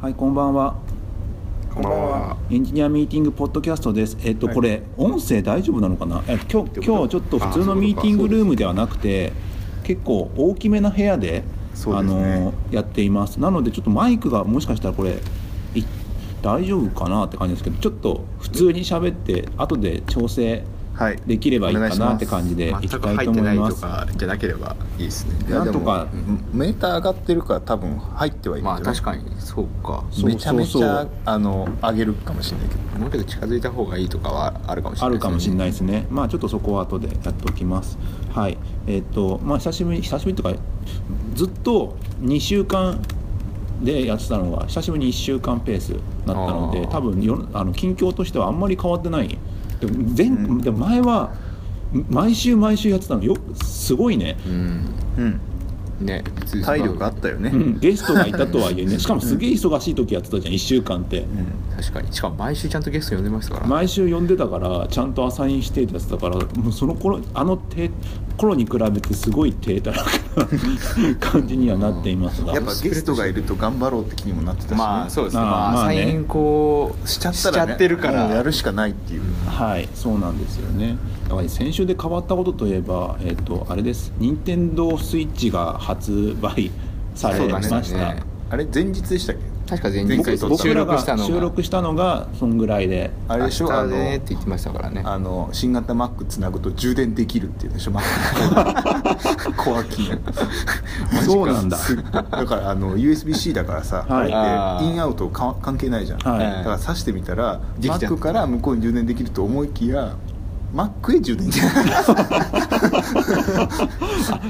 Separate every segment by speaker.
Speaker 1: はい、こんばんは。
Speaker 2: こんばんは。
Speaker 1: エンジニアミーティングポッドキャストです。えっ、と、
Speaker 2: はい
Speaker 1: これ音声大丈夫なのかな？え今日
Speaker 2: てこと
Speaker 1: 今日ちょっと普通のミーティングルームではなくて、結構大きめな部屋で、
Speaker 2: そう
Speaker 1: あ
Speaker 2: ですね
Speaker 1: のやっています。なのでちょっとマイクがもしかしたらこれい大丈夫かなって感じですけど、ちょっと普通に喋って後で調整
Speaker 2: はい
Speaker 1: できればいいかなって感じでい
Speaker 3: 全
Speaker 1: き
Speaker 3: く
Speaker 1: たい
Speaker 3: 入
Speaker 1: と
Speaker 3: って
Speaker 1: 思
Speaker 3: ないい
Speaker 1: ま
Speaker 3: と
Speaker 1: す。
Speaker 3: かじゃなければいいですね
Speaker 2: いや
Speaker 1: なんとか
Speaker 2: でもうんメーター上がってるから多分入ってはいいんじゃ
Speaker 3: ま
Speaker 2: な
Speaker 3: あ
Speaker 2: い
Speaker 3: 確かにそうか
Speaker 1: そう
Speaker 2: めちゃめ
Speaker 1: そう
Speaker 2: ち
Speaker 1: そ
Speaker 2: ゃ
Speaker 1: う
Speaker 2: あの上げるかもしれないけど
Speaker 3: もうちょっと近づいた方がいいとかはあるかもしれないですね、
Speaker 1: あるかもしれないですね。まあちょっとそこは後でやっておきます。はい。えっ、とまあ久しぶり久しぶりとかずっと2週間でやってたのが久しぶりに1週間ペースだったの
Speaker 3: あ
Speaker 1: で
Speaker 3: ー
Speaker 1: 多分よあの近況としてはあんまり変わってない。でも前、
Speaker 2: うん
Speaker 1: でも前は毎週毎週やってたのよすごいね。
Speaker 3: うん
Speaker 2: うん
Speaker 3: ね普通
Speaker 2: 体力あったよね、
Speaker 1: うん、ゲストがいたとはいえねしかもすげえ忙しい時やってたじゃん1週間って。
Speaker 2: うん
Speaker 3: 確かにしかも毎週ちゃんとゲスト呼んでますから、
Speaker 1: 毎週呼んでたからちゃんとアサインしてってやつだからもうその頃あの低頃に比べてすごい低たらくな感じにはなっていますが
Speaker 2: やっぱゲストがいると頑張ろうって気にもなってたし、ね、
Speaker 3: まあそうですね
Speaker 1: あー
Speaker 3: まあ、
Speaker 1: まあね
Speaker 3: サインこう
Speaker 2: しちゃったら、ね、
Speaker 3: しちゃってるから
Speaker 2: もうやるしかないっていう、
Speaker 1: はいそうなんですよねだから先週で変わったことといえばえっ、とあれです任天堂スイッチが発売され
Speaker 3: そう
Speaker 1: ま
Speaker 3: だ
Speaker 1: し
Speaker 3: ね
Speaker 1: た
Speaker 2: あれ前日でしたっけ
Speaker 3: 確か前
Speaker 2: 前
Speaker 3: 日
Speaker 2: 回
Speaker 1: 僕
Speaker 2: 撮
Speaker 3: 収
Speaker 1: 僕
Speaker 2: った
Speaker 1: ら
Speaker 3: 録
Speaker 1: が
Speaker 3: したのが
Speaker 1: 収録したのがそんぐらいで
Speaker 2: あれでしょあ
Speaker 3: 明日でねっ
Speaker 2: の
Speaker 3: て言ってましたからね
Speaker 2: あの新型 Mac つなぐと充電できるっていうでしょ Mac コアキー
Speaker 1: マジかそうなんだ
Speaker 2: すっだからあの USB-C だからさ、
Speaker 1: はい
Speaker 2: あれってインアウトか関係ないじゃん、
Speaker 1: はい
Speaker 2: だから挿してみたら
Speaker 3: できちゃう
Speaker 2: Mac から向こうに充電できると思いきや Mac へ充電できる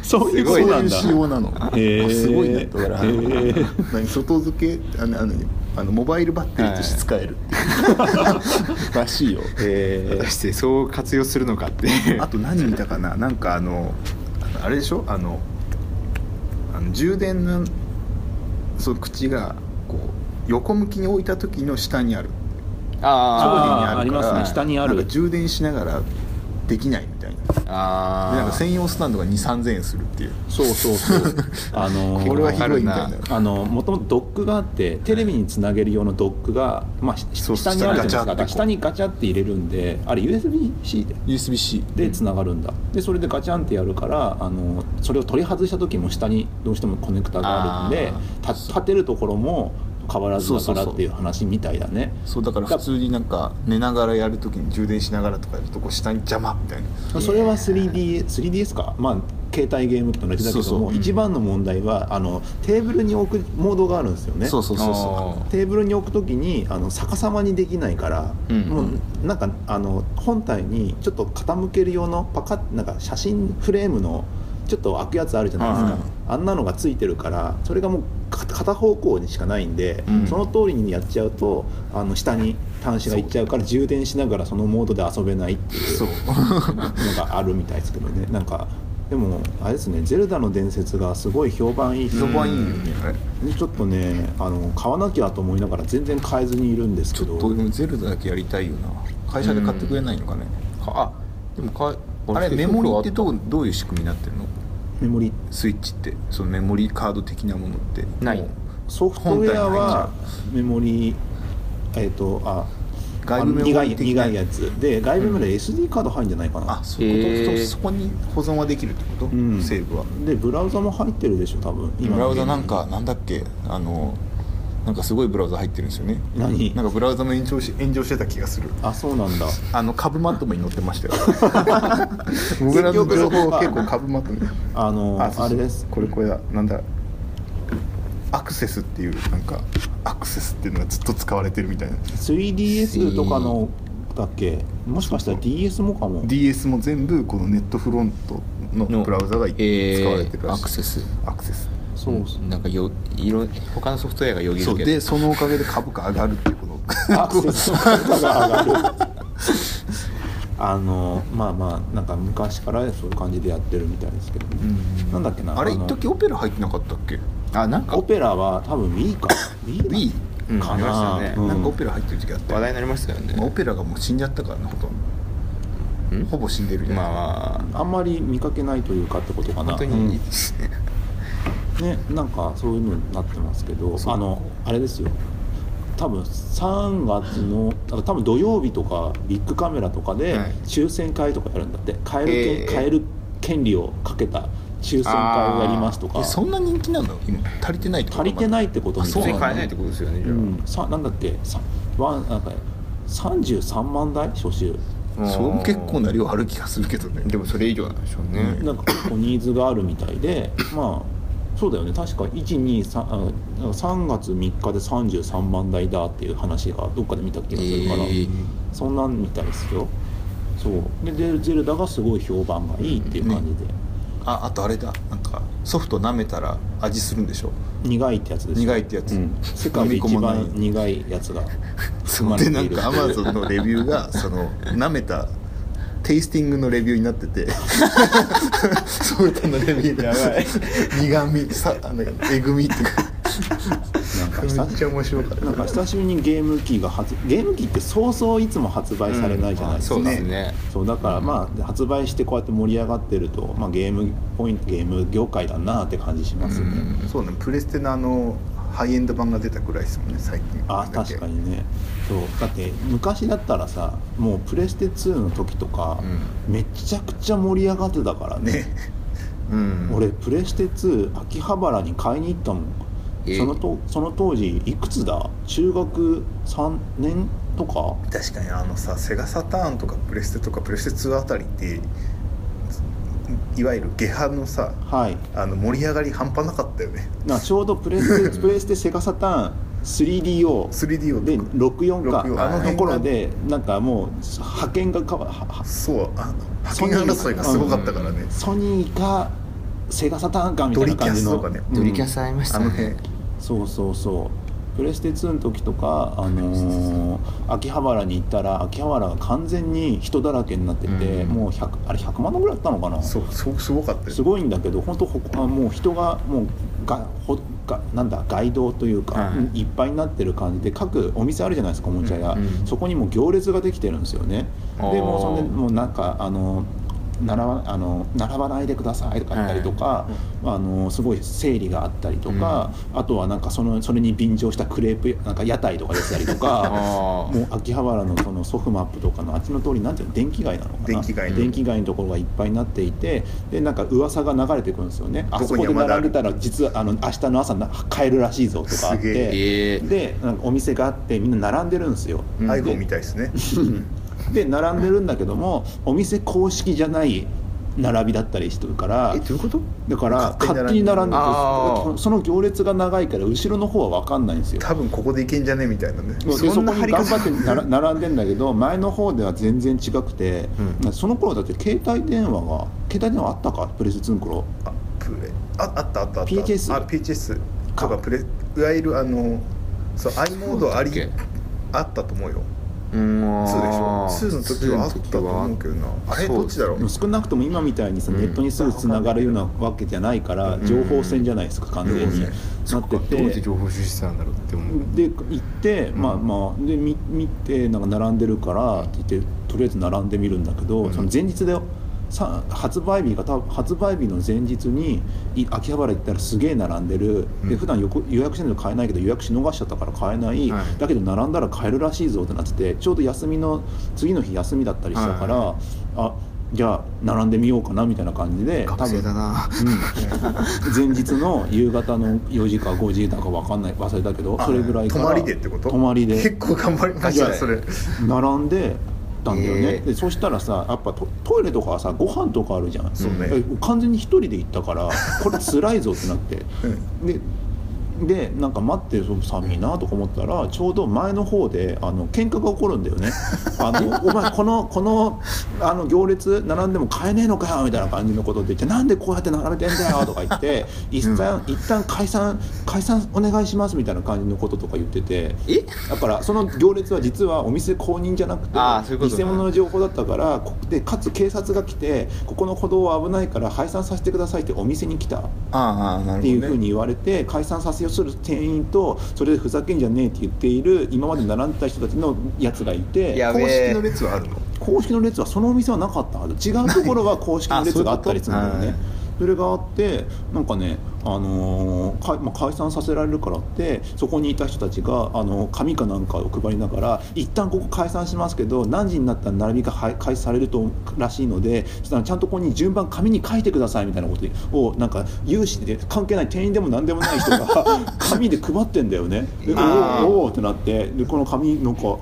Speaker 1: そういうこ
Speaker 2: そう
Speaker 1: とないん
Speaker 2: う
Speaker 1: だ
Speaker 2: 仕様なの
Speaker 1: へー
Speaker 2: すごいねだから
Speaker 1: へー
Speaker 2: 何外付けあのあのあのモバイルバッテリーとして使えるっていう らしいよ
Speaker 3: 果たしてそう活用するのかっていう
Speaker 2: あと何見たかななんかあのあのあれでしょあのあの充電のその口がこう横向きに置いた時の下にある上
Speaker 3: あ
Speaker 2: 下にあ
Speaker 1: あり
Speaker 2: るか
Speaker 1: ます
Speaker 2: ら
Speaker 1: ね下にある
Speaker 2: なんか充電しながらできないみたいなで
Speaker 3: ーあー
Speaker 2: なんか専用スタンドが2 3 0 0円するっていう
Speaker 1: そうそうそうあのー
Speaker 2: これはひどいみたい
Speaker 3: わか
Speaker 2: な
Speaker 3: る
Speaker 1: あのもともとドックがあってテレビにつなげる用のドックが、まあ、し
Speaker 2: そう
Speaker 1: 下にあるじゃ
Speaker 2: 下に
Speaker 1: ないですか
Speaker 2: ガチャってこう
Speaker 1: 下にガチャって入れるんであれ USB-C で
Speaker 2: USB-C
Speaker 1: でつながるんだでそれでガチャンってやるからあのそれを取り外した時も下にどうしてもコネクタがあるんでた立てるところも変わらずだ
Speaker 2: そう
Speaker 1: から
Speaker 2: そうそう
Speaker 1: っていう話みたいだね
Speaker 2: そうだから普通になんか寝ながらやる時に充電しながらとかやるとこう下に邪魔みたいな
Speaker 1: それは 3DS3DS かまあ携帯ゲームと同じだけども
Speaker 2: そうそう
Speaker 1: 一番の問題はあのテーブルに置くモードがあるんですよね
Speaker 2: そうそうそうそう
Speaker 3: あ
Speaker 1: テーブルに置くときにあの逆さまにできないから、
Speaker 3: うん
Speaker 1: もうなんかあの本体にちょっと傾ける用のパカッなんか写真フレームのちょっと開くやつあるじゃないですか、あんなのがついてるからそれがもうか片方向にしかないんで、
Speaker 3: うん
Speaker 1: その通りにやっちゃうとあの下に端子がいっちゃうから充電しながらそのモードで遊べないっていう
Speaker 2: そう
Speaker 1: のがあるみたいですけどねなんかでもあれですね「ゼルダの伝説」がすごい評判いい人
Speaker 2: 評判いいよねあれ
Speaker 1: ちょっとねあの買わなきゃと思いながら全然買えずにいるんです
Speaker 2: ち
Speaker 1: け
Speaker 2: ょ
Speaker 1: ど
Speaker 2: っと俺もゼルダだけやりたいよな会社で買ってくれないのかね、
Speaker 3: あでもか
Speaker 2: あれメモリってどうどういう仕組みになってるの
Speaker 1: メモリ
Speaker 2: スイッチってそのメモリーカード的なものって
Speaker 3: ない
Speaker 2: もう
Speaker 1: ソフトウェアは
Speaker 2: 本
Speaker 1: メモリえっ、とあ
Speaker 2: 外部メモリ
Speaker 1: あの苦い
Speaker 2: 的な
Speaker 1: 苦いやつで外部メモリ SD カード入るんじゃないかな
Speaker 2: あ、そういうこと、
Speaker 3: へー
Speaker 2: そこに保存はできるってこと、
Speaker 1: うん
Speaker 2: セーブは
Speaker 1: でブラウザも入ってるでしょ多分
Speaker 2: ブラウザ
Speaker 1: の
Speaker 2: なんかなんだっけあのなんかすごいブラウザ入ってるんですよね
Speaker 1: 何
Speaker 2: なんかブラウザも炎上し炎上してた気がする
Speaker 1: あそうなんだ
Speaker 2: あの株マットもに載ってましたよ 僕らの情報は結構株マットに
Speaker 1: あのあ
Speaker 2: そうそう
Speaker 1: れです
Speaker 2: これこれだなんだアクセスっていうなんかアクセスっていうのがずっと使われてるみたいな
Speaker 1: 3DS とかのだっけもしかしたら DS もかも
Speaker 2: DS も全部このネットフロントのブラウザが使われてるらしい、
Speaker 3: アクセス
Speaker 2: アクセス
Speaker 1: そうっす
Speaker 3: なんかよいろ他のソフトウェアがよぎ
Speaker 2: そ
Speaker 3: る
Speaker 2: う
Speaker 3: けど
Speaker 2: でそのおかげで株価上がるっていうこの
Speaker 1: アクセスの価が上がるあのまあまあなんか昔からそういう感じでやってるみたいですけど、なんだっけな
Speaker 2: あれ
Speaker 1: の
Speaker 2: 一時オペラ入ってなかったっけ
Speaker 3: あなんか
Speaker 1: オペラは多分 Wii か Wii
Speaker 2: Wii
Speaker 1: だ
Speaker 3: うん
Speaker 1: か
Speaker 3: ありました
Speaker 1: な、
Speaker 3: よね
Speaker 1: うん
Speaker 2: なんかオペラ入ってる時あったよ
Speaker 3: 話題になりましたよね
Speaker 2: まあオペラがもう死んじゃったからなほとんど
Speaker 3: ん
Speaker 2: ほぼ死んでるじゃん、
Speaker 3: まあま
Speaker 1: あんまり見かけないというかってことか
Speaker 3: あ
Speaker 1: な
Speaker 3: 本当
Speaker 1: うん
Speaker 3: に、
Speaker 1: ねなんかそういうのになってますけど
Speaker 2: そう
Speaker 1: あのあれですよ多分3月のあ多分土曜日とかビッグカメラとかで
Speaker 2: はい
Speaker 1: 抽選会とかやるんだって買える,、
Speaker 2: えー
Speaker 1: 買える権利をかけた抽選会をやりますとか
Speaker 3: えそんな人気なの今足りてないってこと
Speaker 1: 足りて
Speaker 3: い
Speaker 1: ないってこと
Speaker 3: あそう
Speaker 2: 全
Speaker 3: な
Speaker 2: 然
Speaker 3: ん
Speaker 2: 買
Speaker 3: だ
Speaker 2: えないってことですよねじ
Speaker 1: う
Speaker 2: ゃあ、
Speaker 1: ん、さなんだっけさワンなんか33万台初週
Speaker 3: そう結構
Speaker 2: ね
Speaker 3: な量ある気がするけどね
Speaker 2: でもそれ以上なんでしょうね、
Speaker 1: なんか結構ニーズがあるみたいでまあそうだよね確か123あなんか3月3日で33万台だっていう話がどっかで見た気がするから、
Speaker 3: えー
Speaker 1: そんなんみたいですよそうででゼルダがすごい評判がいいっていう感じで、
Speaker 3: ああとあれだなんかソフト舐めたら味するんでしょ
Speaker 1: 苦いってやつですよ
Speaker 3: 苦いってやつ
Speaker 1: うん世界で一番苦いやつが含まれ
Speaker 3: で
Speaker 1: てい
Speaker 3: なん
Speaker 1: る
Speaker 3: かアマゾンのレビューがその舐めたテイスティングのレビューになって てソフトのレビューで
Speaker 2: やばい
Speaker 3: 苦みさあのえぐみって
Speaker 1: なんか
Speaker 2: め
Speaker 1: 久
Speaker 2: っ
Speaker 1: し
Speaker 2: ちゃ面白かった
Speaker 1: なんか久しぶりにゲーム機が発ゲーム機ってそうそういつも発売されないじゃないですか、
Speaker 2: うんまあそうです
Speaker 3: ね
Speaker 1: そうだからまあ発売してこうやって盛り上がってると、まあ、ゲームポイントゲーム業界だなって感じしますよね、
Speaker 2: そうねプレステのあのハイエンド版が出たくらいですもんね最近
Speaker 1: あ確かにねそうだって昔だったらさもうプレステ2の時とか、めちゃくちゃ盛り上がってたからね
Speaker 2: ね
Speaker 3: うん
Speaker 1: 俺プレステ2秋葉原に買いに行ったもん、
Speaker 3: えー
Speaker 1: そのとその当時いくつだ中学3年とか
Speaker 2: 確かにあのさセガサターンとかプレステとかプレステ2あたりっていわゆる下半のさ
Speaker 1: はい
Speaker 2: あの盛り上がり半端なかったよね
Speaker 1: なちょうどプレ ステプレステセガサターン 3DO で
Speaker 2: 3D を
Speaker 1: 64か
Speaker 2: 64
Speaker 1: あの
Speaker 2: はい
Speaker 1: 頃でなんかもう派遣がかわはは
Speaker 2: そうあの
Speaker 1: ソ
Speaker 2: 覇
Speaker 1: ニ
Speaker 2: 権
Speaker 1: ー
Speaker 2: 争いがすごかったからね、
Speaker 1: ソニーかセガサターンかみたいな感じの
Speaker 2: ドリキャスとかね
Speaker 1: うん
Speaker 3: 会いま
Speaker 2: あの辺
Speaker 1: そうそうそうプレステ2の時とか、あの ー秋葉原に行ったら秋葉原が完全に人だらけになってて、
Speaker 3: うん
Speaker 1: もう100あれ100万のぐらいあったのかな
Speaker 2: そうそうすごかったよ
Speaker 1: すごいんだけど本当ほこあもう人がもうがほがなんだ街道というか、
Speaker 3: はい
Speaker 1: うんいっぱいになってる感じで各お店あるじゃないですかおもちゃ屋、
Speaker 3: うんうん
Speaker 1: そこにもう行列ができてるんですよね
Speaker 3: あ
Speaker 1: で
Speaker 3: ー
Speaker 1: もうそんでもうなんかあの並ばあの並ばないでくださいとか言ったりとか、あのすごい整理があったりとか、あとはなんかそのそれに便乗したクレープなんか屋台とか出てたりとか
Speaker 3: あー
Speaker 1: もう秋葉原のそのソフマップとかのあっちの通りなんていうの電気街なのかな
Speaker 2: 電気街
Speaker 1: 電気街のところがいっぱいになっていてでなんか噂が流れてくるんですよねあそこで並んでたら実はあの明日の朝な帰るらしいぞとかあっ
Speaker 2: すげ
Speaker 1: てでなんかお店があってみんな並んでるんですよ。
Speaker 3: うん
Speaker 2: アイゴンみたいですね
Speaker 1: で並んでるんだけどもお店公式じゃない並びだったりしてるから
Speaker 2: えどういうこと
Speaker 1: だから勝手に並んで
Speaker 3: る
Speaker 1: る
Speaker 3: あー
Speaker 1: その行列が長いから後ろの方は分かんないんですよ
Speaker 2: 多分ここでいけんじゃねみたいなね
Speaker 1: でそこに頑張っててなら並んでんだけど前の方では全然違くて、その頃だって携帯電話が携帯電話あったかプレス2の頃
Speaker 2: あプレああったあったあった
Speaker 1: PHS
Speaker 2: あ PHS
Speaker 1: か
Speaker 2: とかプレいわゆるあのそう i モードあり
Speaker 3: そうだっけ
Speaker 2: あったと思うよ
Speaker 3: うん
Speaker 2: 2でしょ2の時はあったと思うけどなあれどっちだろ
Speaker 1: で
Speaker 2: う
Speaker 1: も少なくとも今みたいにさ、
Speaker 3: うん
Speaker 1: ネットにすぐつながるようなわけじゃないから、
Speaker 3: ん
Speaker 1: 情報戦じゃないですか完全に、
Speaker 2: うん
Speaker 1: なってて
Speaker 3: 報収集したんだろうって思
Speaker 1: で行って、まあまあで見見てなんか並んでるからって言ってとりあえず並んでみるんだけど、その前日でさ発売日が多分発売日の前日にい秋葉原行ったらすげえ並んでる、で普段よく予約してるの買えないけど予約し逃しちゃったから買えない、
Speaker 3: はい
Speaker 1: だけど並んだら買えるらしいぞってなっててちょうど休みの次の日休みだったりしたから、あじゃあ並んでみようかなみたいな感じで多分
Speaker 3: な
Speaker 1: 前日の夕方の4時か5時だか分かんない忘れたけど
Speaker 2: あ
Speaker 1: それぐらいから
Speaker 2: 泊まりでってこと
Speaker 1: 泊まり
Speaker 2: 結
Speaker 1: で
Speaker 2: 構頑張りまし
Speaker 1: い
Speaker 2: た
Speaker 1: や
Speaker 2: ねそれ
Speaker 1: 並んでたんだよね、
Speaker 3: えー
Speaker 1: でそしたらさやっぱトトイレとかはさご飯とかあるじゃん
Speaker 2: そうね
Speaker 1: え完全に一人で行った からこれ辛いぞってなって、ででなんか待ってるそ寒いなとか思ったらちょうど前の方であの喧嘩が起こるんだよ ねあのお前このこのあの行列並んでも買えねえのかよみたいな感じのことで言ってなんでこうやって並べてんだよとか言って一旦、一旦解散解散お願いしますみたいな感じのこととか言ってて
Speaker 3: え
Speaker 1: だからその行列は実はお店公認じゃなくて
Speaker 3: あーそういうことね
Speaker 1: 偽物の情報だったからこでかつ警察が来てここの歩道は危ないから解散させてくださいってお店に来たっ
Speaker 3: ああなるほど、ね、
Speaker 1: ていうふうに言われて解散させようとする店員とそれでふざけんじゃねえって言っている今まで並んでた人たちのやつがいて
Speaker 3: やべ
Speaker 2: 公
Speaker 3: え
Speaker 2: 式の列はあるの
Speaker 1: 公式の列はそのお店はなかったはず違うところは公式の列があったりするんだよ
Speaker 3: ない
Speaker 1: ねそれがあってなんかねあのーかまあ、解散させられるからってそこにいた人たちが、あのー紙かなんかを配りながら一旦ここ解散しますけど何時になったら並びがはい開始されるとらしいのでそしたらちゃんとここに順番紙に書いてくださいみたいなことをなんか有志で関係ない店員でも何でもない人 が紙で配ってんだよね。でお
Speaker 2: あー
Speaker 1: ーおーってなってでこの紙なんかこ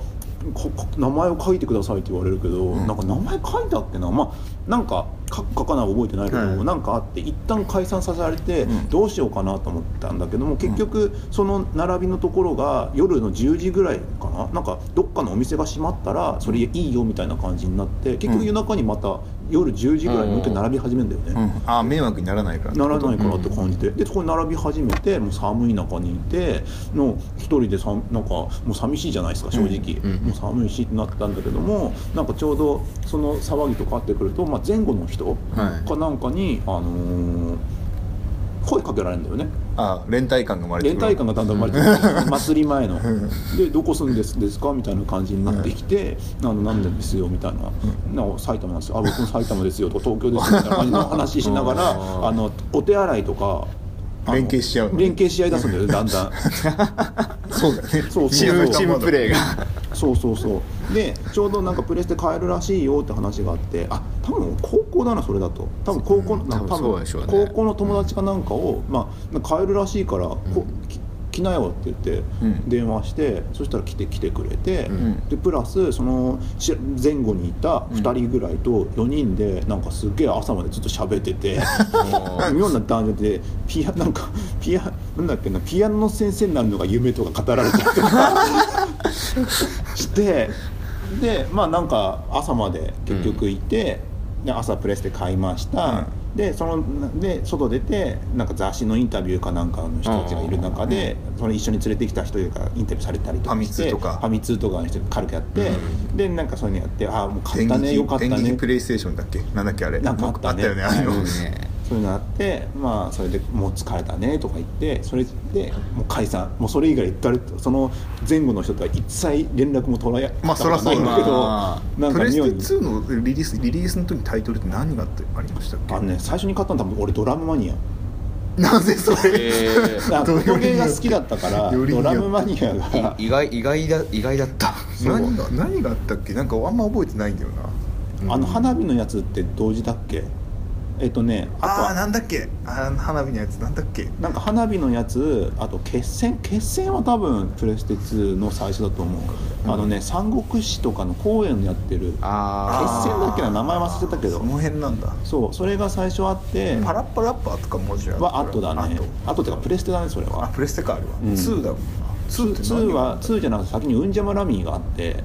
Speaker 1: こ名前を書いてくださいって言われるけど、なんか名前書いたっけなまあなんか書く書かない覚えてないけど、
Speaker 3: はい
Speaker 1: なんかあって一旦解散させられて、どうしようかなと思ったんだけども結局その並びのところが夜の10時ぐらいかななんかどっかのお店が閉まったらそれいいよみたいな感じになって結局夜中にまた夜10時ぐらいにもう一回並び始めるんだよね。
Speaker 3: あ迷惑にならないから
Speaker 1: ならないからって感じで、でそこに並び始めてもう寒い中にいての一人でさんなんかもう寂しいじゃないですか正直、
Speaker 3: うんうん
Speaker 1: もう寒いしってなったんだけどもなんかちょうどその騒ぎとかあってくると、まあ、前後の人
Speaker 3: はい
Speaker 1: かなんかに、あのー声かけられるんだよね
Speaker 3: あ連帯感が生まれて
Speaker 1: 連
Speaker 3: くる
Speaker 1: 帯感がだんだん生まれて くる祭り前のでどこ住んですですかみたいな感じになってきて「あのなんでですよ」みたいな「なお埼玉なんですよあ僕も埼玉ですよ」とか「東京ですよ」みたいな感じの話しなが
Speaker 3: あ
Speaker 1: ら
Speaker 3: ー
Speaker 1: あのお手洗いとかあの
Speaker 3: 連携し合うの
Speaker 1: 連携し合いだすんだよねだんだん
Speaker 3: そうだね
Speaker 1: そうそうそう
Speaker 2: チームチームプレーが
Speaker 1: そうそうそうでちょうどなんかプレステ買えるらしいよって話があってあ多分高校だなそれだと多分高校の、
Speaker 3: うん
Speaker 1: な
Speaker 3: 多分
Speaker 1: 多
Speaker 3: そうでしょうね
Speaker 1: 高校の友達かなんかを、まあ、買えるらしいから、こき来なよって言って
Speaker 3: うん
Speaker 1: 電話して、そしたら来て来てくれて、
Speaker 3: ん
Speaker 1: でプラスそのし前後にいた2人ぐらいと4人でなんかすっげえ朝までずっと喋ってて。妙な男女でピアなんかピアなんだっけなピアノの先生になるのが夢とか語られたりとか してでまあなんか朝まで結局いて、で朝プレスで買いました、でそので外出てなんか雑誌のインタビューかなんかの人たちがいる中で、その一緒に連れてきた人がインタビューされたりとかし
Speaker 3: ファミ通
Speaker 1: て
Speaker 3: とか
Speaker 1: ファミ通とかの人が軽くやって、でなんかそういうのやってああもう買
Speaker 3: 電
Speaker 1: ったね
Speaker 3: 撃
Speaker 1: よかった
Speaker 3: 電撃
Speaker 1: ね
Speaker 3: プレイステーションだっけなんだっけあれ
Speaker 1: なんかあったね
Speaker 3: あよねあれ
Speaker 1: う
Speaker 3: の
Speaker 1: んそういうのあってまあそれでもう疲れたねとか言ってそれでもう解散もうそれ以外誰とその前後の人とは一切連絡も取らや
Speaker 3: まあそりゃそうだ
Speaker 1: ないんだけど、
Speaker 3: な
Speaker 1: なん
Speaker 2: プ
Speaker 1: か
Speaker 2: レス
Speaker 1: 妙
Speaker 2: テ
Speaker 1: に
Speaker 2: 2のリリースリリースの時のタイトルって何があってありましたっけ
Speaker 1: あのね最初に買ったの多分俺ドラム マニア
Speaker 2: なぜそれ、
Speaker 1: だから
Speaker 3: どよりに
Speaker 1: 音ゲーが好きだったから
Speaker 3: よりによ
Speaker 1: ド
Speaker 3: って
Speaker 1: ラムマニアが
Speaker 4: 意外意外だ意外だった
Speaker 1: そう
Speaker 2: 何が何があったっけなんかあんま覚えてないんだよな
Speaker 1: あの花火のやつって同時だっけえっとねあと
Speaker 2: あ
Speaker 1: は
Speaker 2: あーなんだっけあー花火のやつなんだっけ
Speaker 1: なんか花火のやつあと決戦決戦は多分プレステ2の最初だと思う、あのね三国志とかの公演やってる決戦
Speaker 4: あ
Speaker 2: ー
Speaker 1: だっけな名前忘れたけど
Speaker 2: その辺なんだ
Speaker 1: そうそれが最初あって
Speaker 2: パラッパラッパーとか文字
Speaker 1: は後だね後ってかプレステだねそれ
Speaker 2: あ
Speaker 1: は
Speaker 2: プレステかあるわ、
Speaker 1: うん
Speaker 2: 2だもんな2って何
Speaker 1: 2は2じゃなくて先にウンジャマラミーがあって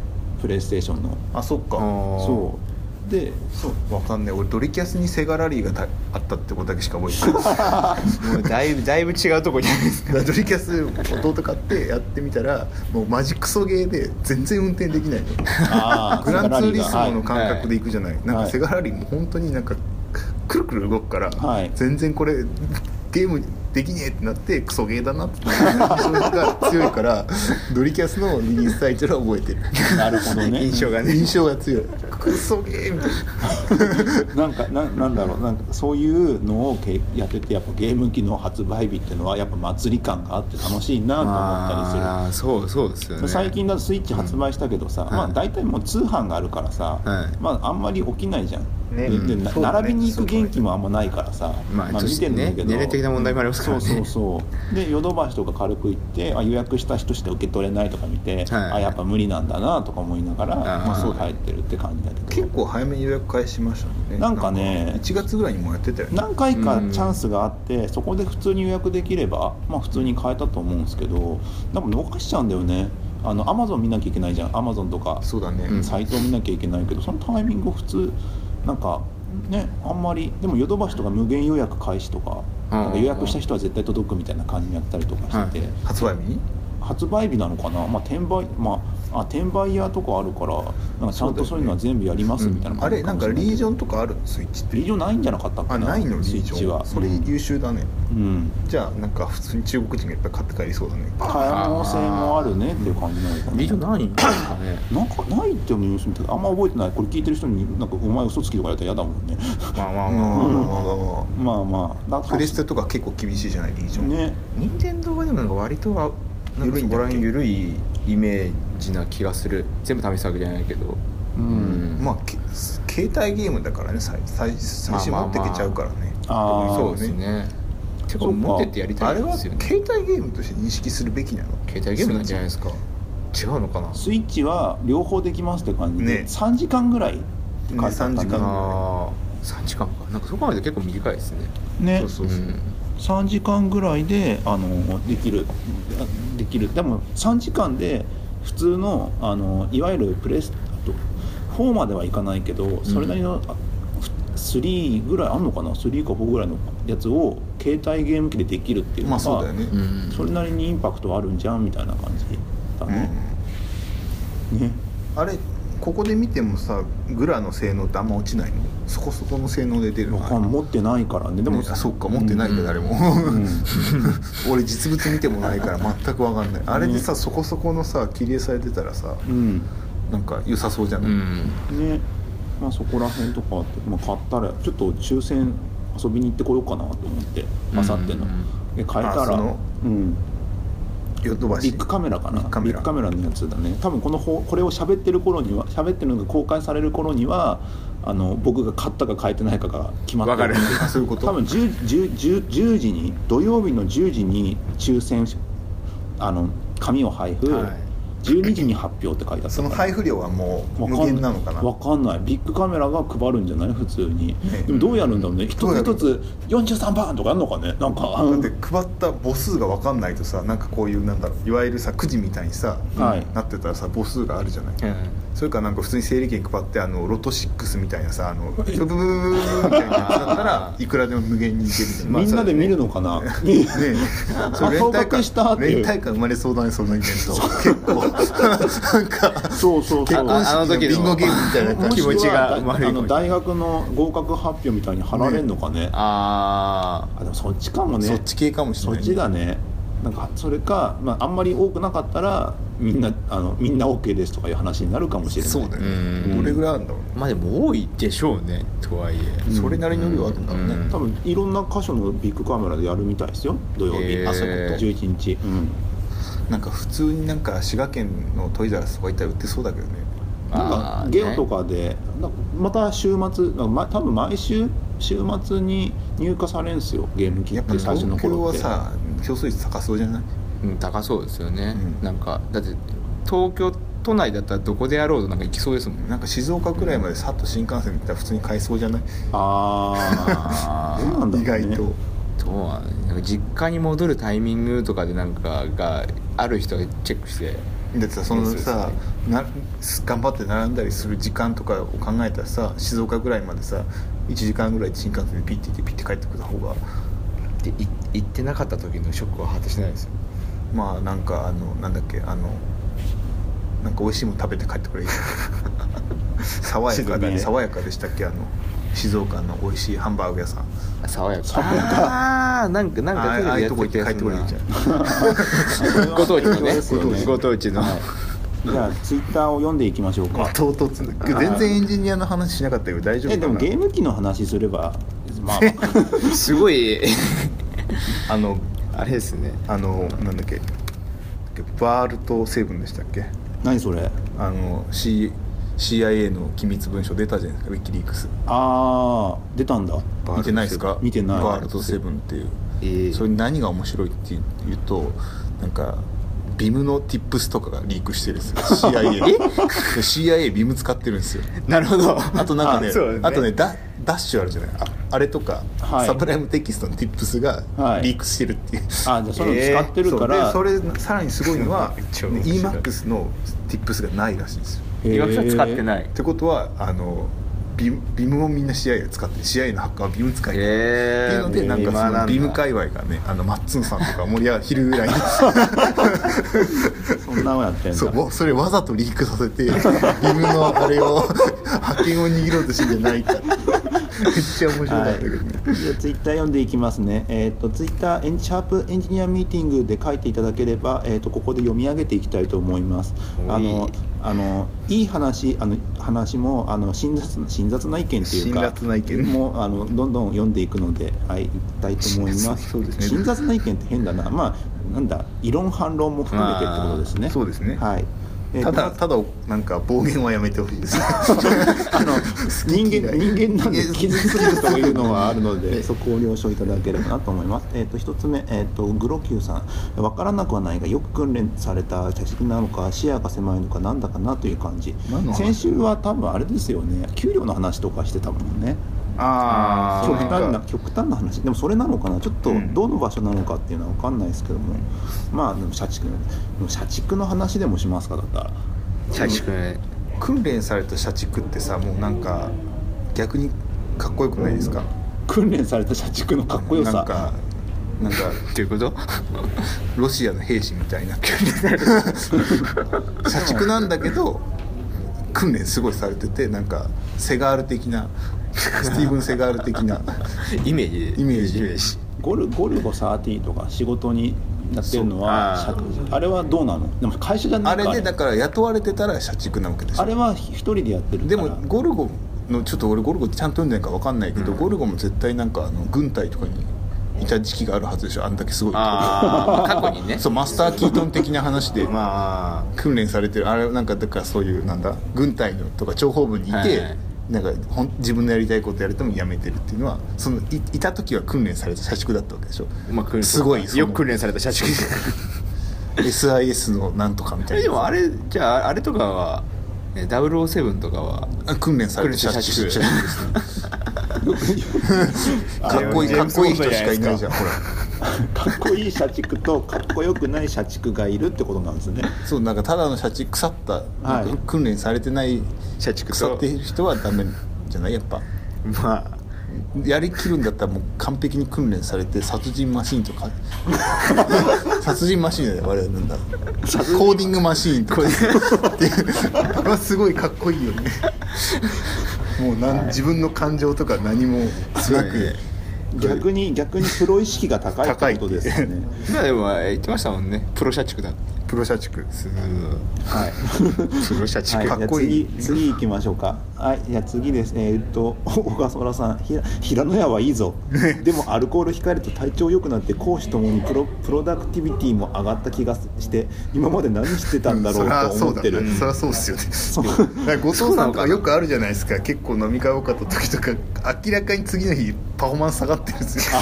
Speaker 1: プレイステーションの
Speaker 2: あそっか
Speaker 1: そうで
Speaker 2: そうわかんない俺ドリキャスにセガラリーがたあったってことだけしか覚えてない
Speaker 4: あもうだいぶだいぶ違うとこじゃないですか
Speaker 2: ドリキャス弟買ってやってみたらもうマジクソゲーで全然運転できないの
Speaker 1: あ
Speaker 2: グランツーリスモの
Speaker 1: か
Speaker 2: 感覚で行くじゃない、なんかセガラリーも本当になんかくるくる動くから、
Speaker 1: はい
Speaker 2: 全然これゲームできねえってなってクソゲーだなってそれが強いからドリキャスのリリースタイトルは覚えてる
Speaker 1: なるほどね
Speaker 2: 印象がね印象が強いクソゲーみたいな
Speaker 1: なんかななんだろうなんかそういうのをけやっててやっぱゲーム機の発売日っていうのはやっぱ祭り感があって楽しいなと思ったりする
Speaker 4: あーそうそうですよね
Speaker 1: 最近だとスイッチ発売したけどさ、まあ大体もう通販があるからさ、
Speaker 4: はい
Speaker 1: まああんまり起きないじゃん、
Speaker 2: ね
Speaker 1: でで
Speaker 2: うん
Speaker 1: な
Speaker 2: そうだね
Speaker 1: 並びに行く元気もあんまないからさ、
Speaker 4: まあちょっとね年齢的な問題もありますからね
Speaker 1: そうそうそうでヨドバシとか軽く行ってあ予約した人しか受け取れないとか見て、
Speaker 4: はい
Speaker 1: あやっぱ無理なんだなとか思いながら
Speaker 4: あー
Speaker 1: まあ、そう帰ってるって感じだけ
Speaker 2: 結
Speaker 1: ど
Speaker 2: 構早めに予約開始しましたね
Speaker 1: なんかね
Speaker 2: 1月ぐらいにもうやってたよね
Speaker 1: 何回かチャンスがあって、そこで普通に予約できれば、まあ、普通に買えたと思うんですけどなんか逃しちゃうんだよねあのアマゾン見なきゃいけないじゃんアマゾンとか
Speaker 2: そうだね、
Speaker 4: うん
Speaker 1: サイトを見なきゃいけないけどそのタイミングを普通なんかねあんまりでもヨドバシとか無限予約開始とか
Speaker 4: うん
Speaker 1: なんか予約した人は絶対届くみたいな感じにやったりとかしてて、
Speaker 2: 発売日に
Speaker 1: 発売日なのかな、まあ、転売まあ転売屋とかあるからなんかちゃんとそういうのは全部やりますみたいな
Speaker 2: あれなんかリージョ
Speaker 1: ン
Speaker 2: ンとかあるのスイッチって
Speaker 1: リージョンないんじゃなかったっけ
Speaker 2: あないのリ
Speaker 1: スイ
Speaker 2: ー
Speaker 1: ッ
Speaker 2: ジ
Speaker 1: チ
Speaker 2: ョン
Speaker 1: は
Speaker 2: それ優秀だね、
Speaker 1: うん
Speaker 2: じゃあなんか普通に中国人がいっぱい買って帰りそうだね
Speaker 1: 可能性もあるねっていう感じなのかな
Speaker 4: リージョンないんですかね
Speaker 1: なんかないってニュース見たけどあんま覚えてないこれ聞いてる人になんかお前嘘つきとかやったら嫌だもんね
Speaker 2: まあまあま
Speaker 1: まあまあだ
Speaker 2: あプレステとか結構厳しいじゃないリージョン
Speaker 1: ね
Speaker 2: 任天堂はでもなんか割とはなん
Speaker 4: 緩
Speaker 2: か
Speaker 4: い
Speaker 2: そこら辺
Speaker 4: 緩いイメージな気がする全部試すわけじゃないけど
Speaker 1: うん
Speaker 2: まあけ携帯ゲームだからね最最最初
Speaker 4: まあまあ
Speaker 2: 持っ
Speaker 4: ま
Speaker 2: て
Speaker 4: あ
Speaker 2: けちゃうからね
Speaker 1: ああ
Speaker 4: そうですね結構持ってってやりた
Speaker 2: あ
Speaker 4: い
Speaker 2: れ
Speaker 4: で
Speaker 2: は
Speaker 4: す
Speaker 2: 携
Speaker 4: よね
Speaker 2: 帯ゲームとして認識するべきなの
Speaker 4: 携帯ゲームなんじゃないですか違うのかな
Speaker 1: スイッチは両方できますって感じで、
Speaker 2: ね
Speaker 1: 3時間ぐらいって書いてあったね
Speaker 2: ね3時間
Speaker 4: ああ3時間かなんかそこまで結構短いですね
Speaker 1: ね
Speaker 2: そうそうそう、
Speaker 4: ん
Speaker 1: 3時間ぐらいであのできるあできるでも3時間で普通のあのいわゆるプレスあと4まではいかないけどそれなりの、あふ3ぐらいあんのかな3か4ぐらいのやつを携帯ゲーム機でできるっていうの
Speaker 2: ま
Speaker 1: が
Speaker 2: あそうだよね、
Speaker 4: うん
Speaker 1: それなりにインパクトあるんじゃんみたいな感じだね、ね
Speaker 2: あれここで見てもさグラの性能ってあんま落ちないのそこそこの性能で出るの
Speaker 1: 僕は持ってないからねで
Speaker 2: で
Speaker 1: も、
Speaker 2: も、あそっか持ってないんだ誰も、
Speaker 1: うん
Speaker 2: 俺実物見てもないから全く分かんないあれでさそこそこのさ切り絵されてたらさ
Speaker 1: うん
Speaker 2: なんか良さそうじゃ
Speaker 4: う
Speaker 2: ない、
Speaker 4: ん
Speaker 1: ねまあそこら辺とかって、まあ、買ったらちょっと抽選遊びに行ってこようかなと思ってあさっての
Speaker 4: うん
Speaker 1: で買えた
Speaker 2: あ
Speaker 1: ら
Speaker 2: その
Speaker 1: うん
Speaker 2: ヨドバシ
Speaker 1: ビッグカメラかな
Speaker 2: ビッグカメラ
Speaker 1: のやつだね多分このほこれを喋ってる頃には喋ってるのが公開される頃にはあの僕が買ったか買えてないかが決まってる
Speaker 4: わか
Speaker 2: あ そういうこと
Speaker 1: 多分 10, 10, 10, 10時に土曜日の10時に抽選あの紙を配布、
Speaker 2: はい
Speaker 1: 12時に発表って書いてあったから
Speaker 2: その配布量はもう
Speaker 1: わかん
Speaker 2: 無限なのかな
Speaker 1: わかんないビッグカメラが配るんじゃない普通に、
Speaker 2: ね
Speaker 1: でもどうやるんだろうね一
Speaker 2: どう
Speaker 1: つ
Speaker 2: やる
Speaker 1: 一つ43番とかやるのかねなんかあ
Speaker 2: だ
Speaker 1: の
Speaker 2: って配った母数が分かんないとさなんかこういうなんだろういわゆるさくじみたいにさ、
Speaker 1: はい
Speaker 2: なってたらさ母数があるじゃない、
Speaker 4: うん
Speaker 2: それかなんか普通に整理券配ってあのロト6みたいなさあのブブブブブブみたいなやつだったらいくらでも無限にいけるじゃん
Speaker 1: みんなで見るのか な、
Speaker 2: ねえそれ連帯
Speaker 1: あ到
Speaker 2: 感
Speaker 1: 着したっていう
Speaker 2: 連帯感生まれそうだねそのイベント結構なんか
Speaker 1: そうそうそう
Speaker 4: ああの時の
Speaker 2: ビンゴゲームみたいなやつ
Speaker 1: もしくは
Speaker 4: 気持ちが悪い
Speaker 1: あの大学の合格発表みたいに貼られるのかね
Speaker 4: ああ
Speaker 1: あでもそっちかもね
Speaker 2: そっち系かもしれ
Speaker 1: そ
Speaker 2: ない
Speaker 1: っちだねなんかそれか、まあ、あんまり多くなかったらみんなあのみんな OK ですとかいう話になるかもしれない
Speaker 2: そうだよ
Speaker 4: うん
Speaker 2: ねどれぐらいあるんだろ
Speaker 4: まあでも多いでしょうねとはいえ
Speaker 2: うそれなりの量あるんだろうね
Speaker 4: うん
Speaker 1: 多分いろんな箇所のビッグカメラでやるみたいですよ土曜日、
Speaker 4: へー
Speaker 1: あそういうこと11日、うん、
Speaker 2: なんか普通になんか滋賀県のトイザらスとか行ったら売ってそうだけどね
Speaker 1: なん
Speaker 4: あ
Speaker 1: か
Speaker 4: ー
Speaker 1: ゲオとかで、なんかまた週末なんかま多分毎週週末に入荷されるんですよゲーム機
Speaker 2: や
Speaker 1: っ
Speaker 2: っぱ
Speaker 1: て最初の
Speaker 2: 東京
Speaker 1: 頃っ
Speaker 2: は
Speaker 1: て
Speaker 2: さ競争率高そうじゃない
Speaker 4: うん高そうですよね、
Speaker 2: うん
Speaker 4: なんかだって東京都内だったらどこでやろうとなんか行きそうですもんね
Speaker 2: なんか静岡くらいまでさっと新幹線で行ったら普通に買えそうじゃない
Speaker 1: あ あどうなんだろ
Speaker 2: 意
Speaker 1: う、ね、
Speaker 2: 外と
Speaker 4: どうなのなんか実家に戻るタイミングとかでなんかがある人がチェックして
Speaker 2: だってさその
Speaker 4: そ
Speaker 2: さ
Speaker 4: うで
Speaker 2: な頑張って並んだりする時間とかを考えたらさ静岡ぐらいまでさ1時間ぐらいで新幹線でピッて行ってピッて帰ってくる方が
Speaker 4: でい行ってなかった時のショックは果てしないですよ
Speaker 2: まあなんかあのなんだっけあのなんか美味しいもの食べて帰ってくればいい爽やか
Speaker 1: 静岡
Speaker 2: で、
Speaker 1: ね
Speaker 2: 爽やかでしたっけあの静岡の美味しいハンバーグ屋さん
Speaker 4: 爽やか
Speaker 1: 爽や
Speaker 4: あーなんかなん
Speaker 2: あ
Speaker 4: か
Speaker 2: あ
Speaker 4: テレ
Speaker 2: ああ
Speaker 4: ビ
Speaker 2: いう
Speaker 4: や
Speaker 2: と
Speaker 4: っ
Speaker 2: こ
Speaker 4: て
Speaker 2: 行って
Speaker 4: た
Speaker 2: 帰ってこればいいじゃ ん
Speaker 4: ご当地のね
Speaker 1: そうですよね
Speaker 4: ご当地の、
Speaker 1: じゃあツイッターを読んでいきましょう
Speaker 2: ま
Speaker 1: か
Speaker 2: あ唐突全然エンジニアの話しなかったけど大丈夫
Speaker 1: え
Speaker 2: か
Speaker 1: で
Speaker 2: な
Speaker 1: もゲーム機の話すればま あ
Speaker 4: すごい
Speaker 2: あの
Speaker 4: あれですね
Speaker 2: あのなんだっけバールとセブンでしたっけ
Speaker 1: 何それ
Speaker 2: あの、C、CIA の機密文書出たじゃないですかウィキリークス
Speaker 1: ああ出たんだ
Speaker 2: 見てないですか
Speaker 1: 見てない
Speaker 2: バールとセブンっていう、
Speaker 4: えー
Speaker 2: それ何が面白いっていうとなんかビムの Tips とかがリークしてるんですよ CIA で CIA ビム使ってるんですよ
Speaker 4: なるほど
Speaker 2: あとなんかね
Speaker 4: あ
Speaker 2: あ
Speaker 4: そうね
Speaker 2: とねダダッシュあるじゃないああれとか、
Speaker 1: はい
Speaker 2: サプライムテキストの Tips が
Speaker 1: はい
Speaker 2: リークしてるっていう、
Speaker 1: あじゃあそういうの使ってるから、
Speaker 2: そうでそれさらにすごい のは
Speaker 4: 超面白い
Speaker 2: EMAX の Tips がないらしいんですよ
Speaker 1: へー
Speaker 4: 医学書使ってない
Speaker 2: ってことはあのビムビムをみんな CIA 使って CIA のハッカーはビム使いって
Speaker 4: え
Speaker 2: いうのでなんか そのビム界隈がねあのマッツンさんとか森谷昼ぐらいに
Speaker 1: そんなをやってん
Speaker 3: そう
Speaker 1: だ
Speaker 3: わそれわざとリークさせて自分のあれ を覇権を握ろうとしてんじゃないかってめっちゃ面白かったけどね、
Speaker 1: はい、じゃあツイッター読んでいきますね。えっ、とツイッターエンシャープエンジニアミーティングで書いていただければ、えっ、とここで読み上げていきたいと思います。
Speaker 4: おい
Speaker 1: あのあのいい話あの話もあの辛辣辛辣な意見っていうか
Speaker 2: 辛辣な意見
Speaker 1: もうあのどんどん読んでいくのではい行きたいと思います。
Speaker 2: そうですね
Speaker 1: 辛辣な意見って変だな。まあなんだ異論反論も含めてってことですね。
Speaker 2: あーそうですね
Speaker 1: はい。えー
Speaker 3: た
Speaker 1: と
Speaker 3: だただなんか暴言はやめてほしいです
Speaker 1: あの人間人間なんで傷つくというのはあるので
Speaker 3: ね
Speaker 1: そこを了承いただければなと思います。えっ、と一つ目えっ、とグロキューさんわからなくはないがよく訓練された手式なのか視野が狭いのかなんだかなという感じ
Speaker 2: 何の。話
Speaker 1: 先週は多分あれですよね給料の話とかしてたもんね。
Speaker 2: あ
Speaker 1: 極
Speaker 2: あ
Speaker 1: 端な極端な話でもそれなのかなちょっと
Speaker 2: うん
Speaker 1: どの場所なのかっていうのは分かんないですけども、まあでも社畜でも社畜の話でもしますかだったら。
Speaker 4: 社畜ね
Speaker 2: 訓練された社畜ってさもうなんか逆にかっこよくないですか
Speaker 1: 訓練された社畜のかっこよ
Speaker 2: な
Speaker 1: さ
Speaker 2: んかなんか
Speaker 4: っていうこと
Speaker 2: ロシアの兵士みた いな社畜なんだけど訓練すごいされててなんかセガール的なスティーブン・セガール的な
Speaker 4: イメージ
Speaker 2: イメージ
Speaker 4: イメージ
Speaker 1: ゴルゴルゴ13とか仕事になってるのは
Speaker 4: そうか
Speaker 1: 社あれはどうなのでも会社じゃな
Speaker 2: あ
Speaker 1: いか
Speaker 2: れ
Speaker 1: ら
Speaker 2: でだから雇われてたら社畜なわけでし
Speaker 1: あ
Speaker 2: ょ
Speaker 1: れは一人でやってるから
Speaker 2: でも ゴルゴのちょっと俺ゴルゴちゃんと読んでないからわかんないけど、ゴルゴも絶対なんかあの軍隊とかにいた時期があるはずでしょあんだけすごいとこ
Speaker 4: ああ過去にね
Speaker 2: そうマスター・キートン的な話で
Speaker 4: ま
Speaker 2: 訓練されてるあれなんかだからそういうなんだ軍隊のとか諜報部にいて、
Speaker 4: はいはい
Speaker 2: なんかほん自分のやりたいことやれてもやめてるっていうのはそのいいた時は訓練された社畜だったわけでしょ、
Speaker 4: あ、まあ訓練
Speaker 2: すごいその
Speaker 4: よく訓練された社畜
Speaker 2: SIS のなんとかみた
Speaker 4: え
Speaker 2: い
Speaker 4: でも
Speaker 2: な
Speaker 4: あれじゃああれとかはえ007とかは
Speaker 2: あ訓練された社畜
Speaker 4: 訓練
Speaker 2: 社
Speaker 4: された社畜
Speaker 2: 畜ですね かっこいいかっこいい人しかいないじゃんほら
Speaker 1: かっこいい社畜とかっこよくない社畜がいるってことなんですね
Speaker 2: そうなんかただの社畜腐った、なんか
Speaker 1: はい
Speaker 2: 訓練されてない
Speaker 4: 社畜と
Speaker 2: 腐っている人はダメじゃないやっぱ
Speaker 4: ま
Speaker 2: やりきるんだったらもう完璧に訓練されて殺人マシーンと か殺人マシーンだよね我々なんだコーディングマシーンとかあれは すごいかっこいいよねもうなん、自分の感情とか何もな
Speaker 4: そうね
Speaker 2: く
Speaker 1: 逆に逆にプロ意識が高いってことですよね
Speaker 4: あまあでもえ言ってましたもんねプロ社畜だって
Speaker 2: プロ社畜
Speaker 4: す
Speaker 1: はい
Speaker 4: プロ社畜、
Speaker 1: はい、
Speaker 2: かっこいい
Speaker 1: じゃあ次次行きましょうかはいじゃあ次ですえーっと 小笠原さんひら平野屋はいいぞでもアルコール控えると体調良くなって公私ともにプロプロダクティビティも上がった気がして今まで何してたんだろうと思 ってる、
Speaker 3: そりゃそうっすよね
Speaker 1: そう
Speaker 3: なんか後藤さんとかよくあるじゃないですか結構飲み会多かった時とか明らかに次の日パフォーマンス下がってるん ですよ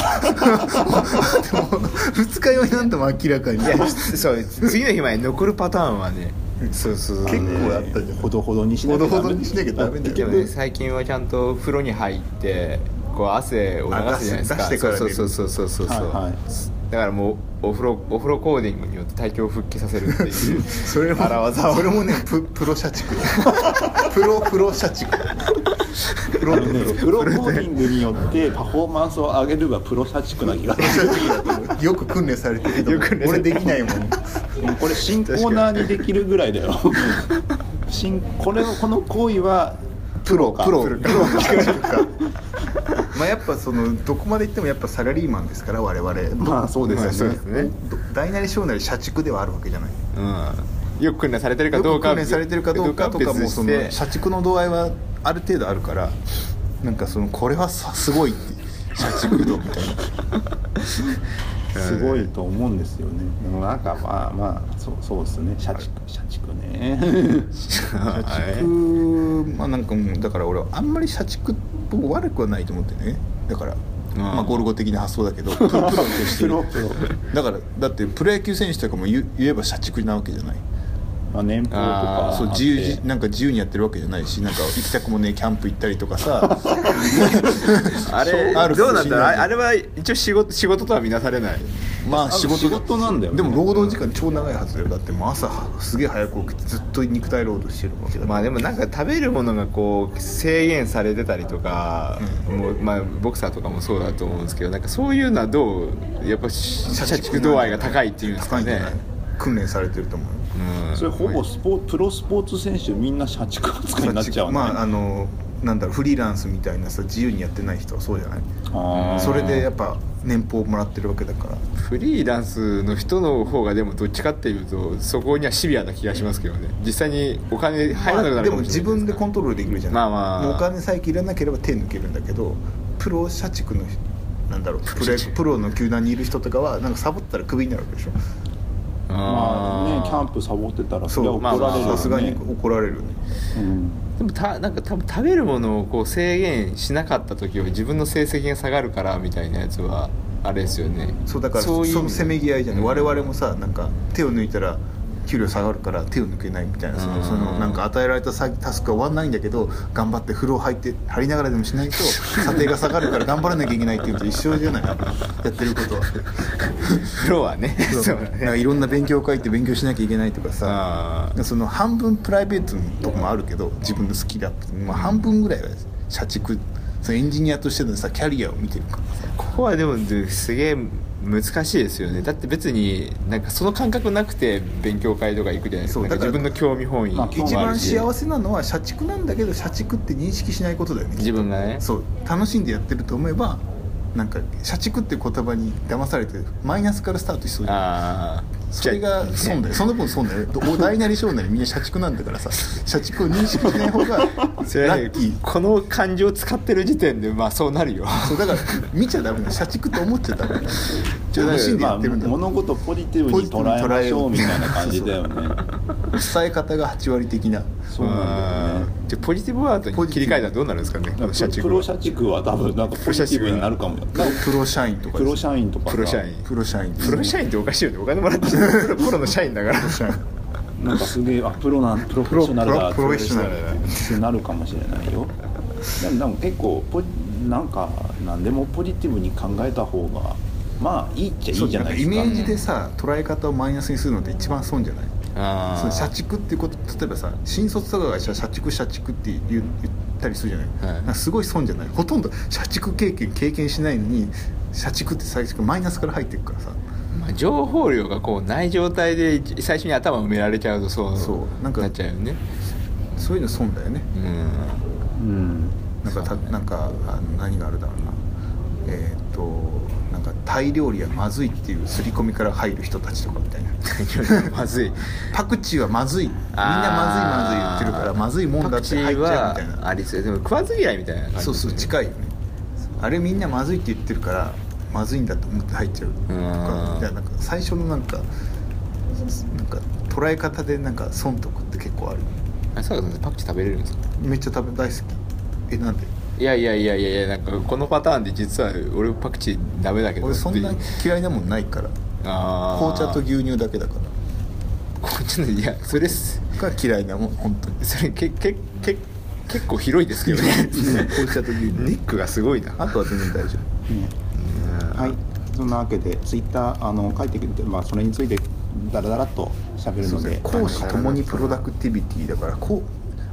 Speaker 3: でも二日酔いなんでも明らかに
Speaker 4: いやそう次の日まで残るパターンはね
Speaker 2: そうそう
Speaker 3: 結構やったじゃん
Speaker 1: ほどほどにしなきゃダメ
Speaker 3: ほどほどにしなきゃダメだよ
Speaker 4: でもね最近はちゃんと風呂に入ってこう汗を流すじゃないですか
Speaker 3: あ出す出してからね
Speaker 4: そうそうそうそうそうそう、
Speaker 1: はいはい
Speaker 4: だからもうお風呂お風呂コーディングによって体調を復帰させるって いう
Speaker 3: それも
Speaker 4: 荒技を
Speaker 3: それもねププロ社畜プロプロ社畜プロ
Speaker 1: あ
Speaker 3: っ
Speaker 1: の
Speaker 3: てプロ
Speaker 1: ねプロコーディングによってパフォーマンスを上げるがプロ社畜な気が する
Speaker 3: 社畜だとよく訓練されてる
Speaker 4: よく
Speaker 3: け
Speaker 4: 訓練
Speaker 3: ど
Speaker 4: さ
Speaker 3: 俺
Speaker 4: れて
Speaker 3: で
Speaker 4: る
Speaker 3: きないもん
Speaker 1: もうこれ新コーナーにできるぐらいだよ新これをこの行為はプロか
Speaker 2: プロ
Speaker 3: プロプロ まあやっぱそのどこまで行ってもやっぱサラリーマンですから我々
Speaker 1: まあそうですよね、
Speaker 4: ね
Speaker 3: ど大なり小なり社畜ではあるわけじゃない
Speaker 4: うんよく訓練されてるか
Speaker 2: よ
Speaker 4: どう
Speaker 2: く
Speaker 4: か
Speaker 2: 訓練されてるかどうかとか
Speaker 4: どう
Speaker 2: も
Speaker 4: 別
Speaker 2: そ
Speaker 4: に
Speaker 2: の
Speaker 4: して
Speaker 2: 社畜の度合いはある程度あるからなんかそのこれはさすごいって社畜度みたいな
Speaker 1: すごいと思うんですよね。でもなんかまあまあそうそうですね。社畜社畜 ね。
Speaker 2: 社畜まあなんかもうだから俺はあんまり社畜っぽく悪くはないと思ってねだから、まあゴルゴ的な発想だけ どプロプロとして
Speaker 1: プロプロ。
Speaker 2: だからだってプロ野球選手とかも言う言えば社畜なわけじゃない
Speaker 1: まあ年俸と
Speaker 4: あ
Speaker 1: か
Speaker 4: ー
Speaker 2: そう自由
Speaker 1: あって
Speaker 2: じなんか自由にやってるわけじゃないしなんか行きたくもねキャンプ行ったりとかさ
Speaker 4: あれ
Speaker 2: そうある
Speaker 4: どうなんだろう
Speaker 2: かもしれない
Speaker 4: あれあれは一応仕事仕事とは見なされない
Speaker 2: まあ仕事
Speaker 1: 仕事なんだよね
Speaker 2: でも労働時間超長いはずだよだってもう朝すげえ早く起きてずっと肉体労働してるわけだから
Speaker 4: まあでもなんか食べるものがこう制限されてたりとか、もうまあ、ボクサーとかもそうだと思うんですけどなんかそういうのはどうやっぱし社畜度合いが高いっていうんですか
Speaker 2: 高いんじゃ
Speaker 4: ね
Speaker 2: ない訓練されてると思うよ
Speaker 4: うん
Speaker 1: それほぼスポプロスポーツ選手みんな社畜扱いになっちゃうね、
Speaker 2: まああのなんだろうフリーランスみたいなさ自由にやってない人はそうじゃない
Speaker 1: あー
Speaker 2: それでやっぱ年俸もらってるわけだから
Speaker 4: フリーランスの人の方がでもどっちかっていうとそこにはシビアな気がしますけどね実際にお金入らなくな
Speaker 2: で
Speaker 4: るか
Speaker 2: も
Speaker 4: もし
Speaker 2: 自
Speaker 4: れない
Speaker 2: 分で
Speaker 4: か
Speaker 2: コントロールできるじゃない、
Speaker 4: まあまあ
Speaker 2: もうお金さえ切らなければ手抜けるんだけどプロ社畜のなんだろうプレプロの球団にいる人とかはなんかサボったらクビになるわけでしょ
Speaker 1: まあ
Speaker 4: あー
Speaker 1: ねキャンプサボってたらそれは怒
Speaker 2: そう
Speaker 1: られるよね
Speaker 2: さすがに怒られるね
Speaker 1: うん
Speaker 4: でもたなんか多分食べるものをこう制限しなかった時は自分の成績が下がるからみたいなやつはあれですよね
Speaker 2: そうだから
Speaker 4: そ
Speaker 2: そう
Speaker 4: いう意味
Speaker 2: のせめぎ合いじゃない、
Speaker 4: うん
Speaker 2: 我々もさなんか手を抜いたら給料下がるから手を抜けないみたいなそ
Speaker 4: うん
Speaker 2: のそのなんか与えられたさタスクは終わんないんだけど頑張って風呂入って張りながらでもしないと査定が下がるから頑張らなきゃいけないっていうのと一緒じゃないやってることは
Speaker 4: プロはね
Speaker 2: そ
Speaker 4: そうう
Speaker 2: なんかいろんな勉強会って勉強しなきゃいけないとかさ
Speaker 4: あ
Speaker 2: その半分プライベートのとこもあるけど自分の好きだって、まあ、半分ぐらいは社畜そのエンジニアとしてのさキャリアを見てるからさ
Speaker 4: ーここはでもですげえ難しいですよねだって別になんかその感覚なくて勉強会とか行くじゃないです
Speaker 2: そ
Speaker 4: か
Speaker 2: う
Speaker 4: なんか
Speaker 2: だから
Speaker 4: 自分の興味本位
Speaker 1: まあ
Speaker 2: 一
Speaker 4: もあ
Speaker 2: 番
Speaker 4: るし
Speaker 2: 幸せなのは社畜なんだけど社畜って認識しないことだよね
Speaker 4: 自分がね
Speaker 2: そう楽しんでやってると思えばなんか社畜って言葉に騙されてマイナスからスタートしそうじゃん
Speaker 4: ああ
Speaker 2: それが損だよその分損だよど大なり小なりみんな社畜なんだからさ社畜を認識しない方 がラ
Speaker 4: それは
Speaker 2: ッキー
Speaker 4: この漢字を使ってる時点でまあそうなるよ
Speaker 2: そうだから見ちゃダメだよ社畜と思っちゃダメだよ
Speaker 4: じゃあ
Speaker 2: 楽しんで
Speaker 1: ま
Speaker 2: や
Speaker 1: あ
Speaker 2: ってるんだよ
Speaker 1: 物事ポジティブに捉えましょうみたいな感じだよね
Speaker 2: 伝え方が8割的な
Speaker 1: そうなんだよね
Speaker 4: じゃあポジティブワードに切り替えたらどうなるんですかね
Speaker 1: だから
Speaker 4: 社畜
Speaker 1: プロ
Speaker 4: は
Speaker 1: 社畜は多分なんかポジティブになるかもよ
Speaker 2: プロプロ社員とか
Speaker 1: プ
Speaker 2: で
Speaker 1: ロ
Speaker 2: す
Speaker 1: 社員とかさ
Speaker 4: プロ社員
Speaker 2: プロ社員
Speaker 4: プロ社員っておかしいよねお金もらってる プロプロの社員だから
Speaker 1: なんかすげえあプロなんプロフェッショナルだ
Speaker 2: プロプロフェッショナルだ
Speaker 1: ってなるかもしれないよでもでも結構ポジなんか何でもポジティブに考えた方がまあいいっちゃいいじゃないですか
Speaker 2: そうなんかイメージでさ捉え方をマイナスにするのって一番損じゃない
Speaker 4: あ
Speaker 2: その社畜っていうこと例えばさ新卒とかが社社畜社畜って言う言ったりするじゃな
Speaker 4: は
Speaker 2: い、
Speaker 4: い
Speaker 2: なんかすごい損じゃないほとんど社畜経験経験しないのに社畜って最初マイナスから入っていくからさ
Speaker 4: まあ、情報量がこうない状態で一最初に頭埋められちゃうとそう
Speaker 2: そうなんか
Speaker 4: なっちゃうよね
Speaker 2: そういうの損だよね
Speaker 4: うん
Speaker 1: うん
Speaker 2: なんかたなんかあの何があるだろうなえーっとなんかタイ料理はまずいっていう刷り込みから入る人たちとかみたいな
Speaker 4: まず いみん
Speaker 2: パクチーはまずいみんなまずいまずい言ってるからまずいもんだって入っちゃうみたいな
Speaker 4: ありそうでも食わず嫌いみたいな感じです
Speaker 2: そうそう
Speaker 4: ね
Speaker 2: 近いよねあれみんなまずいって言ってるからまずいんだと思って入っちゃうと
Speaker 4: う
Speaker 2: か
Speaker 4: ん
Speaker 2: いやなんか最初のなんかなんか捉え方でなんか損得って結構ある
Speaker 4: あそうかパクチー食べれるんですか
Speaker 2: めっちゃ食べ大好きえなんで
Speaker 4: いやいやいやいやいやなんかこのパターンで実は俺パクチーダメだけど
Speaker 2: 俺そんな
Speaker 4: って
Speaker 2: 嫌いなもんないから
Speaker 4: あー
Speaker 2: 紅茶と牛乳だけだから
Speaker 4: 紅茶のいやそれす
Speaker 2: が嫌いなもん本当に
Speaker 4: それけけけ結構広いですけどね
Speaker 2: 紅茶と牛乳
Speaker 4: ネ ックがすごいな
Speaker 2: あとは全然大丈
Speaker 1: ねはい、そんなわけでツイッターあの書いてくれて、まあ、それについてダラダラっと喋るので
Speaker 2: 夫講師ともにプロダクティビティだからこ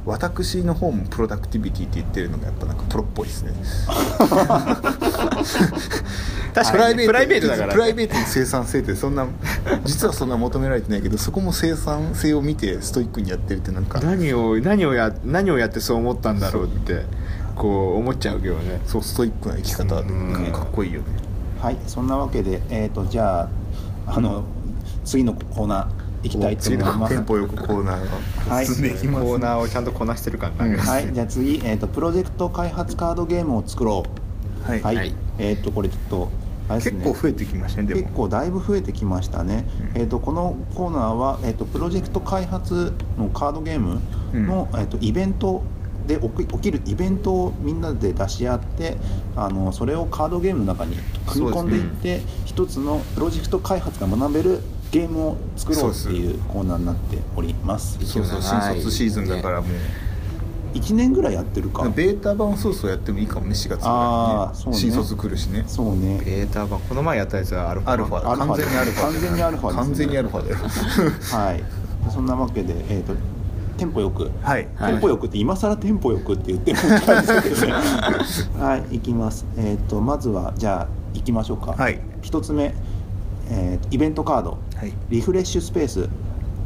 Speaker 2: う私の方もプロダクティビティって言ってるのがやっぱなんかプロっぽいですね
Speaker 4: 確かにね、プライベートだから、ね、
Speaker 2: プライベートの生産性ってそんな実はそんな求められてないけどそこも生産性を見てストイックにやってるってなんか
Speaker 4: 何を何をや何をやってそう思ったんだろうってこう思っちゃうけどね
Speaker 2: そうストイックな生き方
Speaker 4: うん
Speaker 2: かっこいいよね
Speaker 1: はいそんなわけで、えー、とじゃああの次のコーナー行きたいと思いま
Speaker 2: テ
Speaker 1: す
Speaker 2: ンポよくコーナー
Speaker 1: は
Speaker 2: が
Speaker 1: い
Speaker 2: 進んでいきます、
Speaker 4: コーナーをちゃんとこなしてる感が、
Speaker 2: うん
Speaker 1: はい、じゃあ次、えー、とプロジェクト開発カードゲームを作ろう
Speaker 2: はい
Speaker 1: はい
Speaker 4: はい
Speaker 1: えっ、とこれちょっとあれです
Speaker 2: 結
Speaker 1: ね
Speaker 2: 構増えてきましたねで
Speaker 1: 結
Speaker 2: も
Speaker 1: 構だいぶ増えてきましたね、
Speaker 2: うん
Speaker 1: えー、とこのコーナーは、えー、とプロジェクト開発のカードゲームの、えー、とイベントで起き起きるイベントをみんなで出し合ってあのそれをカードゲームの中に組み込んでいって、一つのプロジェクト開発が学べるゲームを作ろうっていうコーナーになっております
Speaker 4: です
Speaker 2: そうそう新卒シーズンだからもう、
Speaker 1: 1年ぐらいやってるか
Speaker 2: ベータ版をそうそうやってもいいかもね4月ぐらいにね
Speaker 1: あーそうね
Speaker 2: 新卒来るしね
Speaker 1: そうね
Speaker 4: ベータ版この前やったやつはアルファ
Speaker 2: アルファ
Speaker 1: アルファ
Speaker 2: 完全にアルファ
Speaker 1: 完全にアルファですね
Speaker 2: 完全にアルファだよ
Speaker 1: はいそんなわけで、えー、とテンポよく
Speaker 2: はい
Speaker 1: テンポよくって今更テンポよくって言ってもいいんですけどねはい行きますえっ、とまずはじゃあ行きましょうか
Speaker 2: はい
Speaker 1: 一つ目えーイベントカード、
Speaker 2: はい
Speaker 1: リフレッシュスペース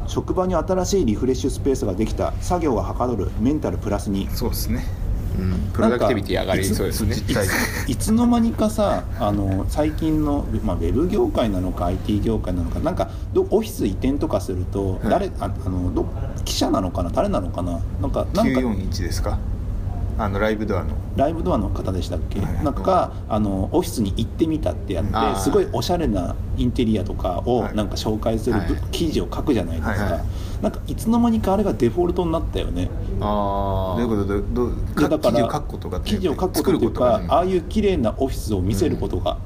Speaker 1: 職場に新しいリフレッシュスペースができた作業がはかどるメンタルプラスに
Speaker 2: そうですね
Speaker 4: うん、プロダクティビティ上がりそうですね
Speaker 2: 実体
Speaker 1: いつ の間にかさあの最近の、まあ、ウェブ業界なのか IT 業界なのかなんかどオフィス移転とかすると、誰ああのど記者なのかな誰なのかななんかなんか
Speaker 2: 941ですかあのライブドアの
Speaker 1: ライブドアの方でしたっけ、
Speaker 2: はい
Speaker 1: なんかあのオフィスに行ってみたってや
Speaker 4: あ
Speaker 1: っ
Speaker 4: ー
Speaker 1: てすごいおしゃれなインテリアとかを
Speaker 2: はい
Speaker 1: なんか紹介するぶ、
Speaker 4: はい
Speaker 1: 記事を書くじゃないですか、
Speaker 2: はいはい
Speaker 1: なんかいつの間にかあれがデフォルトになったよね
Speaker 4: ああ
Speaker 2: どういうことどどう
Speaker 1: いやだか
Speaker 2: 記事
Speaker 1: ら
Speaker 2: を書くことが
Speaker 1: 記事を書くこと
Speaker 2: 作
Speaker 1: っ
Speaker 2: る
Speaker 1: てい
Speaker 2: こ
Speaker 1: う
Speaker 2: と
Speaker 1: か、
Speaker 2: が、
Speaker 1: ああいう綺麗なオフィスを見せることが、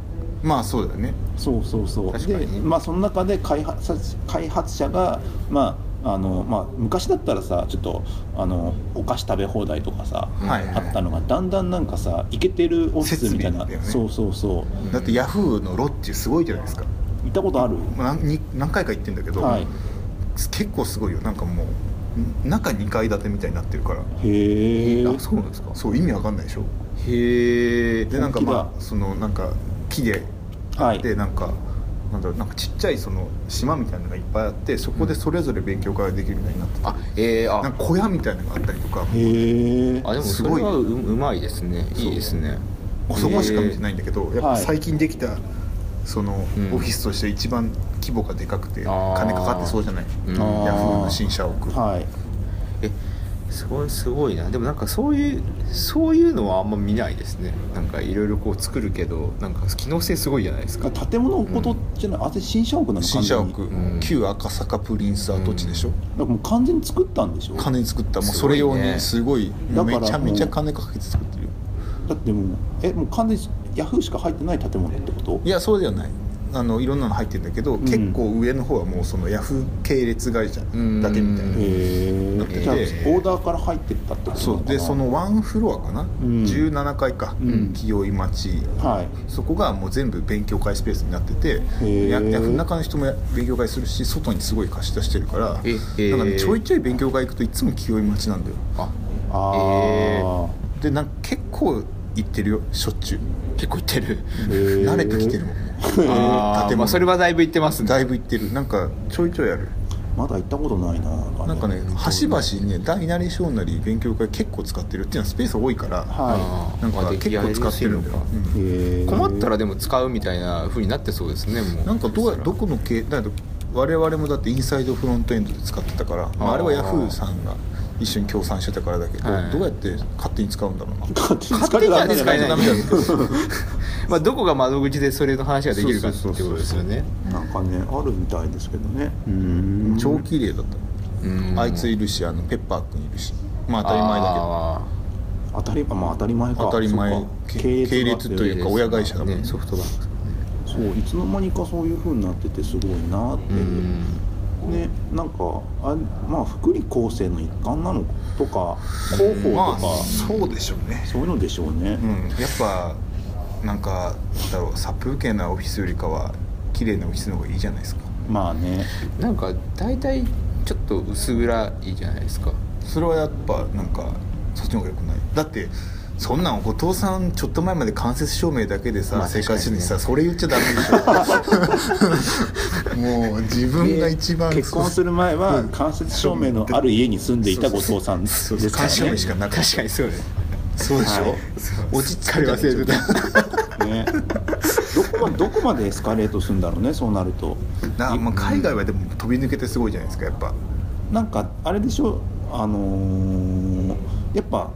Speaker 2: まあそうだよね
Speaker 1: そうそうそう
Speaker 2: 確かに
Speaker 1: で
Speaker 2: ね
Speaker 1: まあその中で開発者開発者がまああのまあ昔だったらさちょっとあのお菓子食べ放題とかさ、
Speaker 2: はいはい
Speaker 1: あったのがだんだんなんかさイケてるオフィスみたいな、
Speaker 2: 設備だよね
Speaker 1: そうそうそう
Speaker 2: だってヤフーのロッチすごいじゃないですか
Speaker 1: 行ったことある、
Speaker 2: まあ何何回か行ってんだけど、
Speaker 1: はい
Speaker 2: 結構すごいよなんかもうん中2階建てみたいになってるから
Speaker 1: へえ
Speaker 2: あそうなんですかそう意味わかんないでしょ
Speaker 4: へえ
Speaker 2: でなんか
Speaker 1: 本気だ
Speaker 2: まあそのなんか木で
Speaker 1: はい
Speaker 2: でなんかなんだろうなんかちっちゃいその島みたいなのがいっぱいあってそこでそれぞれ勉強会ができるみたいになってて
Speaker 4: あえー、あ
Speaker 2: なんか小屋みたいなのがあったりとか
Speaker 1: へえ
Speaker 4: あでも
Speaker 2: す
Speaker 4: そ
Speaker 2: ごい
Speaker 4: れはううまいですねいいですね
Speaker 2: そこしか見てないんだけどやっぱ
Speaker 1: はい
Speaker 2: 最近できたその
Speaker 4: うん
Speaker 2: オフィスとして一番規模がでかくて
Speaker 4: あー
Speaker 2: 金かかってそうじゃない
Speaker 4: うん
Speaker 2: ヤフーの新社屋
Speaker 1: はい
Speaker 4: えすごいすごいなでもなんかそういうそういうのはあんま見ないですねなんかいろいろこう作るけどなんか機能性すごいじゃないですか
Speaker 1: 建物のことじゃない、あれ新社屋なの
Speaker 2: 新社屋
Speaker 1: 完全に
Speaker 4: うん
Speaker 2: 旧赤坂プリンス跡地でしょ
Speaker 1: だからもう完全に作ったんでしょ
Speaker 2: 金作ったもう
Speaker 4: す
Speaker 2: そ
Speaker 4: ごい
Speaker 2: れ
Speaker 4: ね
Speaker 2: 用にすごい
Speaker 1: だから
Speaker 2: めちゃめちゃ金かけて作ってるよ
Speaker 1: だってもうえもう完全にヤフーしか入ってない建物ってこと
Speaker 2: いやそうではないあのいろんなの入ってるんだけど、
Speaker 1: ん
Speaker 2: 結構上の方はもうそのヤフー系列会社だけみたいな、
Speaker 4: うん
Speaker 1: へ
Speaker 2: だ
Speaker 1: え
Speaker 2: って
Speaker 1: じゃあオ
Speaker 2: で
Speaker 1: ーダーから入ってったってことな
Speaker 2: そ
Speaker 1: の
Speaker 2: う
Speaker 1: かな
Speaker 2: でそのワンフロアかな、
Speaker 1: ん
Speaker 2: 17階か、
Speaker 1: うん
Speaker 2: 清居町
Speaker 1: はい
Speaker 2: そこがもう全部勉強会スペースになってて
Speaker 1: ー
Speaker 2: やや中の人もや勉強会するし外にすごい貸し出してるから
Speaker 4: えへー
Speaker 2: なんかねちょいちょい勉強会行くといつも清居町なんだよ
Speaker 4: あ
Speaker 1: あ
Speaker 4: え
Speaker 1: あ
Speaker 4: ー
Speaker 2: でなんか結構行ってるよしょっちゅう
Speaker 4: 結構いってる
Speaker 2: 慣れてきてるもん
Speaker 4: ああまあそれはだいぶいってますね
Speaker 2: だいぶ行ってるなんかちょいちょいある
Speaker 1: まだ行ったことないな
Speaker 2: なんかね端
Speaker 1: は
Speaker 2: 々にね大なり小なり勉強会結構使ってるっていうのはスペース多いから、
Speaker 1: は
Speaker 4: あー
Speaker 2: なんか
Speaker 4: あで
Speaker 2: 結構使ってるんだよ
Speaker 4: やりやすいのか、
Speaker 2: うん
Speaker 1: いへー
Speaker 4: 困ったらでも使うみたいな風になってそうですねもう
Speaker 2: なんかどうどこの系だけど我々もだってインサイドフロントエンドで使ってたからまあ、
Speaker 4: あー
Speaker 2: あれはヤフーさんが一緒に協賛してたからだけど、
Speaker 4: はい
Speaker 2: どうやって勝手に使うんだろうな
Speaker 1: 勝手に使
Speaker 4: 勝
Speaker 1: え
Speaker 4: 手に
Speaker 1: た
Speaker 4: は
Speaker 1: んで
Speaker 4: ね
Speaker 1: す
Speaker 4: 使
Speaker 1: か
Speaker 4: えない
Speaker 2: ダメだよ
Speaker 4: まあどこが窓口でそれの話ができるかっていうことですよね
Speaker 1: なんかねあるみたいですけどねうん
Speaker 2: 超綺麗だった
Speaker 4: うん
Speaker 2: あいついるしあのペッパー君いるしまあ当たり前だけど
Speaker 4: あ
Speaker 1: 当たりあまあ当たり前か
Speaker 2: 当たり前
Speaker 1: そっか
Speaker 2: 系系
Speaker 1: があって
Speaker 2: 列というか親会社だもんね
Speaker 4: ね
Speaker 2: ソフトバンク
Speaker 1: そういつの間にかそういうふうになっててすごいなって
Speaker 4: ー
Speaker 1: いう
Speaker 4: う
Speaker 1: んねなんかあまあ福利厚生の一環なのとか広報とか、
Speaker 2: まあそうでしょうね
Speaker 1: そういうのでしょうね
Speaker 2: う、んやっぱなんかなんだろう殺風景なオフィスよりかは綺麗なオフィスの方がいいじゃないですか
Speaker 1: まあね
Speaker 4: なんか大体ちょっと薄暗いじゃないですか
Speaker 2: それはやっぱなんかそっちの方が良くないだってそんなん後藤さんちょっと前まで間接照明だけでさ、
Speaker 4: まあ
Speaker 2: 生活してるのにさ、
Speaker 4: 確
Speaker 2: それ言っちゃダメでしょもう自分が一番
Speaker 1: 結婚する前は間接照明のある家に住んでいた後藤さんです
Speaker 2: そ
Speaker 1: か
Speaker 2: うそう
Speaker 1: ら
Speaker 2: 間接照明しかなかった
Speaker 4: 確かにそうです
Speaker 2: そうでしょ、
Speaker 1: はい
Speaker 2: 落ち着かり忘れてた
Speaker 1: ねどこまどこまでエスカレートするんだろうねそうなると
Speaker 2: なまあ海外はでも飛び抜けてすごいじゃないですかやっぱ
Speaker 1: なんかあれでしょあのーやっぱ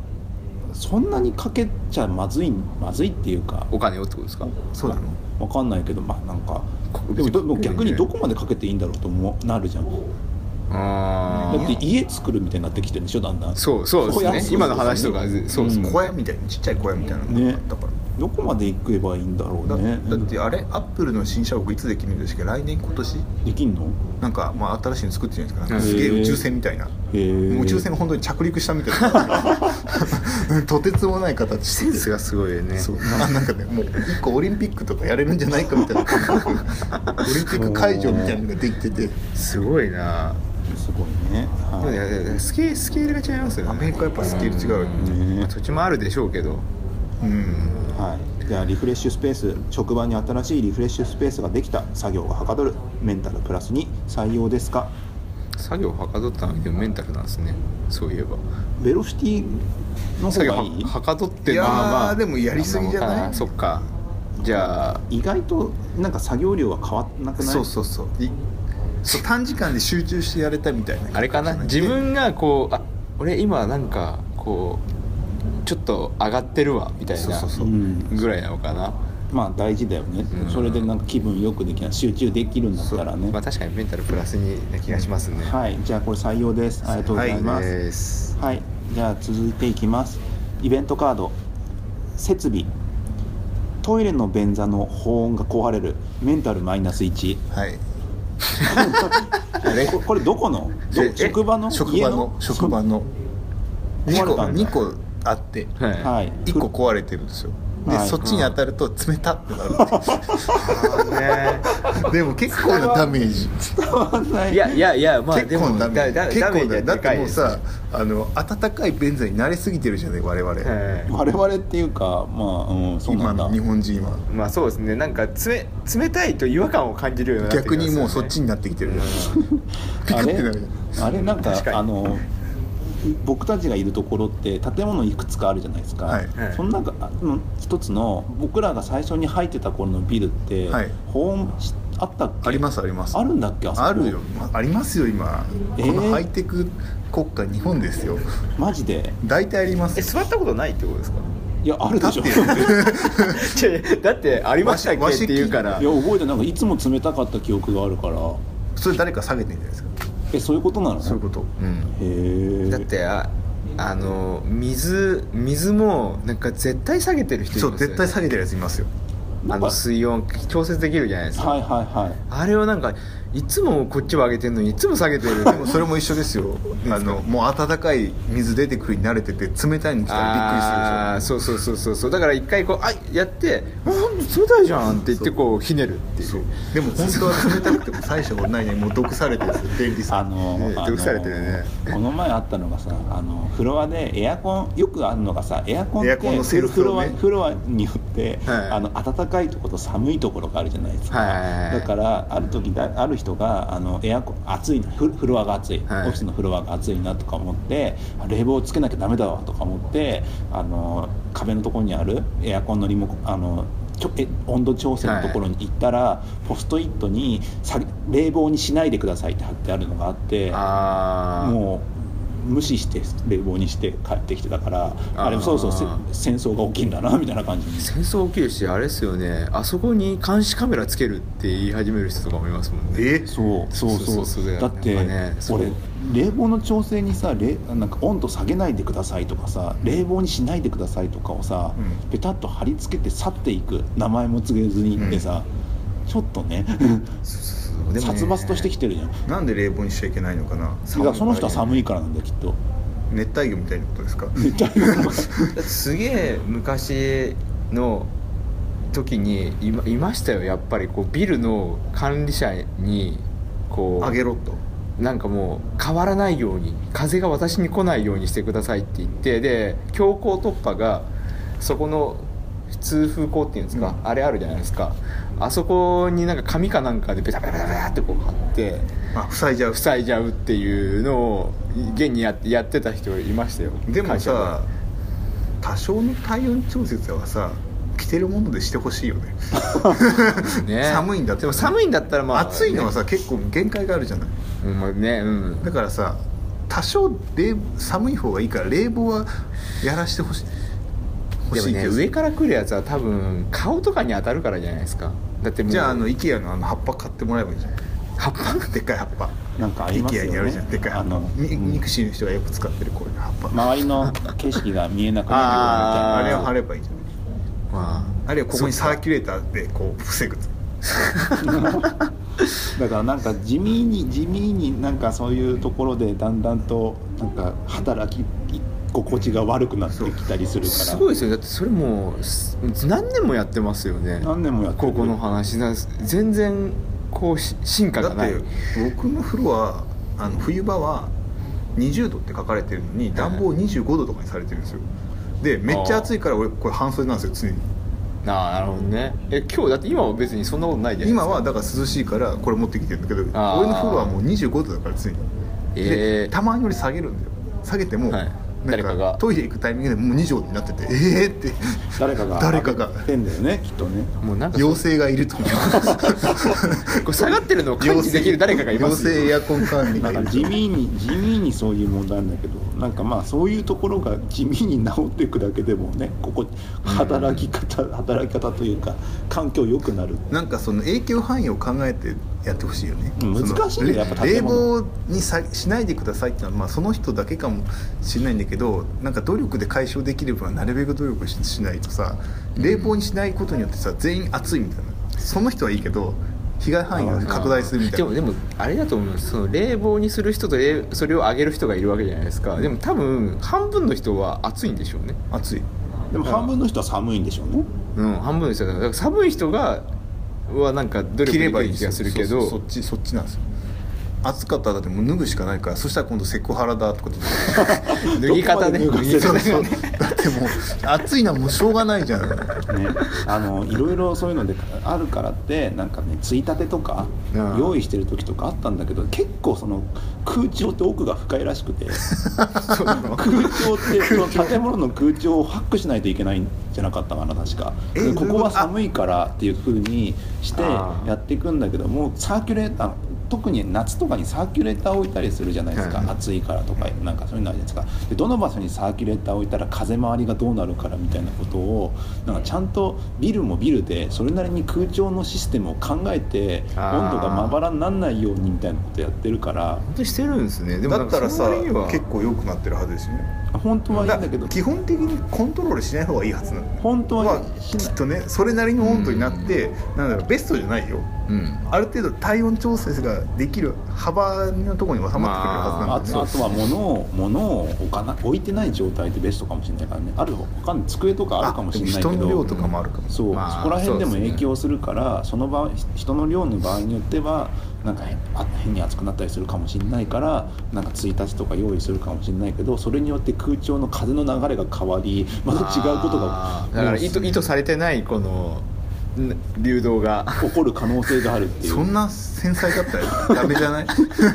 Speaker 1: そんなにかけちゃまずいまずいっていうか
Speaker 4: お金をってことですか
Speaker 2: そうなの
Speaker 1: わかんないけどまあなんかでもどでも逆にどこまでかけていいんだろうともなるじゃんだ
Speaker 4: あ
Speaker 1: っ
Speaker 4: あ
Speaker 1: て家作るみたいになってきてるんでしょだんだん
Speaker 4: そうそうです
Speaker 1: 小屋
Speaker 4: ね今の話とか
Speaker 1: そう
Speaker 4: そうですね
Speaker 2: 小屋みたいにちっちゃい小屋みたいなのがあったから、
Speaker 1: どこまで行けばいいんだろう
Speaker 2: だ
Speaker 1: ね
Speaker 2: だってあれアップルの新社屋いつできるんですか来年今年
Speaker 1: できんの
Speaker 2: なんか、まあ、新しいの作ってるじゃないですかな
Speaker 4: へ
Speaker 2: んか
Speaker 4: ー
Speaker 2: すげえ宇宙船みたいな、
Speaker 1: へー
Speaker 2: もう宇宙船が本当に着陸したみたいな とてつもない形して
Speaker 4: セン
Speaker 2: て
Speaker 4: スがすごいよね
Speaker 2: そうななんかねもう一個オリンピックとかやれるんじゃないかみたいなオリンピック会場みたいなのができてて
Speaker 4: すごいな
Speaker 1: すごいね、
Speaker 4: でもいやいやいやスケールスケールが違いますよね
Speaker 2: アメリカやっぱスケール違うよね
Speaker 4: うんまあ土地もあるでしょうけど
Speaker 2: うん
Speaker 1: はい、ではリフレッシュスペース職場に新しいリフレッシュスペースができた作業がはかどるメンタルプラスに採用ですか
Speaker 4: 作業はかどったのでもメンタルなんですねそういえば
Speaker 1: ベロシティの方
Speaker 4: 作業
Speaker 1: が
Speaker 4: はい
Speaker 1: い
Speaker 4: はかどって
Speaker 2: いやー
Speaker 4: まあまあ
Speaker 2: でもやりすぎじゃない
Speaker 4: あそっかじゃあ
Speaker 1: 意外となんか作業量は変わらなくない
Speaker 2: そうそうそういそう短時間で集中してやれたみたいな
Speaker 4: あれかな自分がこうあ俺今なんかこうちょっと上がってるわみたい
Speaker 2: そう
Speaker 4: な
Speaker 2: そうそうう、
Speaker 1: ん、
Speaker 4: ぐらいなのかな
Speaker 1: まあ大事だよね、
Speaker 4: うん
Speaker 1: それでなんか気分よくできない集中できるんだったらね
Speaker 4: まあ確かにメンタルプラスにな気がしますね
Speaker 1: はいじゃあこれ採用ですありがとうございます、
Speaker 4: です
Speaker 1: はい、じゃあ続いていきますイベントカード設備トイレの便座の保温が壊れるメンタルマイナス1
Speaker 2: はい
Speaker 1: ここれどこのど
Speaker 2: え
Speaker 1: 職場の
Speaker 2: 職
Speaker 1: 家
Speaker 2: 場の職場の
Speaker 1: 壊れたんだ
Speaker 2: 2個2個あって
Speaker 4: はい、
Speaker 1: はい
Speaker 2: 1個壊れてるんですよで、
Speaker 1: はい
Speaker 2: そっちに当たると冷たってなるんですよ
Speaker 4: ね
Speaker 2: でも結構なダメージ
Speaker 4: いやいやいやまあで
Speaker 2: 結構
Speaker 4: も
Speaker 2: なダメージ
Speaker 4: だだ
Speaker 2: 結構
Speaker 4: ダメージ
Speaker 2: だ
Speaker 4: は
Speaker 2: だっ
Speaker 4: でか
Speaker 2: て
Speaker 4: い
Speaker 2: も
Speaker 4: で
Speaker 2: う
Speaker 4: す
Speaker 2: さあの暖かい便座に慣れすぎてるじゃない我々、
Speaker 4: は
Speaker 1: 我々っていうかまあ、うん、そうな
Speaker 2: 今
Speaker 1: んだ
Speaker 2: の日本人はい
Speaker 4: まあそうですねなんかつめ冷たいと違和感を感じるようになってきま
Speaker 2: 逆
Speaker 4: すよね
Speaker 2: にもうそっちになってきてるじゃないですか ピ
Speaker 1: あ
Speaker 2: カってな
Speaker 1: れ
Speaker 2: る
Speaker 1: あれなんか
Speaker 4: 確かに
Speaker 1: あの僕たちがいるところって建物いくつかあるじゃないですか、
Speaker 2: はい
Speaker 4: はい
Speaker 1: その中の一つの僕らが最初に入ってた頃のビルって、
Speaker 2: はい
Speaker 1: 保温しあったっけ
Speaker 2: ありますあります
Speaker 1: あるんだっけあそこ
Speaker 2: あるよまありますよ今、
Speaker 1: えー
Speaker 2: このハイテク国家日本ですよ
Speaker 1: マジで
Speaker 2: 大体あります
Speaker 4: え座ったことないってこと ですか
Speaker 1: いやあるでしょい
Speaker 2: 立
Speaker 1: や
Speaker 2: ってる
Speaker 4: 違う違うだってありましたっ
Speaker 2: わ
Speaker 4: け
Speaker 2: し
Speaker 4: って言うから
Speaker 1: 覚えて なんかいつも冷たかった記憶があるから
Speaker 2: それ誰か下げてんじゃないですか
Speaker 1: えそういうことなの
Speaker 2: そういうこと
Speaker 4: うん
Speaker 1: へえ
Speaker 4: だってああの水水もなんか絶対下げてる人い
Speaker 2: そ
Speaker 4: ま
Speaker 2: う
Speaker 4: すよ
Speaker 2: 絶
Speaker 4: ね
Speaker 2: 対下げてるやついますよ
Speaker 4: あの水温調節できるじゃないですか、
Speaker 1: はいはいはい
Speaker 4: あれをなんかいつもこっちを上げてるのにいつも下げてる
Speaker 2: でもそれも一緒ですよあのもう暖かい水出てくるに慣れてて冷たいの来たら
Speaker 4: あー
Speaker 2: びっくりするでしょ
Speaker 4: そうそうそうそうそうだから一回こう「あやって「あ冷たいじゃん」って言ってこうひねるっていう
Speaker 2: そうでも本当は冷たくても大したことないねもう毒されてるんですよ便利
Speaker 1: あ
Speaker 2: さ
Speaker 1: の
Speaker 4: ね
Speaker 1: あの
Speaker 4: 毒されてるね
Speaker 1: この前あったのがさあのフロアでエアコンよくあるのがさエアコン
Speaker 2: エア
Speaker 1: っ
Speaker 2: コン
Speaker 1: て
Speaker 2: のセル
Speaker 1: フ
Speaker 2: フ
Speaker 1: ロ
Speaker 2: を
Speaker 1: ア
Speaker 2: ね
Speaker 1: フロアによって、
Speaker 4: はい
Speaker 1: あの暖かいところと寒いところがあるじゃないですか、
Speaker 4: はいはいはいはい
Speaker 1: だからある時だある人があのエアコン暑いなフフロアが暑い、
Speaker 4: はい
Speaker 1: オフィスのフロアが暑いなとか思ってあ冷房をつけなきゃダメだわとか思ってあの壁のところにあるエアコンのリモコンあのちょえ温度調整のところに行ったら、ポストイットにさ冷房にしないでくださいって貼ってあるのがあって
Speaker 4: ああ
Speaker 1: もう無視して冷房にして帰ってきてたから
Speaker 4: あー
Speaker 1: あれもそろそろせ戦争が起きるんだなみたいな感じに
Speaker 4: 戦争起きるしあれですよねあそこに監視カメラつけるって言い始める人とかもいますもんね
Speaker 2: え
Speaker 1: そうそうそう
Speaker 4: そうそうそう
Speaker 1: だって、
Speaker 4: なんかねそう
Speaker 1: 俺冷房の調整にさ冷なんか温度下げないでくださいとかさ冷房にしないでくださいとかをさ、
Speaker 2: うん
Speaker 1: ペタッと貼り付けて去っていく名前も告げずにってさ、ちょっとね
Speaker 4: そうでもね
Speaker 1: 殺伐としてきてるじゃん
Speaker 2: なんで冷房にしちゃいけないのかな
Speaker 1: だからその人は寒
Speaker 2: い
Speaker 1: いからなんだよきっと
Speaker 2: 熱帯魚みたいなことですか
Speaker 1: 絶対
Speaker 4: だってすげえ昔の時にいまいましたよやっぱりこうビルの管理者にこう
Speaker 2: あげろと
Speaker 4: なんかもう変わらないように風が私に来ないようにしてくださいって言ってで強行突破がそこの通風口っていうんですか、あれあるじゃないですかあそこになんか紙かなんかでベタベタベタベタってこう貼って
Speaker 2: あ塞いじゃう
Speaker 4: 塞いじゃうっていうのを現にやってやってた人いましたよ
Speaker 2: でも
Speaker 4: 会社
Speaker 2: さ多少の体温調節はさ着てるものでしてほしいよね
Speaker 4: ね
Speaker 2: 寒いんだっ
Speaker 4: で
Speaker 2: たら
Speaker 4: も寒いんだったらまあ、
Speaker 2: 暑いのはさ結構限界があるじゃない
Speaker 4: うんまあねうん
Speaker 2: だからさ多少冷寒い方がいいから冷房はやらしてほしい欲
Speaker 4: でも
Speaker 2: しい
Speaker 4: ね
Speaker 2: けど、
Speaker 4: 上から来るやつは多分顔とかに当たるからじゃないですかだってもう
Speaker 2: じゃああの IKEA のあの葉っぱ買ってもらえばいい じゃん
Speaker 4: 葉っぱ
Speaker 2: でっかい葉っぱ
Speaker 1: なんかありますよ
Speaker 2: IKEA
Speaker 1: ね
Speaker 2: にあるじゃんでっかい葉
Speaker 1: あ
Speaker 2: っぱ
Speaker 1: の
Speaker 2: みミクシーの人がよく使ってるこういう葉っぱ、
Speaker 1: 周りの景色が見えなくな
Speaker 2: あ、
Speaker 4: あー
Speaker 1: る
Speaker 2: れ
Speaker 1: よ
Speaker 2: を貼ればいいじゃん
Speaker 4: ま
Speaker 2: あるいはここにサーキュレーターでこう防ぐ
Speaker 1: みた いなだからなんか地味に地味になんかそういうところでだんだんとなんか働き心地が悪くなってきたりする
Speaker 4: あ
Speaker 1: から
Speaker 4: すごいですよだってそれもうす何年もやってますよね
Speaker 1: 何年もやってる
Speaker 4: ここの話な全然こうし進化
Speaker 2: だ
Speaker 4: が
Speaker 2: っ
Speaker 4: ない
Speaker 2: て僕の風呂はあの冬場は20度って書かれてるのに暖房25度とかにされてるんですよでめっちゃ暑いから俺これ半袖なんですよ常に
Speaker 4: ああなるほどねえ今日だって今は別にそんなことないじゃないですか
Speaker 2: 今はだから涼しいからこれ持ってきてるんだけど
Speaker 4: あー
Speaker 2: 俺の風呂はもう25度だから常に
Speaker 4: え
Speaker 2: で
Speaker 4: ー
Speaker 2: たまに俺下げるんだよ下げても、
Speaker 4: はい
Speaker 2: なん
Speaker 4: 誰
Speaker 2: か
Speaker 4: かが
Speaker 2: トイレ行くタイミングでもう25度になっててええ ー、って
Speaker 1: 誰かが
Speaker 2: 誰かが
Speaker 1: 上げてんだよねきっとね
Speaker 4: もうなんかそう
Speaker 2: 妖精がいると思う
Speaker 4: こう下がってるのを感知できる誰かがいますよ
Speaker 2: 妖精エアコン管理が
Speaker 1: ないん
Speaker 2: る
Speaker 1: か地味に地味にそういう問題なんだけどなんかまあそういうところが地味に治っていくだけでもねここ働き方、働き方というか環境良くなる
Speaker 2: なんかその影響範囲を考えてやってほしいよね
Speaker 1: うん
Speaker 2: その
Speaker 1: 難しいねやっぱ
Speaker 2: れ冷
Speaker 1: 建物
Speaker 2: 房にさしないでくださいってのは、まあ、その人だけかもしれないんだけどなんか努力で解消できればなるべく努力ししないとさ冷房にしないことによってさ全員暑いみたいなその人はいいけど被害範囲が拡大するみたいな
Speaker 4: でもでもあれだと思うその冷房にする人と冷それを上げる人がいるわけじゃないですかでも多分半分の人は暑いんでしょうね
Speaker 2: 暑い
Speaker 1: でも半分の人は寒いんでしょうね
Speaker 4: うん半分の人はだから寒い人がはなんか努力
Speaker 2: 切れ
Speaker 4: でき
Speaker 2: ばいい
Speaker 4: る気がするけ
Speaker 2: そうそう
Speaker 4: ど
Speaker 2: そっちそっちなんですよ暑かったらだってもう脱ぐしかないからそしたら今度セクハラだとかって
Speaker 4: 脱ぎ方ね
Speaker 1: どこま
Speaker 4: 脱
Speaker 1: で
Speaker 4: ぎ
Speaker 1: 脱
Speaker 4: 方
Speaker 1: が
Speaker 4: ね
Speaker 1: せるのか
Speaker 2: だってもう暑いのはもうしょうがないじゃん
Speaker 1: ね、あのいろいろそういうのであるからってなんかねついたてとか
Speaker 4: うん
Speaker 1: 用意してる時とかあったんだけど結構その空調って奥が深いらしくてそう空調ってその建物の空調をハックしないといけないんじゃなかったかな確か
Speaker 2: え
Speaker 1: で
Speaker 2: どう
Speaker 1: こ
Speaker 2: いうこと
Speaker 1: こは寒いからっていうふうにして
Speaker 4: あー
Speaker 1: やっていくんだけどもサーキュレーター特に夏とかにサーキュレーターを置いたりするじゃないですか、
Speaker 2: はいはい
Speaker 1: 暑いからとかなんかそういうのあるじゃないですかでどの場所にサーキュレーターを置いたら風回りがどうなるからみたいなことをなんかちゃんとビルもビルでそれなりに空調のシステムを考えて
Speaker 4: あー
Speaker 1: 温度がまばらにならないようにみたいなことやってるから
Speaker 4: 本当にしてるんですねでも
Speaker 2: だったらさ結構良くなってるはずですよね
Speaker 1: 本当はいいんだけど
Speaker 2: 基本的にコントロールしない方がいいはずなの
Speaker 1: 本当は
Speaker 2: まあ
Speaker 1: し
Speaker 2: き
Speaker 1: ない
Speaker 2: っとねそれなりの温度になってなんだろうベストじゃないよ
Speaker 4: うん
Speaker 2: ある程度体温調節ができる幅のところに収
Speaker 4: ま
Speaker 2: ま
Speaker 1: あ
Speaker 2: ってくれるはず
Speaker 1: と
Speaker 2: な
Speaker 1: あ
Speaker 2: んだ
Speaker 1: とは物を物を置かな置いてない状態でベストかもしれないからねあるわかんない机とかあるかもしれないけど
Speaker 2: 人の量とかもあるかも
Speaker 1: そう、
Speaker 4: まあ
Speaker 1: そこら辺でも
Speaker 4: そうですね
Speaker 1: 影響するからそ,、の場合人の量の場合によってはなんか変あ変に暑くなったりするかもしれないからなんか1日とか用意するかもしれないけどそれによって空調の風の流れが変わりまた違うことが
Speaker 4: あーだか
Speaker 1: も
Speaker 4: ら
Speaker 1: う
Speaker 4: 意図意図されてないこのん流動が
Speaker 1: 起こる可能性があるっていう
Speaker 2: そんな繊細だったらダメじゃない
Speaker 1: だ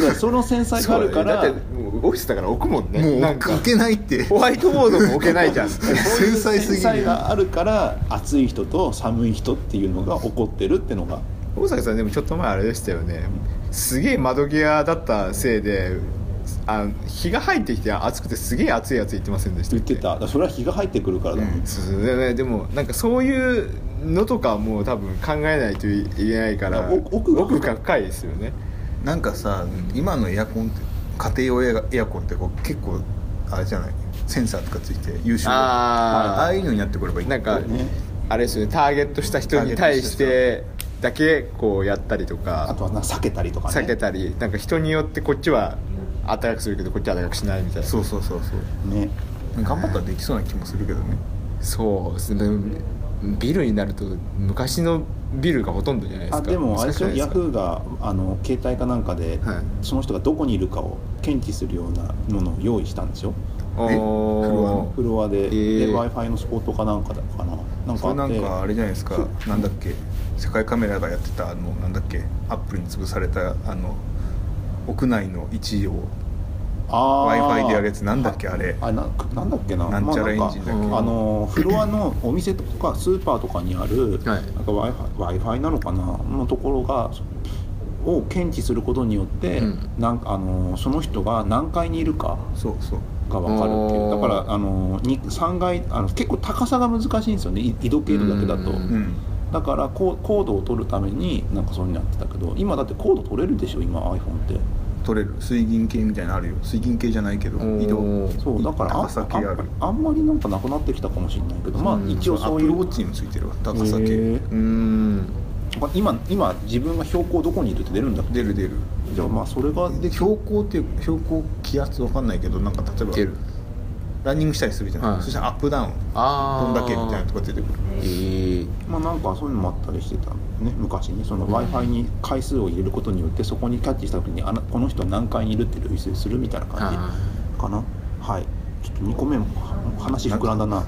Speaker 1: からその繊細があるか
Speaker 4: そう
Speaker 1: ら
Speaker 4: だねだってもうオフィスだから置くもんね
Speaker 2: もう
Speaker 4: なんか
Speaker 2: 置けないって
Speaker 4: ホワイトボードも置けないじゃ ん
Speaker 1: そういう
Speaker 2: 繊細すぎる
Speaker 1: 繊細があるから暑い人と寒い人っていうのが起こってるってのが
Speaker 4: 大崎さんでもちょっと前あれでしたよねすげえ窓際だったせいであの日が入ってきて暑くてすげえ暑い暑い言ってませんでした
Speaker 1: 言ってただからそれは日が入ってくるからだもん、
Speaker 4: そうそうででもなんかそういうのとかはもう多分考えないといけないから
Speaker 1: 奥奥が
Speaker 4: 奥が深いですよね
Speaker 2: なんかさ今のエアコンって家庭用エアエアコンってこう結構あれじゃないセンサーとかついて優秀だよ
Speaker 4: あー
Speaker 2: ああいうのになってくればいい
Speaker 4: なんか、
Speaker 1: ね
Speaker 4: あれですよねターゲットした人に対してだけこうやったりと
Speaker 1: あ
Speaker 4: か
Speaker 1: とはな避けたりとかね
Speaker 4: 避けたりなんか人によってこっちは暖かくするけどこっちは暖かくしないみたいな
Speaker 2: そうそうそうそう
Speaker 1: ね
Speaker 2: 頑張ったらできそうな気もするけどね
Speaker 4: そうですねビルになると昔のビルがほとんどじゃないです
Speaker 1: あ
Speaker 4: か
Speaker 1: でもあれでしょ
Speaker 4: 難くない
Speaker 1: ヤ
Speaker 4: すか
Speaker 1: フーがあの携帯かなんかで、
Speaker 4: はい
Speaker 1: その人がどこにいるかを検知するようなものを用意したんでしょ
Speaker 4: お
Speaker 1: フロアで,、
Speaker 4: ええ
Speaker 1: で w i f i のスポットかなんかだかななん
Speaker 2: そ
Speaker 1: か
Speaker 2: れな
Speaker 1: あっ
Speaker 2: ん
Speaker 1: て
Speaker 2: かあれじゃないですかなんだっけ世界カメラがやってたあのなんだっけアップルに潰されたあの屋内の一位を w
Speaker 1: あ
Speaker 2: i
Speaker 1: ー
Speaker 2: f i でやるやつなんだっけあれ
Speaker 1: あななんだっけな
Speaker 2: なんちゃらエンジンだっけ
Speaker 1: まあなんかあのフロアのお店とかスーパーとかにある、
Speaker 4: はい
Speaker 1: なんか w i f i なのかなのところがを検知することによって、
Speaker 4: うん
Speaker 1: なんかあのその人が何階にいるか
Speaker 2: そうそう
Speaker 1: が分かるっていう
Speaker 4: お
Speaker 1: だ
Speaker 4: ー
Speaker 1: からあのに3階あの結構高さが難しいんですよねい緯度計るだけだと
Speaker 4: うん
Speaker 2: うん
Speaker 1: だからこうコードを取るためになんかそういうのやってたけど今だってコード取れるでしょ今 iPhone って
Speaker 2: 取れる水銀系みたいなのあるよ水銀系じゃないけど移動
Speaker 1: そうだからあ
Speaker 2: 高さ系ある
Speaker 1: ああんまりなんかなくなってきたかもしれないけどま
Speaker 4: う
Speaker 1: あ
Speaker 4: ん
Speaker 1: 一応
Speaker 2: ア
Speaker 1: そ
Speaker 2: ッ
Speaker 1: う
Speaker 2: プ
Speaker 1: い
Speaker 2: ルウ
Speaker 1: う
Speaker 2: ォッチにもついてるわ高さ
Speaker 1: へ
Speaker 2: 系
Speaker 1: ー
Speaker 4: うーん
Speaker 1: まあ今今自分が標高どこにいるって出るんだっけ
Speaker 2: 出る出る
Speaker 1: じゃあまあそれが
Speaker 2: で
Speaker 1: でき
Speaker 2: 標高っていう標高気圧わかんないけどなんか例えば
Speaker 4: 出る
Speaker 2: ランニングしたりするじゃない、
Speaker 4: はい
Speaker 2: そしたらアップダウン
Speaker 4: あ
Speaker 2: どんだけみたいなとこ出てくる
Speaker 4: えー
Speaker 1: まあなんかそういうのもあったりしてたね昔ねその w i f i に回数を入れることによってそこにキャッチした時にあのこの人は何階にいるって類推するみたいな感じ
Speaker 4: あ
Speaker 1: かなはいちょっと2個目も話膨らんだな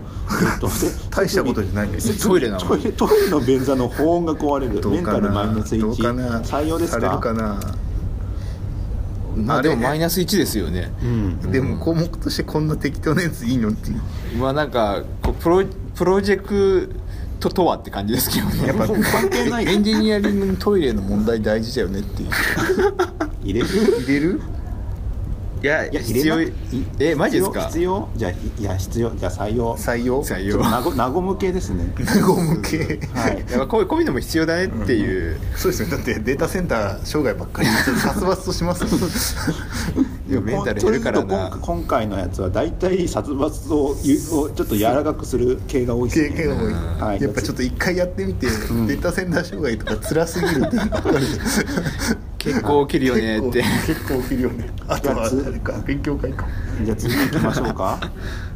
Speaker 1: えっとせ
Speaker 2: 大したことじゃないんです
Speaker 4: トイレな
Speaker 1: ト
Speaker 4: の
Speaker 1: イレトイレの便座の保温が壊れる
Speaker 2: ど
Speaker 1: メ
Speaker 2: う
Speaker 1: ンタ
Speaker 2: か
Speaker 1: ル
Speaker 2: な
Speaker 1: マイナス
Speaker 2: どうかな
Speaker 1: 1採用です
Speaker 2: される
Speaker 1: か
Speaker 2: かな
Speaker 4: まあ
Speaker 2: あれ
Speaker 4: でもマイナス1ですよね
Speaker 1: うん
Speaker 2: でも項目としてこんな適当なやついいのっていう
Speaker 4: まあなんかこうプロプロジェクトとはって感じですけどね
Speaker 2: やっぱ
Speaker 1: 関係な い
Speaker 3: エンジニアリングのトイレの問題大事だよねっていう
Speaker 1: 入れる
Speaker 2: 入れる
Speaker 4: いや
Speaker 1: いや入
Speaker 4: 必
Speaker 1: れ
Speaker 4: 要
Speaker 1: ない
Speaker 4: えマジですか
Speaker 1: 必要必要じゃあいいや必要じゃあ採用
Speaker 2: 採用
Speaker 4: 採
Speaker 1: ちょっとなごなごむ系です ね
Speaker 2: ゴム系
Speaker 1: はい
Speaker 4: やっぱこういうこういうのも必要だねっていう、
Speaker 2: そうですねだってデータセンター障害ばっかり殺伐としますもん
Speaker 4: いやメンタル減るからな
Speaker 1: とりあえず今今回のやつは大体殺伐をゆをちょっと柔らかくする系が多いです
Speaker 2: 経
Speaker 1: ね
Speaker 2: 験多い、
Speaker 1: はい
Speaker 2: やっぱちょっと一回やってみて、
Speaker 1: ん
Speaker 2: データセンター障害とか辛すぎるっていうのが分かる
Speaker 4: 結構起きるよねって
Speaker 2: 結構起きるよねあとは誰か勉強会か
Speaker 1: じゃあ次行きましょうか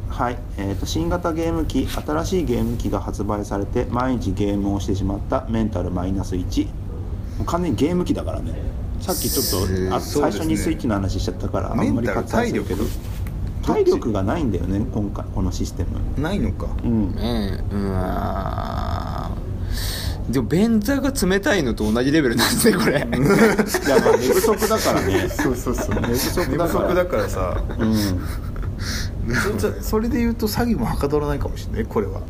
Speaker 1: はい、えー、と新型ゲーム機新しいゲーム機が発売されて毎日ゲームをしてしまったメンタルマイナス1もう完全にゲーム機だからねさっきちょっとあ
Speaker 2: そう
Speaker 1: 最
Speaker 2: です
Speaker 1: 初
Speaker 2: ね
Speaker 1: にスイッチの話しちゃったからあんまり割愛するけど
Speaker 2: メン
Speaker 1: 体力がないんだよね今回このシステム
Speaker 2: ないのか
Speaker 1: うん
Speaker 4: うんうわーでも便座が冷たいのと同じレベルなんですねこれ
Speaker 1: いやま あ寝不足だからね
Speaker 2: そうそうそう
Speaker 1: 寝不足だから
Speaker 2: らさ
Speaker 1: うん
Speaker 2: そそれで言うと詐欺もはかどらないかもしれないこれは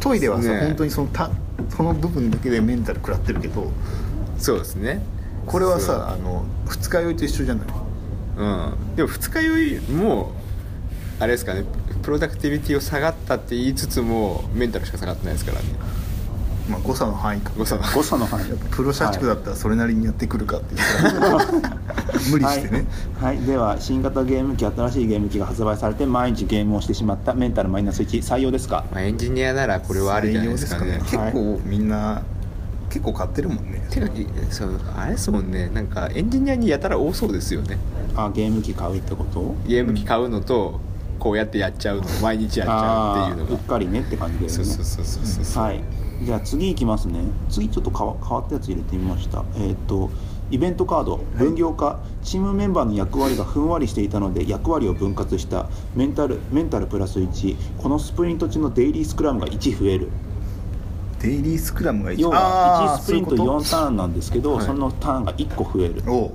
Speaker 2: トイレはさ、
Speaker 4: ねえ
Speaker 2: 本当にそのたその部分だけでメンタル食らってるけど
Speaker 4: そうですね
Speaker 2: これはさあの二日酔いと一緒じゃない
Speaker 4: うんでも二日酔いもあれですかねプロダクティビティを下がったって言いつつもメンタルしか下がってないですからね
Speaker 2: まあ誤差の範囲か
Speaker 4: 誤差の
Speaker 1: 誤差の範囲
Speaker 2: プロ社畜だったらそれなりにやってくるかっていう、無理してね、
Speaker 1: はい、はいでは新型ゲーム機新しいゲーム機が発売されて毎日ゲームをしてしまったメンタルマイナス1採用ですか
Speaker 4: まあ、エンジニアならこれはありじゃないですかね
Speaker 2: 採用
Speaker 1: はい
Speaker 2: 結構みんな結構買ってるもんね
Speaker 4: てかそうあれですもんねなんかエンジニアにやたら多そうですよね
Speaker 1: あゲーム機買うってこと
Speaker 4: ゲーム機買うのとこうやってやっちゃうの毎日やっちゃうっていうの
Speaker 1: あー
Speaker 4: が
Speaker 1: うっかりねって感じです
Speaker 4: そう
Speaker 1: ね
Speaker 4: そうそうそうそうそう
Speaker 1: はいじゃあ次いきますね次ちょっと変わ変わったやつ入れてみましたえっ、とイベントカード分業化、チームメンバーの役割がふんわりしていたので役割を分割したメンタルメンタルプラス1このスプリント中のデイリースクラムが1増える
Speaker 2: デイリースクラムが一
Speaker 1: 要は
Speaker 2: あー
Speaker 1: 1スプリント
Speaker 2: そういうこ
Speaker 1: 4ターンなんですけどそのターンが1個増える
Speaker 2: とお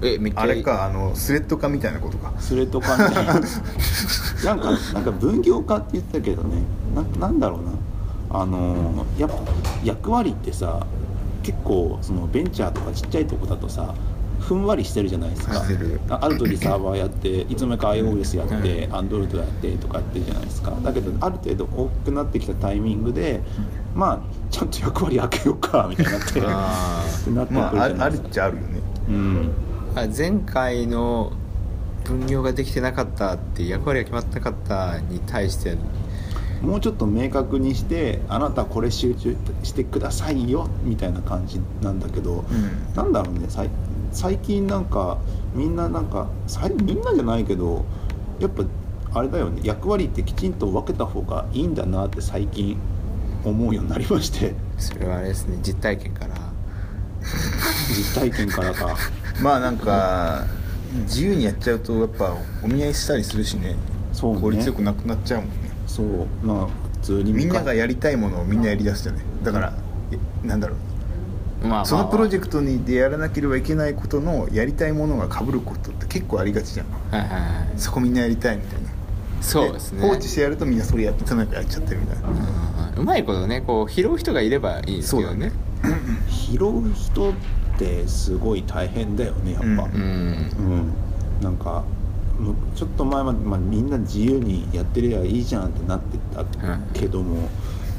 Speaker 2: う
Speaker 4: えめっちゃ
Speaker 2: あれかあのスレッド化みたいなことか
Speaker 1: それとかね なんかなんか分業化って言ったけどねななんだろうなあのーやっぱ役割ってさ結構そのベンチャーとかちっちゃいとこだとさふんわりしてるじゃないですか
Speaker 2: してる
Speaker 1: あある時サーバーやっていつの間にか iOS やって、Android やってとかやってるじゃないですかだけどある程度大きくなってきたタイミングでまあちゃんと役割開けようかみたいになってなっ
Speaker 4: あ
Speaker 1: てくるじ
Speaker 2: ま
Speaker 1: ゃ
Speaker 2: ああ
Speaker 1: な
Speaker 2: あ
Speaker 1: いで
Speaker 2: る
Speaker 1: す
Speaker 2: っ
Speaker 1: か、
Speaker 2: ちゃあるよね
Speaker 1: うん
Speaker 4: ーあ前回の分業ができてなかったって役割が決まってなかったに対して
Speaker 1: もうちょっと明確にしてあなたこれ集中してくださいよみたいな感じなんだけど、
Speaker 2: うん
Speaker 1: なんだろうねさい最近なんかみんななんかさいみんなじゃないけどやっぱあれだよね役割ってきちんと分けた方がいいんだなって最近思うようになりま して
Speaker 4: それはあれですね実体験から
Speaker 1: 実体験からか
Speaker 2: まあなんか自由にやっちゃうとやっぱお見合いしたりするしね
Speaker 1: そうね
Speaker 2: 効率よくなくなっちゃうもんね
Speaker 1: そうまあ普通に
Speaker 2: みんながやりたいものをみんなやりだすじゃないだからえなんだろう
Speaker 4: まあ
Speaker 2: そのプロジェ
Speaker 4: ク
Speaker 2: クトにでやらなければいけないことのやりたいものが被ることって結構ありがちじゃん
Speaker 4: トはいはいはい
Speaker 2: そこみんなやりたいみたいな
Speaker 4: そうですね
Speaker 2: 放置してやるとみんなそれやってなんかやっちゃってるみたい な
Speaker 4: うんうまいことねこう拾う人がいればいいですけどね
Speaker 1: 拾う人ってすごい大変だよねやっぱ。
Speaker 2: う
Speaker 4: う
Speaker 2: ん
Speaker 4: ん
Speaker 1: うん、なんかむちょっと前まで、まあ、みんな自由にやってりゃいいじゃんってなってたけども、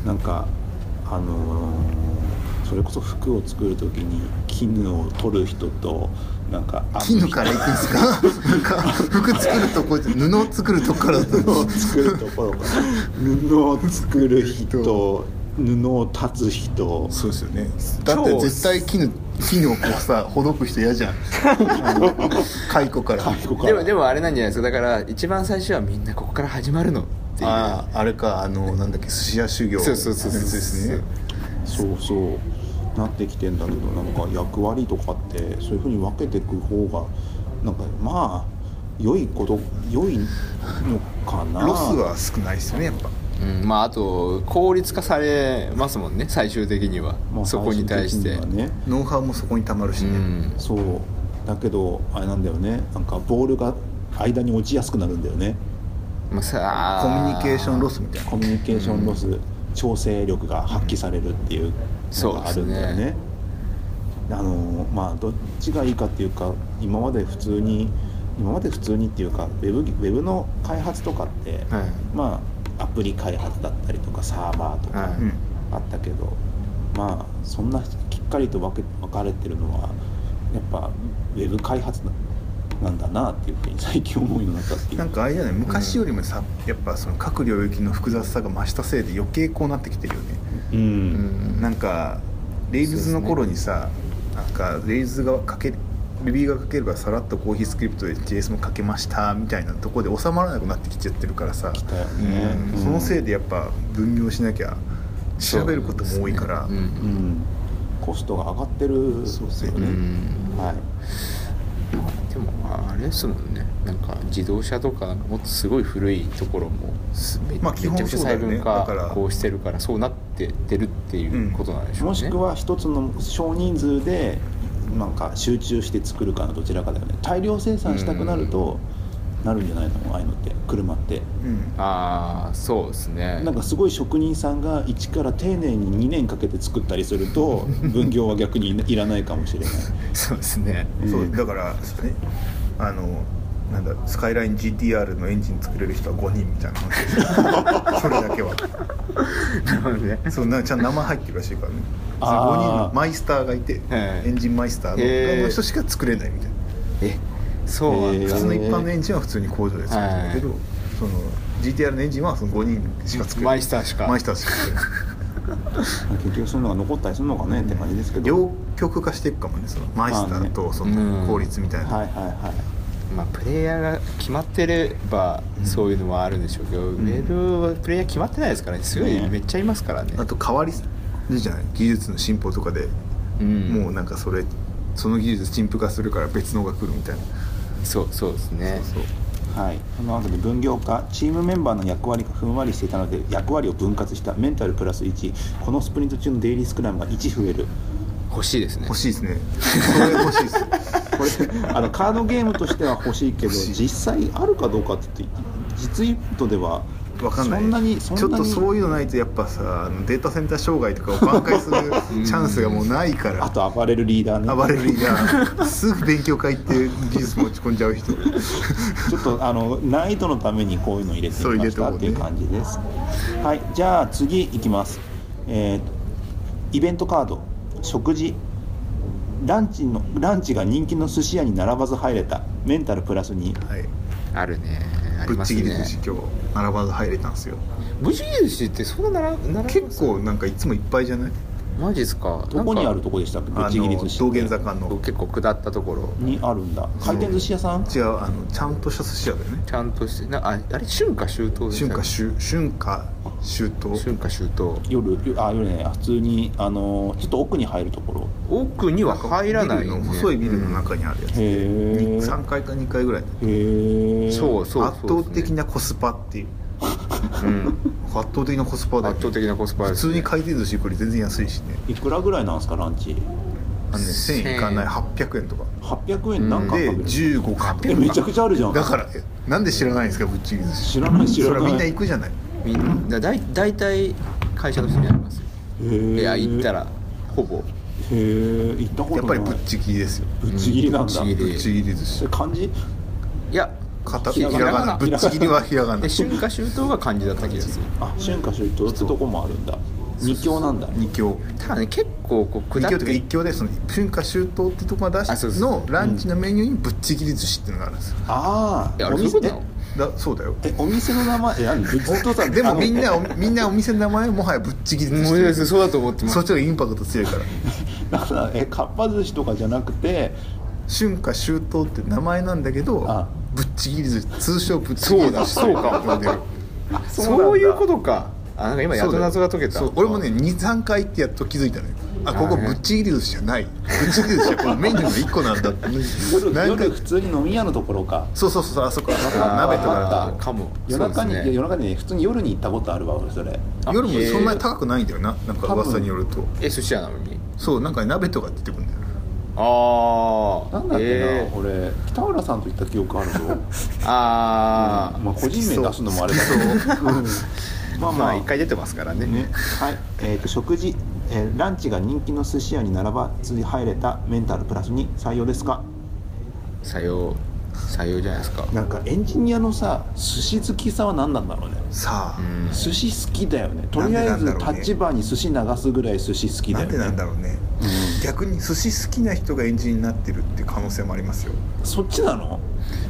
Speaker 1: なんかあのーそれこそ服を作る時に絹を取る人となんか編む人
Speaker 2: 絹からいくんですかなんか服作るとこ布を作るとこから
Speaker 1: 布を作るところから布を作る人布を断つ人
Speaker 2: そうですよねだって絶対絹絹をこうさほどく人嫌じゃ んあの蚕から
Speaker 1: 介護から
Speaker 4: でもでもあれなんじゃないですかだから一番最初はみんなここから始まるのっていう
Speaker 2: あああれかあのなんだっけ寿司屋修行
Speaker 4: そうそうそうそう
Speaker 2: のやつですね
Speaker 1: そうそうなってきてんだけどなんか役割とかってそういうふうに分けていく方がなんかまあ良いこと良いのかな
Speaker 2: ロスは少ないですよねやっぱ
Speaker 4: うん、まああと効率化されますもんね最終的には、
Speaker 1: まあ
Speaker 4: そこに対して
Speaker 1: 最終的にはね
Speaker 2: ノウハウもそこにたまるし
Speaker 4: う
Speaker 2: ね、
Speaker 4: ん、
Speaker 1: そうだけどあれなんだよねなんかボールが間に落ちやすくなるんだよね
Speaker 4: まあ、さあ
Speaker 2: コミュニケーションロスみたいな
Speaker 1: コミュニケーションロス、調整力が発揮されるっていうのがあるんだよ
Speaker 4: そうで
Speaker 1: ね。あのまあどっちがいいかっていうか今まで普通に今まで普通にっていうかウェブウェブの開発とかって、
Speaker 4: はい
Speaker 1: まあアプリ開発だったりとかサーバーとか
Speaker 4: はい
Speaker 2: うん
Speaker 1: あったけど、まあそんなきっかりと分け分かれてるのはやっぱウェブ開発ななんだなっていうふうに最近思うようになったっていう
Speaker 2: なんかあれじゃない昔よりもさ、やっぱその各領域の複雑さが増したせいで余計こうなってきてるよね、
Speaker 1: うん
Speaker 4: うん
Speaker 2: なんかレイルズの頃にさ、なんかレイルズがかけ Ruby がかければさらっとコーヒースクリプトで JS もかけましたみたいなところで収まらなくなってきちゃってるからさ、
Speaker 1: だよね
Speaker 2: うん
Speaker 1: うん
Speaker 2: そのせいでやっぱ分業しなきゃ調べることも多いから、
Speaker 4: うん
Speaker 1: うん、コストが上がってるんですよ
Speaker 2: そう
Speaker 4: う
Speaker 1: ね。
Speaker 4: ん
Speaker 1: はい、
Speaker 4: でもまああれですもんねなんか自動車とかなんかもっとすごい古いところもすめ,、
Speaker 2: まあ基
Speaker 4: めちゃ
Speaker 2: 本
Speaker 4: くち
Speaker 2: そ
Speaker 4: ゃ
Speaker 2: うだ
Speaker 4: 細
Speaker 2: よね
Speaker 4: 分
Speaker 2: だから
Speaker 4: 化こうしてるからそうなってってるっていうことなんでしょうね、
Speaker 1: もしくは一つの少人数でなんか集中して作るかのどちらかだよね大量生産したくなるとなるんじゃないのああいうのって車って
Speaker 2: うん
Speaker 4: ああそうですね
Speaker 1: なんかすごい職人さんが一から丁寧に2年かけて作ったりする と分業は逆にいらないかもしれない
Speaker 4: そうですね
Speaker 2: そう
Speaker 1: うん
Speaker 2: だからそうねあのなんだスカイライン GTR のエンジン作れる人は5人みたいな話 それだけは
Speaker 4: なるほど ね
Speaker 2: そうなちゃんと名前入ってるらしいからねそ
Speaker 1: あー
Speaker 2: の5人のマイスターがいて
Speaker 4: はい
Speaker 2: エンジンマイスター
Speaker 4: へ
Speaker 2: の
Speaker 4: ー
Speaker 2: の人しか作れないみたいな
Speaker 4: えそうなん
Speaker 1: へ
Speaker 4: だ
Speaker 1: ー
Speaker 2: 普通の一般のエンジンは普通に工場で作るんだけど、
Speaker 4: はい
Speaker 2: その GTR のエンジンはその5人しか作れな
Speaker 4: マ
Speaker 2: い
Speaker 4: イスターしか
Speaker 2: マイスターしか作れない
Speaker 1: 結局そういうのが残ったりするのかねって感じですけど
Speaker 2: 両極化していくかもねそのマイスターとその効率みたいな、
Speaker 1: はいはいはい
Speaker 4: まあ、プレイヤーが決まってればそういうのはあるんでしょうけど、ウェブはプレイヤー決まってないですからねすごい
Speaker 1: ね
Speaker 4: めっちゃいますからね
Speaker 2: あと変わりるじゃない技術の進歩とかで、
Speaker 4: うん
Speaker 2: もうなんかそれその技術陳腐化するから別のが来るみたいな
Speaker 4: そうそうですね
Speaker 2: そう
Speaker 1: はい、その後で分業化チームメンバーの役割がふんわりしていたので役割を分割したメンタルプラス1このスプリント中のデイリースクラムが1増える
Speaker 4: 欲しいですね
Speaker 2: 欲しいですねそれ欲しいです
Speaker 1: これあのカードゲームとしては欲しいけど
Speaker 2: 欲しい
Speaker 1: 実際あるかどうかって言って実イベントでは
Speaker 2: わかんない
Speaker 1: そんなにそんなに
Speaker 2: ちょっとそういうのないとやっぱさあのデータセンター障害とかを挽回するチャンスがもうないか
Speaker 1: あ
Speaker 2: ら
Speaker 1: と暴れるリーダーね
Speaker 2: 暴れるがすぐ勉強会行って技術持ち込んじゃう人
Speaker 1: ちょっとあの難易度のためにこういうのを入れてみました
Speaker 2: そう入れておこうね
Speaker 1: っていう感じです。はい、じゃあ次いきます。えーイベントカード、食事、ランチのランチが人気の寿司屋に並ばず入れたメンタルプラスに
Speaker 2: はい
Speaker 4: あるねあり
Speaker 2: ぶっ
Speaker 4: ます
Speaker 2: ちぎり
Speaker 4: ね
Speaker 2: 寿司今日並ばず入れたんですよ
Speaker 4: ぶっちぎり寿司ってそんなならなら
Speaker 2: 結構なんかいつもいっぱいじゃない
Speaker 4: マジですか
Speaker 1: どこにある
Speaker 4: と
Speaker 1: とこでしたっけ？ぶ
Speaker 2: あ
Speaker 1: っちぎり寿司
Speaker 2: の道玄坂の
Speaker 4: 結構下ったところ
Speaker 1: にあるんだ。回転寿司屋さん？
Speaker 2: 違うあのちゃんとした寿司屋だよね
Speaker 4: ちゃんとしてなああれ春夏秋冬でし
Speaker 2: 春
Speaker 4: た
Speaker 2: 夏
Speaker 4: っ
Speaker 2: 秋春夏秋
Speaker 4: け
Speaker 2: 冬
Speaker 4: 春夏秋冬
Speaker 1: 夜夜あ夜ね普通にあのちょっと奥に入るところ。
Speaker 4: 奥には入らない、
Speaker 2: ビ
Speaker 4: ね、
Speaker 2: ルの細いビルの中にあるやつ、
Speaker 1: へ
Speaker 2: に
Speaker 1: え。
Speaker 2: 3階か2階ぐらい
Speaker 1: へえ。
Speaker 4: そうそう
Speaker 2: 圧倒的、なコスパっていう
Speaker 4: そうですねうん、
Speaker 2: 圧倒的なコスパだよ
Speaker 4: 圧
Speaker 2: ね
Speaker 4: 倒的なコスパ
Speaker 2: 普
Speaker 4: です、
Speaker 2: 通
Speaker 4: ね、
Speaker 2: に回転寿司より全然安いしね
Speaker 1: いくらぐらいなんですかランチ？
Speaker 2: あのね
Speaker 4: 1000
Speaker 2: 1000円いかない800円とか
Speaker 1: 八百円なんか
Speaker 2: で
Speaker 1: 食べる。
Speaker 2: 15か
Speaker 1: えめちゃくちゃあるじゃん。
Speaker 2: だからえなんで知らないんですかぶっちぎり寿司
Speaker 1: 知らない知
Speaker 2: それ
Speaker 1: らな
Speaker 2: は
Speaker 1: い
Speaker 2: みんな行くじゃない
Speaker 4: みんなだい大体会社の人にありますよ
Speaker 1: い
Speaker 4: いや行ったらほぼ
Speaker 1: へえ行ったこ
Speaker 2: やっ
Speaker 1: と
Speaker 2: ぱ
Speaker 1: ない
Speaker 2: りぶっちぎりですよ
Speaker 1: ぶっちぎりなんだ
Speaker 4: うんぶっちぎり
Speaker 2: ぶっちぎり寿
Speaker 1: そ
Speaker 2: 司
Speaker 1: れ漢字
Speaker 4: いや
Speaker 2: 片
Speaker 4: ひ
Speaker 2: ひ
Speaker 4: らが
Speaker 2: ら
Speaker 4: な
Speaker 2: がなぶっちぎりはひらがな
Speaker 4: で春夏秋冬が漢字だった気がする
Speaker 1: あ春夏秋冬ってとこもあるんだ二強なんだ
Speaker 2: 二強
Speaker 4: ただね結構こう
Speaker 2: 二
Speaker 4: 下っ
Speaker 2: 強というか
Speaker 4: て
Speaker 2: 一強でその春夏秋冬ってとこまで出
Speaker 4: あそう
Speaker 2: し
Speaker 4: そ
Speaker 2: て
Speaker 4: う
Speaker 2: のランチのメニューにぶっちぎり寿司っていうのがあるんですよ
Speaker 1: ああ
Speaker 4: いやあ
Speaker 1: お
Speaker 4: れそういう
Speaker 1: 店
Speaker 4: ことなの
Speaker 2: だそうだよ
Speaker 1: えお店の名前 えなんでずっとさ
Speaker 2: で
Speaker 1: あ
Speaker 2: も
Speaker 1: の
Speaker 2: みんなおみんなお店の名前もはやぶっちぎり
Speaker 4: も
Speaker 2: 寿
Speaker 4: ういや
Speaker 2: 司
Speaker 4: そうだと思ってます
Speaker 2: そっちの方がインパクト強いから
Speaker 1: だからえかっぱ寿司とかじゃなくて
Speaker 2: 春夏秋冬って名前なんだけど
Speaker 1: あ
Speaker 2: ぶっちぎり寿司通称ぶっちぎり寿司
Speaker 4: そうだそうか
Speaker 2: 呼んでる
Speaker 4: そういうことかあなんか今やっと謎が解けた
Speaker 2: そう俺もね23回行ってやっと気づいたのよあここぶっちぎり寿司じゃないぶっちぎり寿司はこのメニューの1個なんだって
Speaker 1: 夜
Speaker 2: なんか
Speaker 1: 夜普通に飲み屋のところか
Speaker 2: そうそうそうあそこあそこ
Speaker 4: あー
Speaker 2: 鍋と
Speaker 1: わ
Speaker 2: か
Speaker 1: かった
Speaker 4: かも
Speaker 1: 夜中に、
Speaker 4: そうですね
Speaker 1: いや夜中にね普通に夜に行ったことあるわ俺それ
Speaker 2: 夜も
Speaker 4: へー
Speaker 2: そんなに高くないんだよななんか
Speaker 1: 多分
Speaker 2: 噂によると
Speaker 4: え寿司屋なのに
Speaker 2: そうなんか鍋とか出てくるんだよ
Speaker 4: ああ
Speaker 1: なんだっけな、
Speaker 4: え
Speaker 1: 俺北浦さんと行った記憶あるぞ
Speaker 4: ー、あー
Speaker 1: まあ個人名出すのもあれだけど、うんまあ
Speaker 4: ま
Speaker 1: ま
Speaker 4: あ
Speaker 1: あ
Speaker 4: 一回出てますからね
Speaker 1: ね、はい、えー、と食事、えーランチが人気の寿司屋に並ばず入れたメンタルプラスに採用ですか
Speaker 4: さようさようじゃないですか
Speaker 1: なんかエンジニアのさ寿司好きさは何なんだろうね
Speaker 2: さあ、
Speaker 4: うん
Speaker 1: 寿司好きだよねとりあえ
Speaker 2: なんで
Speaker 1: ず
Speaker 2: なんだろ
Speaker 1: タ
Speaker 2: うね
Speaker 1: ッチバーに寿司流すぐらい寿司好きだ
Speaker 2: な
Speaker 1: よ
Speaker 2: ん
Speaker 1: ね
Speaker 2: でなんだろうね、逆に寿司好きな人がエンジンになってるっていう可能性もありますよ
Speaker 1: そっちなの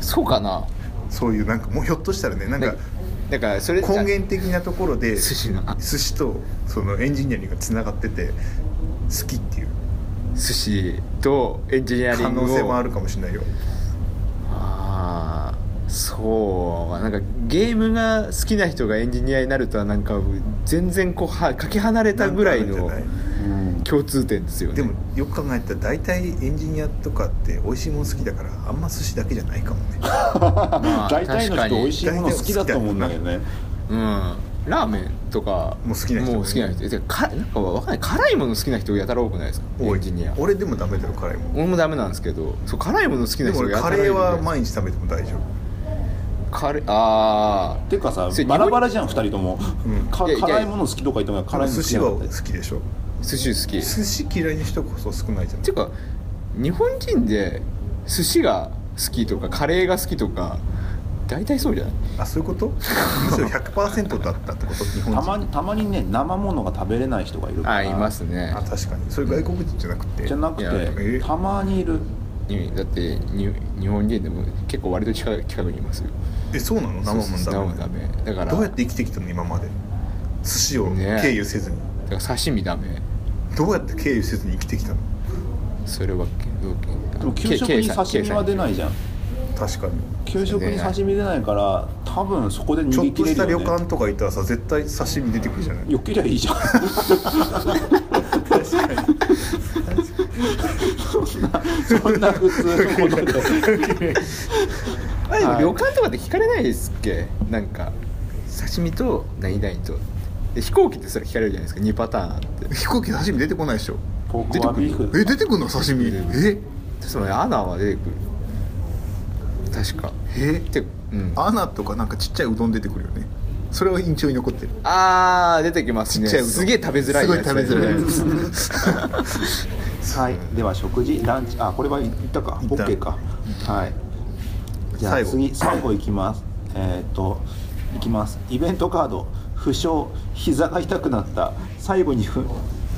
Speaker 4: そうかな
Speaker 2: そういうなんかもうひょっとしたらねなん
Speaker 4: な
Speaker 2: か
Speaker 4: んかだからそれ
Speaker 2: 根源的なところで
Speaker 4: 寿司のあ
Speaker 2: 寿司とそのエンジニアリングがつながってて好きっていう
Speaker 4: 寿司とエンジニアリ
Speaker 2: 可
Speaker 4: ングを
Speaker 2: 能性もあるかもしれないよ
Speaker 4: ああそうなんかゲームが好きな人がエンジニアになるとはなんか全然こうはかけ離れたぐらい
Speaker 2: なん
Speaker 4: の
Speaker 2: かあるんじゃな
Speaker 1: うん
Speaker 4: 共通点ですよね
Speaker 2: でもよく考えたら大体エンジニアとかって美味しいもの好きだからあんま寿司だけじゃないかもね
Speaker 4: まあ
Speaker 1: 大体の
Speaker 4: 確か
Speaker 1: 人
Speaker 4: に
Speaker 1: 美味しいもの好きだと思うんだけどね
Speaker 4: うんラーメンとか
Speaker 2: もう好きな人
Speaker 4: もう好きな人てかなんかわかんない辛いもの好きな人やたら多くないですかエ
Speaker 2: 多い
Speaker 4: ンジニア
Speaker 2: 俺でもダメだよ辛いもん
Speaker 4: 俺もダメなんですけどそう辛いもの好き
Speaker 2: で
Speaker 4: な
Speaker 2: も
Speaker 4: 人
Speaker 2: 俺
Speaker 4: がやた
Speaker 2: カ
Speaker 4: らいる
Speaker 2: レー
Speaker 4: じゃない
Speaker 2: は
Speaker 4: ですか
Speaker 2: 毎日食べても大丈夫
Speaker 4: カレーあ
Speaker 1: ていうかさ
Speaker 4: それ
Speaker 1: バラバラじゃん2人とも、
Speaker 2: うん
Speaker 1: か
Speaker 4: いやいや
Speaker 1: 辛いもの好きとか言っても辛いもの好
Speaker 2: 寿
Speaker 1: き
Speaker 2: 司
Speaker 1: な
Speaker 2: は
Speaker 1: かっ
Speaker 2: 好
Speaker 1: たです
Speaker 2: きでしょ
Speaker 4: ー寿司好き
Speaker 2: 寿司嫌いな人こそ少ないじゃん
Speaker 4: ていうか日本人で寿司が好きとかカレーが好きとか大体そうじゃない
Speaker 2: あそういうことむしろ100%だったってこと日本
Speaker 1: た
Speaker 2: 人
Speaker 1: まにたまにね生ものが食べれない人がいるから
Speaker 4: あいますね
Speaker 2: あ確かにそれ外国人じゃなくて
Speaker 1: じゃなく
Speaker 4: いや
Speaker 1: て
Speaker 2: え
Speaker 1: たまにいる
Speaker 4: にだってに日本人でも結構割と近く近くにいますよ
Speaker 2: えそうなの生もんだ
Speaker 4: 生
Speaker 2: も
Speaker 4: も
Speaker 2: ん
Speaker 4: ダメだから
Speaker 2: どうやって生きてきたの今まで寿司を
Speaker 4: ね
Speaker 2: 経由せずに、
Speaker 4: だから刺身ダメ
Speaker 2: どうやって経由せずに生きてきたの
Speaker 4: それは
Speaker 1: でも給食に刺身は出ないじゃん
Speaker 2: 確かに
Speaker 1: 給食に刺身出ないから多分そこで
Speaker 2: ち
Speaker 1: 逃
Speaker 2: ょ
Speaker 1: げ
Speaker 2: っ
Speaker 1: 切
Speaker 2: と
Speaker 1: れ
Speaker 2: し
Speaker 1: るよ、ね、
Speaker 2: た旅館とか行ったらさ絶対刺身出てくるじゃない
Speaker 1: よけりゃいいじゃん そんな普通のことで
Speaker 4: あでも
Speaker 1: はい
Speaker 4: 旅館とかって聞かれないですっけなんか刺身と何々とで飛行機ってそれ聞かれるじゃないですか2パターンあって
Speaker 2: 飛行機刺身出てこないでしょ
Speaker 1: ポークはビー
Speaker 2: え
Speaker 1: フ
Speaker 2: 出てくんの刺身え
Speaker 4: そのアナは出てくる確か
Speaker 2: え
Speaker 4: てうん
Speaker 2: アナとかなんかちっちゃいうどん出てくるよねそれは印象に残ってる
Speaker 4: あー出てきますね
Speaker 2: ちっちゃいうどん
Speaker 4: すげえ食べづらいやつ
Speaker 2: すごい食べづらいやつ
Speaker 1: はいでは食事ランチあこれは言ったか
Speaker 2: 言った
Speaker 1: OK かはいじゃあ
Speaker 2: 最後
Speaker 1: 次最後いきますえーっといきますイベントカード負傷膝が痛くなった最後にふ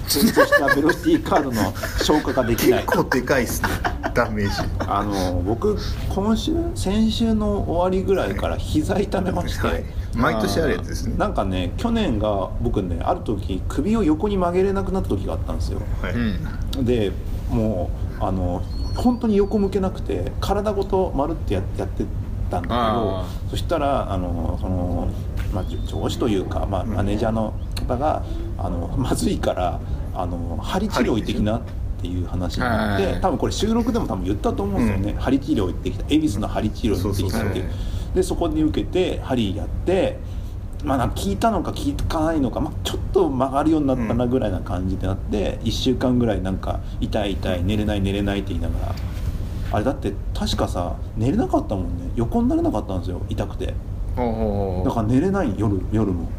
Speaker 1: 提出したベロシティカードの消化ができない
Speaker 2: 結構でかいっ すねダメージ
Speaker 1: あの僕今週先週の終わりぐらいから膝痛めまして、
Speaker 2: はい毎年あるやつですね
Speaker 1: なんかね去年が僕ねある時首を横に曲げれなくなった時があったんですよ
Speaker 2: はい
Speaker 4: うん
Speaker 1: でもうあの本当に横向けなくて体ごと丸ってややってたんだけど
Speaker 4: あ
Speaker 1: そしたらあのその、まあ、じょ上司というか、まあ、マネージャーの方が、あのまずいからあの針治療行ってきなっていう話になっ
Speaker 4: はい
Speaker 1: て多分これ収録でも多分言ったと思うんですよね、針治療行ってきた恵比寿の針治療行ってきたっていう
Speaker 4: うんそうそう
Speaker 1: でそこに受けて針やって。まあ、なんか効いたのか効かないのか、まあ、ちょっと曲がるようになったなぐらいな感じでなって、1週間ぐらいなんか痛い痛い寝れない寝れないって言いながらあれだって確かさ寝れなかったもんね横になれなかったんですよ痛くて
Speaker 4: ほうほうほう
Speaker 1: だから寝れない夜夜も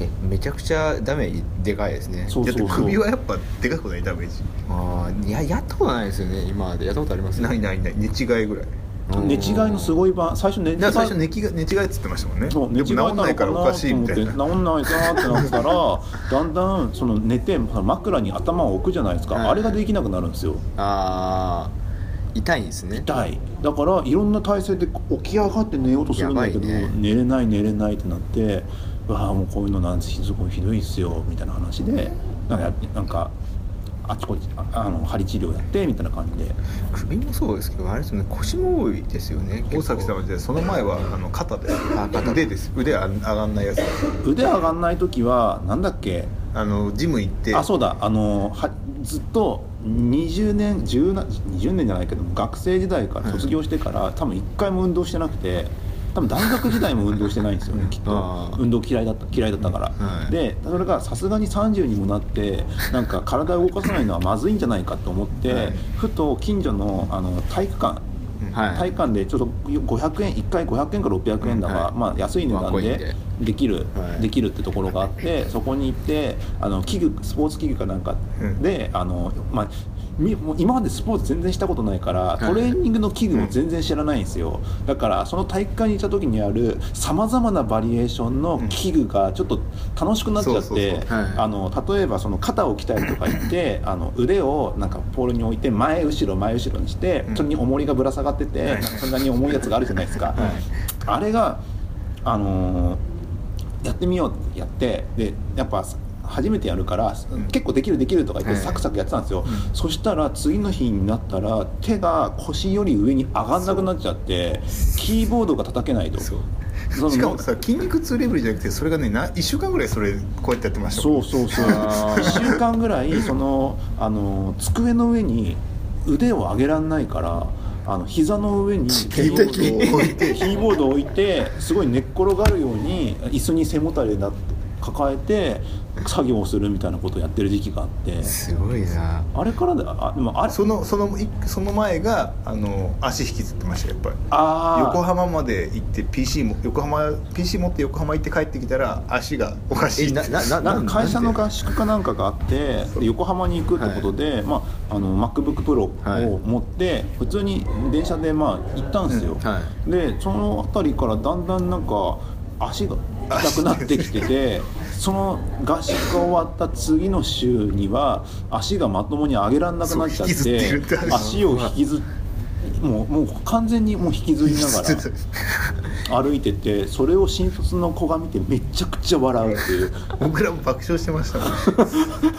Speaker 4: えめちゃくちゃダメージでかいですね
Speaker 1: そう
Speaker 2: だっ
Speaker 1: そ
Speaker 2: て
Speaker 1: うそう
Speaker 2: 首はやっぱでかくないダメージ
Speaker 4: あーいややったことないですよね今までやったことあります
Speaker 2: ないないない寝違いぐらい
Speaker 4: うん
Speaker 1: 寝違いのすごい版最初寝違い
Speaker 2: だから最初寝違い寝違いっつってましたもんね
Speaker 1: そう寝違
Speaker 2: で
Speaker 1: いなのか
Speaker 2: も治ん
Speaker 1: な
Speaker 2: ないか
Speaker 1: と
Speaker 2: らお
Speaker 1: 思
Speaker 2: か
Speaker 1: って
Speaker 2: し
Speaker 1: 治
Speaker 2: い
Speaker 1: ん
Speaker 2: み
Speaker 1: な
Speaker 2: た
Speaker 1: い
Speaker 2: い
Speaker 1: な
Speaker 2: な
Speaker 1: ってなったらだんだんその寝て枕に頭を置くじゃないですか、
Speaker 4: はい
Speaker 1: あれができなくなるんですよ
Speaker 4: あー痛いんですね
Speaker 1: 痛いだからいろんな体勢で起き上がって寝ようとするんだけど、
Speaker 4: やばいね
Speaker 1: 寝れない寝れないってなってうわあもうこういうのなんてすごいひどいっすよみたいな話でなんかやなんかあちこちああの針治療やってみたいな感じで
Speaker 4: 首もそうですけどあれですよね腰も多いですよね
Speaker 2: 大崎さんはじゃあその前はあの肩です
Speaker 4: あ肩
Speaker 2: 腕です腕あ上がんないやつ
Speaker 1: 腕上がんない時はなんだっけ
Speaker 2: あのジム行って
Speaker 1: あそうだあのはずっと20年10な20年じゃないけども学生時代から卒業してから、多分一回も運動してなくて多分大学時代も運動してないんですよねきっと
Speaker 4: あー
Speaker 1: 運動嫌いだった嫌いだったから、
Speaker 2: はい
Speaker 1: でそれがさすがに30にもなってなんか体を動かさないのはまずいんじゃないかと思って、
Speaker 2: はい
Speaker 1: ふと近所のあの体育館体
Speaker 4: はい
Speaker 1: 育館でちょっと500円1回500円か600円だが、
Speaker 4: はい
Speaker 1: まあ、安い値段
Speaker 4: ワンコイン
Speaker 1: で
Speaker 4: で
Speaker 1: できる、
Speaker 2: はい
Speaker 1: できるってところがあってそこに行ってあの器具スポーツ器具かなんか
Speaker 2: うん
Speaker 1: で、あのまあ、みもう今までスポーツ全然したことないから
Speaker 4: い
Speaker 1: トレーニングの器具も全然知らないんですよ、だからその体育館にいた時にあるさまざまなバリエーションの器具がちょっと楽しくなっちゃって。
Speaker 2: そうそうそう
Speaker 4: はい
Speaker 1: あの例えばその肩を鍛えるとか言ってあの腕をなんかポールに置いて前後ろ前後ろにして
Speaker 2: うん
Speaker 1: それに重りがぶら下がってて、
Speaker 2: はい
Speaker 1: そんなに重いやつがあるじゃないですか、
Speaker 2: はい
Speaker 1: あれが、あのーやってみようってやってでやっぱ初めてやるから、
Speaker 2: うん
Speaker 1: 結構できるできるとか言って
Speaker 2: はい
Speaker 1: サクサクやってたんですよ、
Speaker 2: う
Speaker 1: そしたら次の日になったら手が腰より上に上がんなくなっちゃってキーボードが叩けないと。
Speaker 2: そう
Speaker 1: その
Speaker 2: しかもさ筋肉痛レベルじゃなくてそれがねな1週間ぐらいそれこうやってやってましたもん
Speaker 1: そうそうそう
Speaker 4: あー
Speaker 1: 1週間ぐらいそのあの机の上に腕を上げらんないからあの膝の上にキーボードを置いてキーボードを置いてすごい寝っ転がるように椅子に背もたれだ抱えて作業をするみたいなことをやってる時期があって
Speaker 4: すごいな
Speaker 1: あれからだあでもあれ
Speaker 2: そのそのいその前があの足引きずってましたやっぱり
Speaker 1: あー
Speaker 2: 横浜まで行って PC も横浜 PC 持って横浜行って帰ってきたら足がおかしい
Speaker 4: えななな
Speaker 1: なんか会社の
Speaker 4: か
Speaker 1: 合宿かなんかがあって
Speaker 2: そう
Speaker 1: で横浜に行くってことで、まあ、あの MacBookPro を持って、普通に電車でまあ行ったんですよ、
Speaker 4: うんは
Speaker 1: でその辺りからだんだんなんか足が痛くなってき ててその合宿が終わった次の週には足がまともに上げられなくなっちゃって
Speaker 2: そう引きずってるって話
Speaker 1: 足を引きずっもうもう完全にもう引きずりながら。歩いててそれを新卒の子が見てめちゃくちゃ笑うっていう
Speaker 2: 僕らも爆笑してましたもん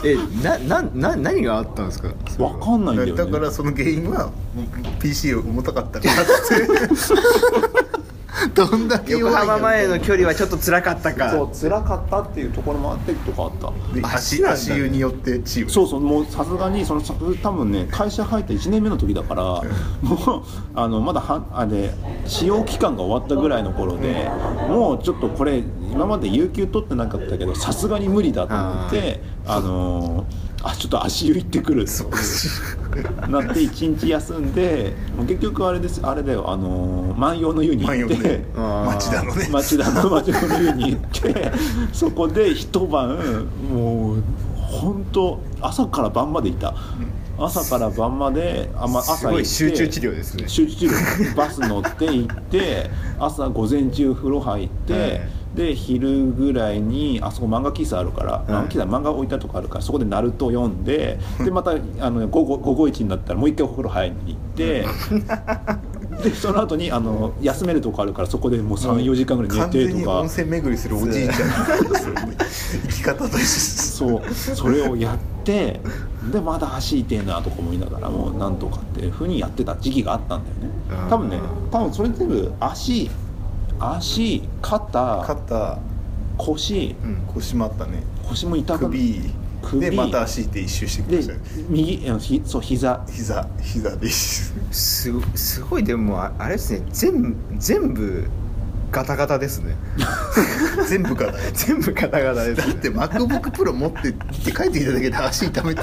Speaker 4: えななな何があったんですかそれは
Speaker 1: わかんないんだよね
Speaker 2: だからその原因はもう PC 重たかったからっ
Speaker 3: どんだけ
Speaker 2: て
Speaker 4: 横浜前の距離はちょっと辛かったか
Speaker 1: そう辛かったっていうところもあってとかあ った
Speaker 2: で足足湯によってチーム
Speaker 1: そうそうもうさすがにそのさ多分ね会社入った1年目の時だからもうあのまだはあれ使用期間が終わったぐらいの頃でもうちょっとこれ今まで有給取ってなかったけどさすがに無理だと思ってあのーあちょっと足湯行ってくるってなって1日休んでもう結局あれですあれだよあのー万葉の湯に
Speaker 2: 万
Speaker 1: 行
Speaker 2: 葉
Speaker 1: っ
Speaker 2: で
Speaker 1: て。
Speaker 4: あー
Speaker 2: 町田のね
Speaker 1: 町田の町の湯に行ってそこで一晩もう本当朝から晩までいた朝から晩まであ、まあ、朝
Speaker 4: すごい
Speaker 1: 行って
Speaker 4: 集中治療ですね
Speaker 1: 集中治療バス乗って行って朝午前中風呂入って、
Speaker 4: え
Speaker 1: で昼ぐらいにあそこ漫画喫茶あるから、漫画喫茶漫画置いたとこあるからそこでナルト読んででまたあの午後午後一になったらもう一回お風呂入りに行って。でその後にあの休めるとこあるからそこでもう34時間ぐらい
Speaker 2: 完
Speaker 1: 寝
Speaker 2: 全
Speaker 1: て
Speaker 2: に
Speaker 1: と
Speaker 2: 温
Speaker 1: か
Speaker 2: 泉巡りするおじいちゃん生き方として
Speaker 1: そうそれをやってでまだ走いてえなとか思いながらもうなんとかっていうふうにやってた時期があったんだよね
Speaker 2: あー
Speaker 1: 多分ね多分それ全部足足肩
Speaker 2: 肩、
Speaker 1: 腰
Speaker 2: うん、腰もあったね
Speaker 1: 腰も痛く
Speaker 2: 首
Speaker 1: 首
Speaker 2: でまた足って一周してき
Speaker 1: で
Speaker 2: ましたね
Speaker 1: 右あのひそう膝
Speaker 2: 膝膝で一周
Speaker 4: すごすごいでもああれですね全部全部ガタガタです ね
Speaker 2: 全部肩
Speaker 4: 全部ガタガタです
Speaker 2: だっ
Speaker 4: ね
Speaker 2: て MacBookPro 持ってって帰ってきただけで足痛めてる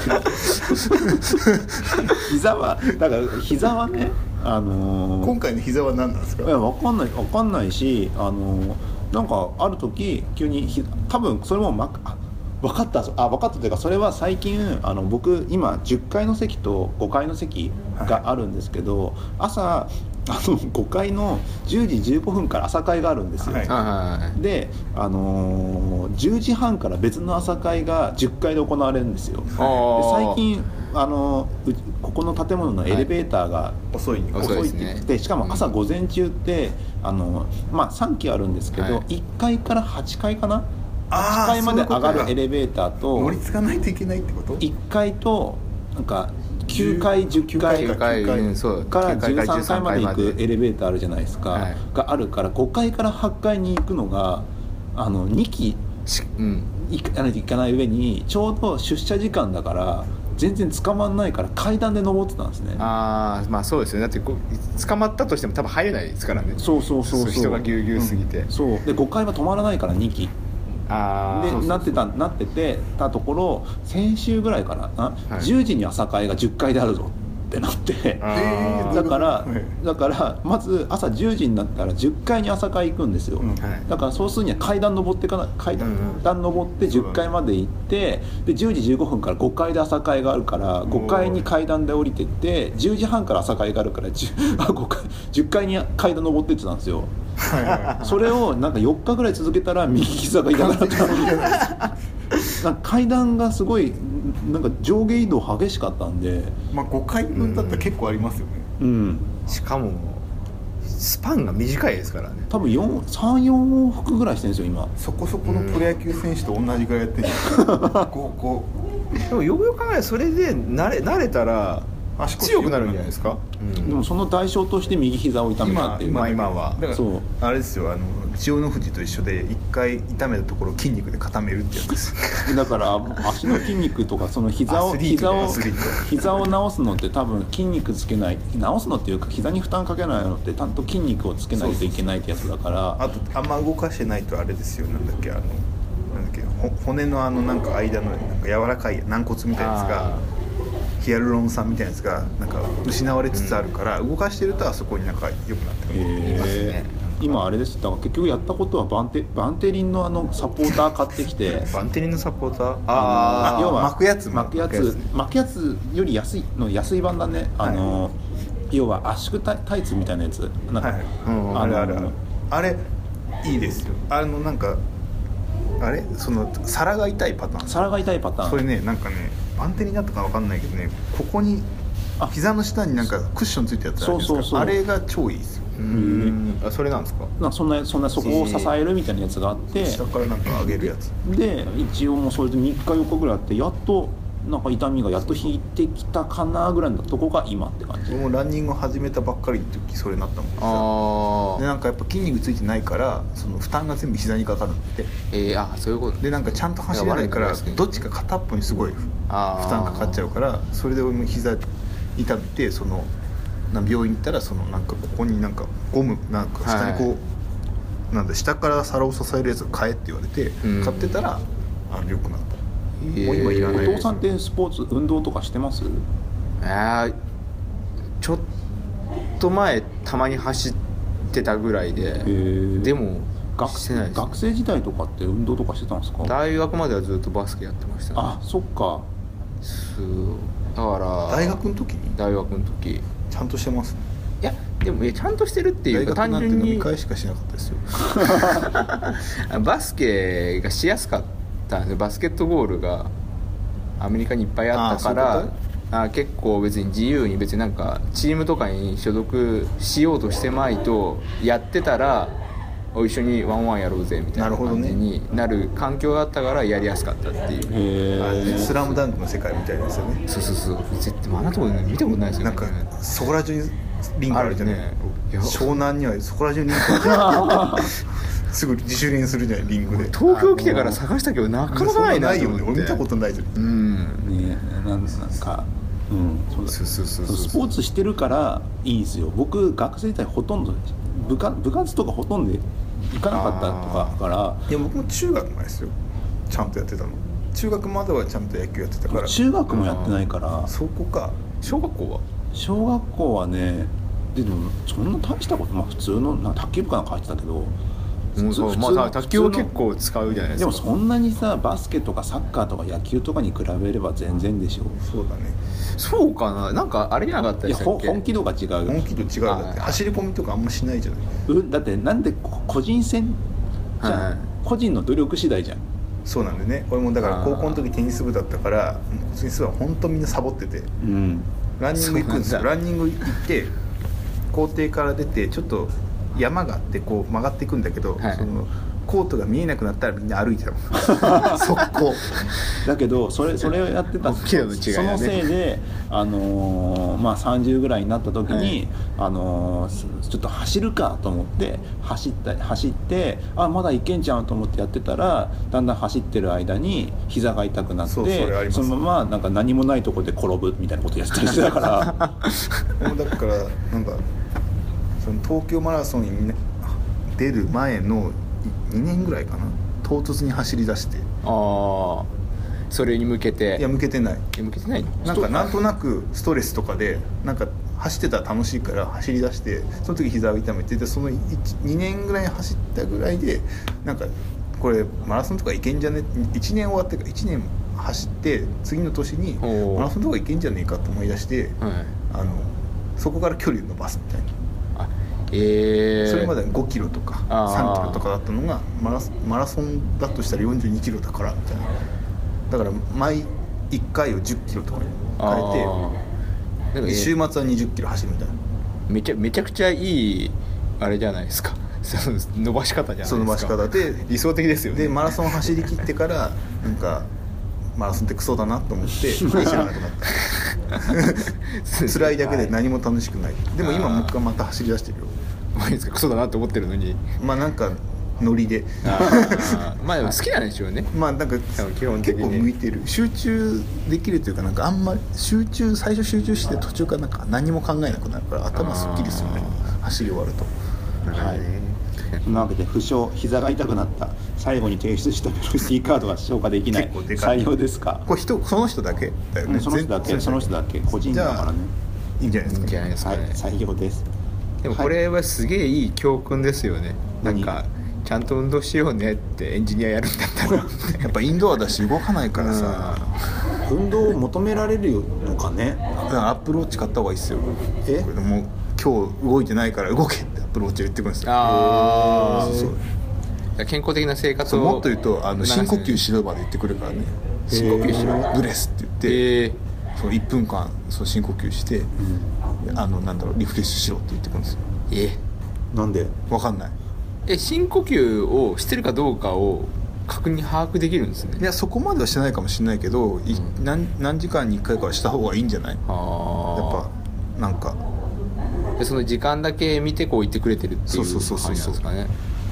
Speaker 1: 膝はだから膝はねあのー
Speaker 2: 今回の膝は何なんです
Speaker 1: い
Speaker 2: か
Speaker 1: やわかんないわかんないしあのなんかある時急にひ多分それもまあ分かったぞあ分かったというかそれは最近あの僕今10階の席と5階の席があるんですけど、朝あの5階の10時15分から朝会があるんですよ、
Speaker 2: はい
Speaker 4: あ
Speaker 1: で、あのー10時半から別の朝会が10階で行われるんですよで
Speaker 4: あー
Speaker 1: 最近、あのーうここの建物のエレベーターが、
Speaker 2: 遅いね
Speaker 4: 遅
Speaker 1: 遅いって
Speaker 4: いです
Speaker 1: 言
Speaker 4: ね
Speaker 1: って、しかも朝午前中って、あのまあ、3基あるんですけど、
Speaker 4: はい
Speaker 1: 1階から8階かな8
Speaker 2: あー
Speaker 1: 階まで上が
Speaker 2: そういうこと
Speaker 1: る
Speaker 2: か
Speaker 1: エレベーターと
Speaker 2: 乗りつかないといけないってこと
Speaker 1: 1階となんか9階10
Speaker 4: あ
Speaker 1: 階
Speaker 4: 9回うんそう
Speaker 1: から
Speaker 4: 9回
Speaker 1: 13階まで行くエレベーターあるじゃないですか、
Speaker 4: はい
Speaker 1: があるから5階から8階に行くのがあの2基
Speaker 4: しうん
Speaker 1: 行かないといけない上にちょうど出社時間だから全然捕まんないから階段で登ってたんですね
Speaker 4: ああまあそうですよねだってこう捕まったとしても多分入れないですからね
Speaker 1: そうそうそうそう
Speaker 4: 人がぎゅうぎゅうすぎて、
Speaker 1: そうで5階は止まらないから2機
Speaker 4: ああ
Speaker 1: でなってたなっててたところ先週ぐらいかな、あ
Speaker 4: はい
Speaker 1: 10時に朝会が10階であるぞってなって
Speaker 4: あ
Speaker 2: えー
Speaker 1: だから
Speaker 2: はい
Speaker 1: だからまず朝10時になったら10階に朝会行くんですよ、
Speaker 2: うん
Speaker 4: はい
Speaker 1: だからそうするには階段登ってかな階
Speaker 2: うんうん
Speaker 1: 段登って10階まで行ってで10時15分から5階で朝会があるから5階に階段で降りてって10時半から朝会があるから10あ5階10階に階段登ってってたんですよ
Speaker 2: はいはいはい
Speaker 1: それをなんか4日ぐらい続けたら右膝が痛くなったなんか階段がすごいなんか上下移動激しかったんで
Speaker 2: まあ5回分だったら結構ありますよね、
Speaker 1: うん
Speaker 4: しかもスパンが短いですからね
Speaker 1: 多分34往復ぐらいしてるんですよ今
Speaker 2: そこそこのプロ野球選手と同じぐらいやってるこうこ
Speaker 4: でもよくよく考えたらそれで慣れ慣れたら
Speaker 2: 足腰
Speaker 4: 強くなるんじゃないですか、
Speaker 1: でもその代償として右膝を痛
Speaker 2: う
Speaker 1: めたっ
Speaker 2: 今
Speaker 1: ていう
Speaker 2: 今今はだから
Speaker 1: そう
Speaker 2: あれですよあの千代の富士と一緒で一回痛めたところを筋肉で固めるってやつです
Speaker 1: だから足の筋肉とかその膝を
Speaker 2: アスリート
Speaker 1: 膝
Speaker 2: だよ
Speaker 1: を
Speaker 2: アスリート
Speaker 1: 膝を直すのって多分筋肉つけない直すのっていうか膝に負担かけないのってちゃんと筋肉をつけないといけないってやつだから
Speaker 2: あとあんま動かしてないとあれですよなんだっけあのなんだっけほ骨のあのなんか間のなんか柔らかい軟骨みたいなやつが
Speaker 4: あ
Speaker 2: ヒアルロン酸みたいなやつがなんか失われつつあるから、動かしてるとあそこになんか良くなってくる、
Speaker 1: へー今あれですだから結局やったことはバンテバンテリンのあのサポーター買ってき て
Speaker 4: バンテリンのサポーター
Speaker 1: あの
Speaker 4: ああ
Speaker 1: 要は
Speaker 2: 巻くやつ
Speaker 1: 巻くやつ
Speaker 2: 巻くやつね
Speaker 1: 巻くやつより安いの安い版だねあの、要は圧縮タイタイツみたいなやつなんか、
Speaker 2: はい
Speaker 4: うん
Speaker 1: の
Speaker 2: あるあるあるあれいいですよあのなんかあれその皿が痛いパターン
Speaker 1: 皿が痛いパターン
Speaker 2: それねなんかねバンテリンだったかわかんないけどねここに
Speaker 1: あ
Speaker 2: 膝の下になんかクッションついたやつあるじゃないですか
Speaker 1: そうそうそう
Speaker 2: あれが超いいですよ
Speaker 4: うんあそれなんですか
Speaker 1: なそんなそんなそこを支えるみたいなやつがあって
Speaker 2: 下からなんか上げるやつ
Speaker 1: で一応もうそれで3日4日ぐらいあってやっとなんか痛みがやっと引いてきたかなぐらいのとこが今って感じ
Speaker 2: 俺もランニングを始めたばっかりの時それになったもんさ
Speaker 4: あ
Speaker 2: で
Speaker 4: あ、
Speaker 2: なんかやっぱ筋肉ついてないからその負担が全部膝にかかるって
Speaker 4: えー、あそういうこと
Speaker 2: でなんかちゃんと走れないから
Speaker 4: いや悪いことですね
Speaker 2: どっちか片っぽにすごい負
Speaker 4: あー
Speaker 2: 担かかっちゃうからそれで俺も膝痛めてそのな病院行ったらそのなんかここになんかゴムなんか下にこう、
Speaker 4: は
Speaker 2: なんだ下から皿を支えるやつを買えって言われて、
Speaker 4: うん
Speaker 2: 買ってたらあのよくなった
Speaker 4: もう今いら
Speaker 1: お
Speaker 4: ないです
Speaker 1: 父さんってスポーツ運動とかしてます
Speaker 4: あーちょっと前たまに走ってたぐらいで
Speaker 1: ー
Speaker 4: でも
Speaker 1: 学
Speaker 4: してないです
Speaker 1: 学生時代とかって運動とかしてたんですか
Speaker 4: 大学まではずっとバスケやってましたね
Speaker 1: あそっか
Speaker 4: そうだから
Speaker 2: 大学の時に
Speaker 4: 大学の時い
Speaker 2: ちゃんとしてますね
Speaker 4: やでもいやちゃんとしてるってい
Speaker 2: 大
Speaker 4: うか
Speaker 2: 学
Speaker 4: 単
Speaker 2: なんて
Speaker 4: 純
Speaker 2: 飲み
Speaker 4: に
Speaker 2: 会しかしなかったですよ
Speaker 4: バスケがしやすかったんですよバスケットボールがアメリカにいっぱいあったか
Speaker 2: あーそう
Speaker 4: ら
Speaker 2: いうこ
Speaker 4: あー結構別に自由に別になんかチームとかに所属しようとしてまいとやってたらお一緒にワンワンやろうぜみたい
Speaker 2: なる
Speaker 4: な
Speaker 2: ほど
Speaker 4: 感
Speaker 2: ね
Speaker 4: じになる環境があったからやりやすかったっていう、
Speaker 2: あ
Speaker 1: へ
Speaker 2: れスラムダンクの世界みたいですよね
Speaker 4: そうそうそう絶対あんなとこ見たことないですよ
Speaker 2: な
Speaker 4: ね
Speaker 2: んかそこら中にリンクあるじゃない
Speaker 4: あるねいや
Speaker 2: 湘南にはそこら 中にリンクあるすぐ自主練するじゃないリンクで
Speaker 4: 東京来てから探したけどなかなかないな
Speaker 2: そ
Speaker 4: と
Speaker 2: ん
Speaker 4: 思
Speaker 2: の
Speaker 4: って
Speaker 2: ないよね俺見たことないじゃん
Speaker 4: うん
Speaker 1: えねえなんなんかうんそうだ
Speaker 2: そうそうそうそう
Speaker 1: スポーツしてるからいいんですよ僕学生時代ほとんど部活部活とかほとんど行かなかったとかだから
Speaker 2: いや僕も中学前ですよちゃんとやってたの中学まではちゃんと野球やってたから
Speaker 1: 中学もやってないから
Speaker 2: そこか
Speaker 4: 小学校は
Speaker 1: 小学校はねででもそんな大したことまあ普通のな卓球部かなんか入ってたけど
Speaker 4: もうそう
Speaker 1: 普通
Speaker 4: ま
Speaker 1: 普
Speaker 4: あ
Speaker 1: 通
Speaker 4: さ
Speaker 1: の
Speaker 4: 卓球は結構使うじゃないです
Speaker 1: で
Speaker 4: か
Speaker 1: もそんなにさバスケとかサッカーとか野球とかに比べれば全然でしょ
Speaker 2: そうだね
Speaker 4: そうかななんかあれじゃなかった
Speaker 1: い
Speaker 4: で
Speaker 1: や
Speaker 4: した
Speaker 1: ほ
Speaker 4: っけ
Speaker 1: 本気度が違
Speaker 2: 本
Speaker 1: う
Speaker 2: 気と違うよだって
Speaker 4: あ
Speaker 2: 走り込みとかあんましないじゃない
Speaker 1: うんだってなんでこ個人戦じゃん、
Speaker 4: はい
Speaker 1: 個人の努力次第じゃん
Speaker 2: そうなんでね俺もだから
Speaker 4: あ
Speaker 2: 高
Speaker 4: ー
Speaker 2: 校の時テニス部だったからもうテニス部は本当みんなサボってて
Speaker 1: うん
Speaker 2: ランニング行くんですよ
Speaker 4: そうな
Speaker 2: ランニング行って校庭から出てちょっと山があってこう曲がっていくんだけど、
Speaker 4: はい
Speaker 2: そのコートが見えなくなったらみんな歩いちゃう速攻
Speaker 1: だけど それそれをやってた
Speaker 2: 大きなの違いだね
Speaker 1: そのせいで、あのーまあ、30ぐらいになった時に、あのーすちょっと走るかと思って走った走ってあまだいけんじゃんと思ってやってたらだんだん走ってる間に膝が痛くなって
Speaker 2: そうそれあります
Speaker 1: のままなんか何もないとこで転ぶみたいなことやってたりしてたから
Speaker 2: もうだからなんかその東京マラソンにみんな出る前のい2年ぐらいかな唐突に走り出して
Speaker 4: ああそれに向けて
Speaker 2: いや向けてない
Speaker 4: いや向けてないの
Speaker 2: なんかなんとなくストレスとかでなんか走ってたら楽しいから走り出してその時膝を痛めてでその2年ぐらい走ったぐらいでなんかこれマラソンとかいけんじゃね1年終わってから1年走って次の年に
Speaker 4: おー
Speaker 2: マラソンとかいけんじゃねえかと思い出して
Speaker 4: はい
Speaker 2: あのそこから距離を伸ばすみたいな。
Speaker 4: あええ
Speaker 2: それまで5キロとか
Speaker 4: あー
Speaker 2: 3キロとかだったのがマラソマラソンだとしたら42キロだからみたいなだから毎1回を10キロとかに変
Speaker 4: えて
Speaker 2: えて週末は20キロ走るみたいな
Speaker 4: めちゃめちゃくちゃいいあれじゃないですか その伸ばし方じゃないですか
Speaker 2: その伸ばし方で
Speaker 4: 理想的ですよね
Speaker 2: でマラソン走り切ってからなんかマラソンってクソだなと思って 走らなくなった辛いだけで何も楽しくないでも今もう一回また走り出してるよ
Speaker 4: まあいいですかクソだなって思ってるのに
Speaker 2: まあなんかノリで
Speaker 4: あ ーまあでも好きなんでしょうね
Speaker 2: まあなんか
Speaker 4: 多分基本的に
Speaker 2: 結構向いてる集中できるというかなんかあんまり集中最初集中して途中からなんか何も考えなくなるから頭すっきりするね走り終わると
Speaker 1: はいそんなわけで負傷膝が痛くなった最後に提出したベロシティカードが消化できない
Speaker 2: 結構でかい
Speaker 1: 採用ですか
Speaker 2: これ人その人だけだよ
Speaker 1: う
Speaker 2: ね
Speaker 1: んその人だけ
Speaker 2: 全
Speaker 1: その人だけ個人
Speaker 2: じ
Speaker 1: だ
Speaker 2: ゃあ
Speaker 1: からね
Speaker 2: いいんじゃない
Speaker 4: い
Speaker 2: で
Speaker 4: い
Speaker 2: す
Speaker 4: ん
Speaker 2: か
Speaker 4: じゃないです
Speaker 1: は
Speaker 4: か
Speaker 1: い
Speaker 4: ね、
Speaker 1: 採用です
Speaker 4: でもこれはすげえいい教訓ですよね、
Speaker 1: 何
Speaker 4: なんかちゃんと運動しようねってエンジニアやるんだったら
Speaker 2: やっぱインドアだし動かないからさ
Speaker 1: 運動を求められるのかね
Speaker 2: だからアップルウォッチ買った方がいいっすよ
Speaker 1: え
Speaker 2: これもう今日動いてないから動けってアップルウォッチが言ってくるんですよ
Speaker 4: あー
Speaker 2: そう
Speaker 4: じゃあ健康的な生活
Speaker 2: そう
Speaker 4: を
Speaker 2: もっと言うとあの深呼吸
Speaker 4: し
Speaker 2: しろまで言ってくるからね
Speaker 4: 深呼吸しろ
Speaker 2: ブレスって言って、
Speaker 4: て、え
Speaker 2: その1分間そう深呼吸して、あのなんだろうリフレッシュしろって言ってくるんですよ
Speaker 4: ーえ
Speaker 1: なんで
Speaker 2: わかんない
Speaker 4: え深呼吸をしてるかどうかを確認把握できるんです
Speaker 2: い
Speaker 4: ね
Speaker 2: やそこまではしてないかもしれないけど、い何何時間に1回からした方がいいんじゃないやっ
Speaker 4: あ
Speaker 2: ぱなんか
Speaker 4: あでその時間だけ見てこう言ってくれてるってい
Speaker 2: そうそう
Speaker 4: う
Speaker 2: そうそ
Speaker 4: 感
Speaker 2: う
Speaker 4: じなんですかね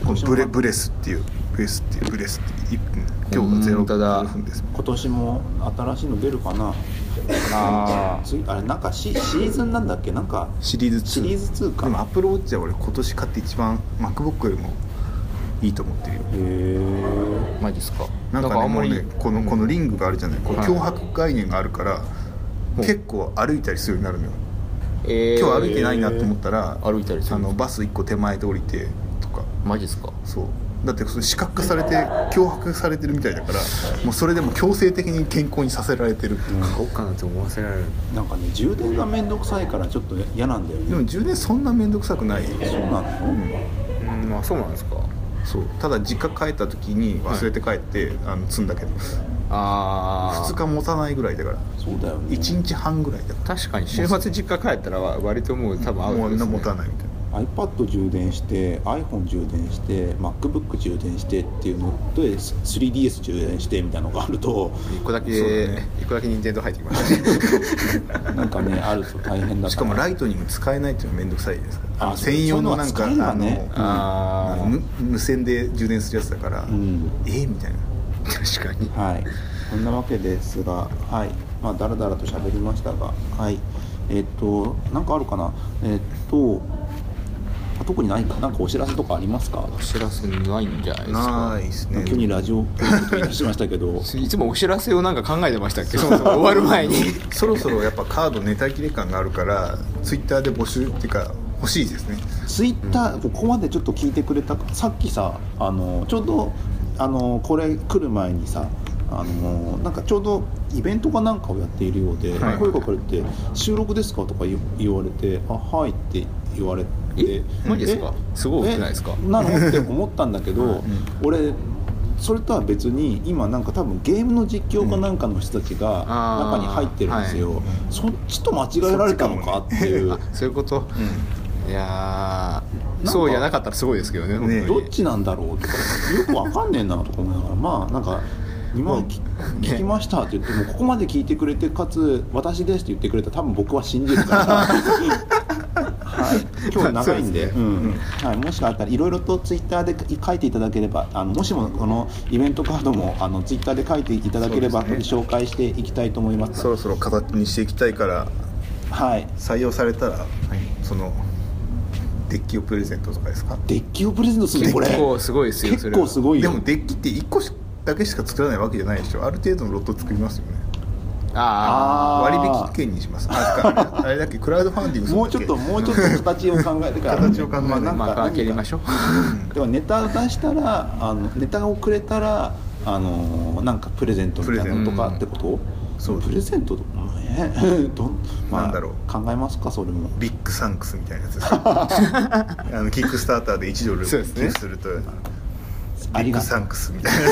Speaker 2: このブレブレスっていうブレスっていうブレスっていう1分今日
Speaker 4: 本当だ
Speaker 2: が0分です
Speaker 1: 今年も新しいの出るかな
Speaker 4: あ
Speaker 1: 次あれなんかシシーズンなんだっけなんか
Speaker 2: シリーズ2
Speaker 1: シリーズ2か
Speaker 2: でもアップルウォッチは俺今年買って一番 MacBook よりもいいと思ってるよ
Speaker 1: へえ
Speaker 4: マジですか
Speaker 2: なんか,、ね、
Speaker 4: あん
Speaker 2: も
Speaker 4: ま
Speaker 2: う
Speaker 4: り、
Speaker 2: ねこのこのリングがあるじゃないこう
Speaker 4: はい
Speaker 2: 脅迫概念があるから、結構歩いたりするようになるのよ
Speaker 4: えー
Speaker 2: 今日歩いてないなと思ったら、
Speaker 4: 歩いたりする
Speaker 2: あのバス1個手前で降りてとか
Speaker 4: マジですか
Speaker 2: そうだってそれ視覚化されて脅迫されてるみたいだからもうそれでも強制的に健康にさせられてるっていうか、
Speaker 4: 買おうかなって思わせられる
Speaker 1: なんかね充電が面倒くさいからちょっと嫌なんだよ
Speaker 2: で
Speaker 1: ね
Speaker 2: も充電そんな面倒くさくないよ、
Speaker 1: そうなの
Speaker 2: うん、
Speaker 4: うんまあそうなんですか
Speaker 2: そうただ実家帰った時に忘れて帰って、あの積んだけど
Speaker 4: あ
Speaker 2: 2日持たないぐらいだから
Speaker 1: そうだよね
Speaker 2: 1日半ぐらいだか
Speaker 4: 確かに週末実家帰ったらわ割ともう多分
Speaker 2: ら
Speaker 4: アウ
Speaker 2: も
Speaker 4: ト
Speaker 2: う
Speaker 4: です、ね、
Speaker 2: 持たないみたいな
Speaker 1: iPad 充電して iPhone 充電して MacBook 充電してっていうのと 3DS 充電してみたいなのがあると
Speaker 4: 一個だけ、
Speaker 2: そうだ
Speaker 4: 一
Speaker 2: ね
Speaker 4: 個だけ任天堂入ってきましたね
Speaker 1: なんかねあると大変だから
Speaker 2: しかもライトニング使えないっていうのは面倒くさいですから
Speaker 1: あ
Speaker 2: あの専用のなんか
Speaker 1: そういうのは使えるわね
Speaker 2: あのあの
Speaker 4: あ
Speaker 2: 無無線で充電するやつだから、
Speaker 1: ん
Speaker 2: えみたいな
Speaker 4: ー確かに
Speaker 1: はい、こんなわけですが、はい、まあ、だらだらと喋りましたが、はい、えっ、と、なんかあるかな、えっ、と。あ特にないか、なんかお知らせとかありますか。
Speaker 4: お知らせないんじゃないですか
Speaker 2: ないです
Speaker 1: 急にラジオっぽいこと言い出しましたけど、
Speaker 4: いつもお知らせをなんか考えてましたっけそもそも終わる前に
Speaker 2: そろそろやっぱカードネタ切れ感があるからツイッターで募集っていうか欲しいですね
Speaker 1: ツイッター、ここまでちょっと聞いてくれたか、さっきさ、あの、ちょうど、あの、これ来る前にさ。あのなんかちょうどイベントかなんかをやっているようで、
Speaker 2: はい
Speaker 1: 声がかれて「収録ですか?」とか言言われて「あはい」って言われて
Speaker 4: えマジですかすごい多くないですか
Speaker 1: えなのって思ったんだけど、俺それとは別に今なんか多分ゲームの実況かなんかの人たちが
Speaker 4: あー
Speaker 1: 中に入ってるんですよ、そっちと間違えられたのかっていう
Speaker 4: あそういうこと、いや
Speaker 1: なん
Speaker 4: ー
Speaker 1: か
Speaker 4: そうじゃなかったらすごいですけどね
Speaker 2: ね
Speaker 1: ど
Speaker 4: 本
Speaker 1: っちなんだろうとかよくわかんねえなとか思いながらまあなんか今聞聞きましたって言ってもここまで聞いてくれてかつ私ですって言ってくれたら多分僕は信じるから、はい、今日長いんでうんはい、もしかったらいろいろとツイッターで書いていただければあのもしもこのイベントカードもあのツイッターで書いていただければ、
Speaker 2: そうです
Speaker 1: 紹介していきたいと思います
Speaker 2: そろそろ形にしていきたいから
Speaker 1: はい
Speaker 2: 採用されたら、そのデッキをプレゼントとかですか
Speaker 1: デッキをプレゼントするのこれ
Speaker 4: 結構すごいですよそ
Speaker 1: 結
Speaker 4: れは
Speaker 1: 構すごい
Speaker 2: で
Speaker 1: よ
Speaker 2: もデッキって1個だけしか作らないわけじゃないでしょある程度のロット作りますよね
Speaker 4: あ
Speaker 1: あ
Speaker 2: 割
Speaker 1: ー
Speaker 2: 引券にしますあ てかあれあれだっけクラウドファンディングする
Speaker 1: も
Speaker 2: ん
Speaker 1: うち
Speaker 2: だけ
Speaker 1: ょっともうちょっと形を考えてから
Speaker 2: 形を考えて
Speaker 1: まあな
Speaker 4: あ
Speaker 1: ん
Speaker 4: ま
Speaker 1: か
Speaker 4: あ開けりましょう
Speaker 1: でもネタを出したらあのネタをくれたらあのーなんかプレゼントみたいなのとかってこと
Speaker 2: そう
Speaker 1: プレゼントとかね どまあ
Speaker 2: なんだろう
Speaker 1: 考えますかそれも
Speaker 2: ビッグサンクスみたいなやつです あのキックスターターで1ドル寄
Speaker 4: そうですね
Speaker 2: 付すると
Speaker 1: あ
Speaker 2: ビ
Speaker 1: り
Speaker 2: ッグ
Speaker 1: が
Speaker 2: サ
Speaker 1: と
Speaker 2: ンクスみたいなや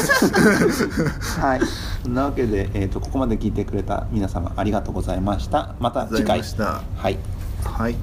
Speaker 2: つ
Speaker 1: うはいそんなわけで、えー、とここまで聞いてくれた皆様ありがとうございましたまた次回
Speaker 2: ございました
Speaker 1: はい
Speaker 2: はい